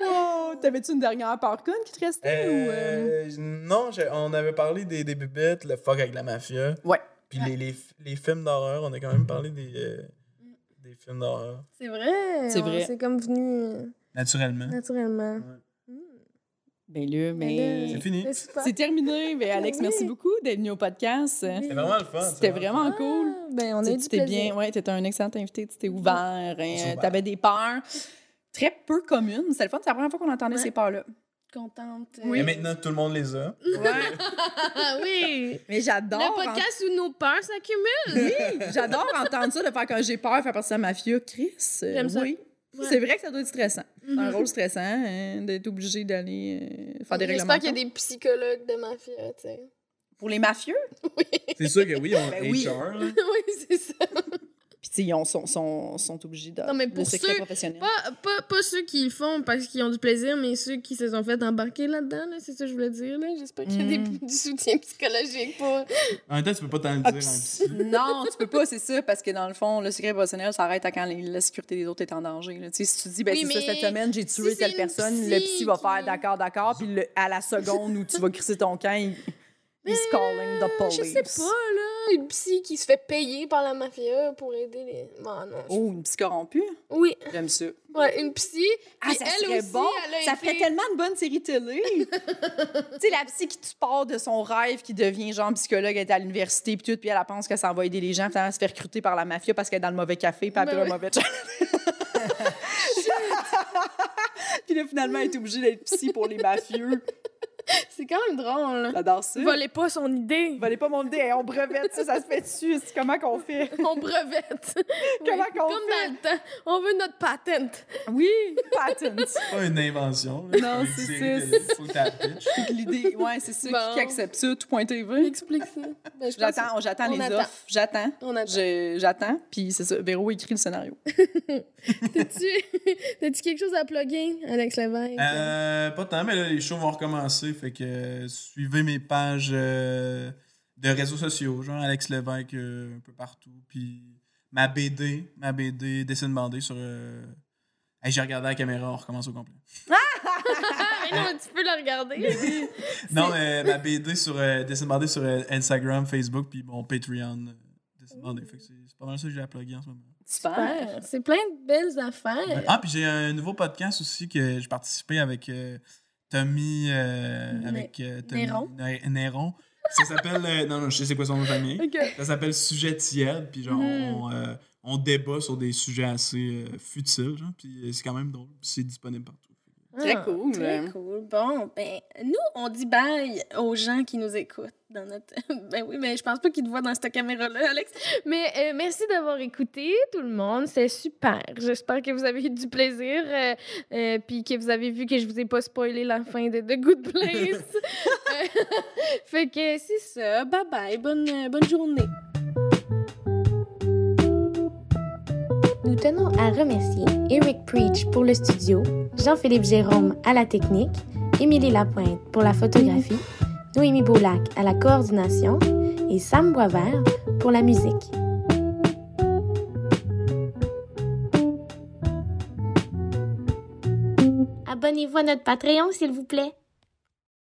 B: Wow, Oh, T'avais-tu une dernière peur conne qui te restait ou. euh?
D: Euh, Non, j'ai- on avait parlé des, des bibittes, le fuck avec la mafia.
B: Ouais. Mm.
D: Puis les, les, les films d'horreur, on a quand même parlé des, euh, des films d'horreur.
C: C'est vrai.
B: C'est
C: on-
B: vrai.
C: C'est comme venu euh,
D: Naturellement.
B: Mm.
C: naturellement.
B: Ben là, mais.
D: C'est fini.
C: C'est super.
B: C'est terminé. Mais Alex,
C: Ben Oui.
B: merci beaucoup d'être venu au podcast.
D: C'était vraiment le fun.
B: C'était vraiment cool.
C: Ah, Ben, on
B: Tu
C: a eu
B: tu
C: du
B: t'es
C: plaisir.
B: bien, ouais, t'étais un excellent invité, tu t'es ouvert,
D: ouvert.
B: tu avais des peurs très peu communes. C'était le fun, c'est la première fois qu'on entendait
C: Ouais.
B: ces peurs-là.
C: Contente. euh.
D: Et maintenant, tout le monde les a.
C: Ah oui.
B: Mais j'adore.
C: Le podcast où nos peurs s'accumulent.
B: en- J'adore entendre ça de faire quand j'ai peur, faire partie de la mafia. Chris, euh,
C: J'aime ça.
B: oui.
C: Ouais. Mm-hmm.
B: C'est vrai que ça doit être stressant. C'est un rôle stressant hein, d'être obligé d'aller euh, faire des règlements.
C: J'espère qu'il y a des psychologues de mafia, tu sais.
B: Pour les mafieux,
D: C'est sûr que oui, on
B: Ben oui.
D: HR, là.
C: oui, c'est ça.
B: puis tu sais, ils ont- sont, sont, sont obligés de.
C: Non, mais
B: le
C: pour
B: secret
C: ceux-
B: professionnel.
C: Pas, pas, pas ceux qui le font parce qu'ils ont du plaisir, mais ceux qui se sont fait embarquer là-dedans, là, c'est ça que je voulais dire. là. J'espère qu'il y a des-
B: Mm.
C: du soutien psychologique pour.
D: En même temps, tu peux pas t'en le dire. en psy.
B: non, tu peux pas, c'est ça, parce que dans le fond, le secret professionnel s'arrête à quand les- la sécurité des autres est en danger. là. Tu sais, si tu dis, ben,
C: Oui,
B: c'est ça,
C: mais
B: cette semaine, j'ai tué
C: si c'est
B: telle
C: une
B: personne,
C: psy
B: le psy va
C: qui-
B: faire d'accord, d'accord, puis le- à la seconde où tu vas crisser ton camp, il- He's calling the
C: Je
B: police.
C: sais pas, là. Une psy qui se fait payer par la mafia pour aider les. Bon, non.
B: Oh, une psy corrompue?
C: Oui,
B: J'aime ça.
C: ouais, une psy.
B: Ah,
C: Puis
B: ça
C: elle
B: serait
C: aussi,
B: bon.
C: elle a
B: ça
C: été-
B: ferait tellement de bonnes séries télé. tu sais, la psy qui tu pars de son rêve, qui devient genre psychologue, elle est à l'université, puis tout, puis elle elle pense qu'elle s'en va aider les gens, finalement, elle se fait recruter par la mafia parce qu'elle est dans le mauvais café, puis
C: Ben
B: après
C: oui.
B: le mauvais chat. puis là, finalement, elle est obligée d'être psy pour les mafieux.
C: C'est quand même drôle, là.
B: J'adore ça.
C: Volez pas son idée.
B: Volez pas mon dé, Hey, on brevette ça, ça se fait dessus. C'est Comment qu'on fait?
C: On brevette.
B: Comment qu'on
C: Comme dans le temps. On veut notre patente.
B: Oui, patent.
D: C'est pas une invention. là.
B: Non,
D: Faut
B: c'est
D: tirer
B: ça.
D: de- Faut que t'as pitch.
B: Fait que L'idée, ouais, c'est ça.
C: Bon.
B: Qui accepte ça? Tout.tv.
C: Explique ça. Ben, je pense-
B: J'attends, j'attends
C: on
B: les
C: attend.
B: offres. J'attends.
C: On a
B: Je- J'attends, puis c'est ça. Véro écrit le scénario.
C: T'as-tu t'as-tu quelque chose à plugger, Alex Lévesque?
D: Euh, pas tant, mais là, les shows vont recommencer. Fait que euh, suivez mes pages euh, de réseaux sociaux, genre Alex Lévesque euh, un peu partout. Puis ma BD, ma BD, dessin bandé sur. euh, hey, J'ai regardé à la caméra, on recommence au complet.
C: Ah, mais non, tu peux la regarder.
D: Non, mais ma BD sur euh, dessin bandé sur euh, Instagram, Facebook, puis mon Patreon. euh, dessin bandé. Fait que c'est c'est pas mal ça que j'ai à plugger en ce moment.
B: Super.
C: C'est plein de belles affaires.
D: Ah, puis j'ai un nouveau podcast aussi que j'ai participé avec euh, Tommy. euh,
C: Né-
D: avec euh, Tommy
C: Néron.
D: Né- Néron. Ça s'appelle. euh, non, non, je sais c'est quoi son nom jamais. Ça s'appelle Sujet tiède. Puis genre, on, euh, on débat sur des sujets assez euh, futiles. Genre, puis euh, c'est quand même drôle. Puis c'est disponible partout.
B: Très
C: Ah,
B: cool. hein.
C: Très cool. Bon, ben, nous, on dit bye aux gens qui nous écoutent dans notre. ben oui, mais je pense pas qu'ils te voient dans cette caméra-là, Alex. Mais euh, merci d'avoir écouté tout le monde. C'est super. J'espère que vous avez eu du plaisir. euh, euh, Puis que vous avez vu que je vous ai pas spoilé la fin de The Good Place. Euh, fait que c'est ça. Bye bye. Bonne, bonne journée.
N: Nous tenons à remercier Eric Preach pour le studio, Jean-Philippe Jérôme à la technique, Émilie Lapointe pour la photographie, Noémie Boulac à la coordination et Sam Boisvert pour la musique. Abonnez-vous à notre Patreon, s'il vous plaît.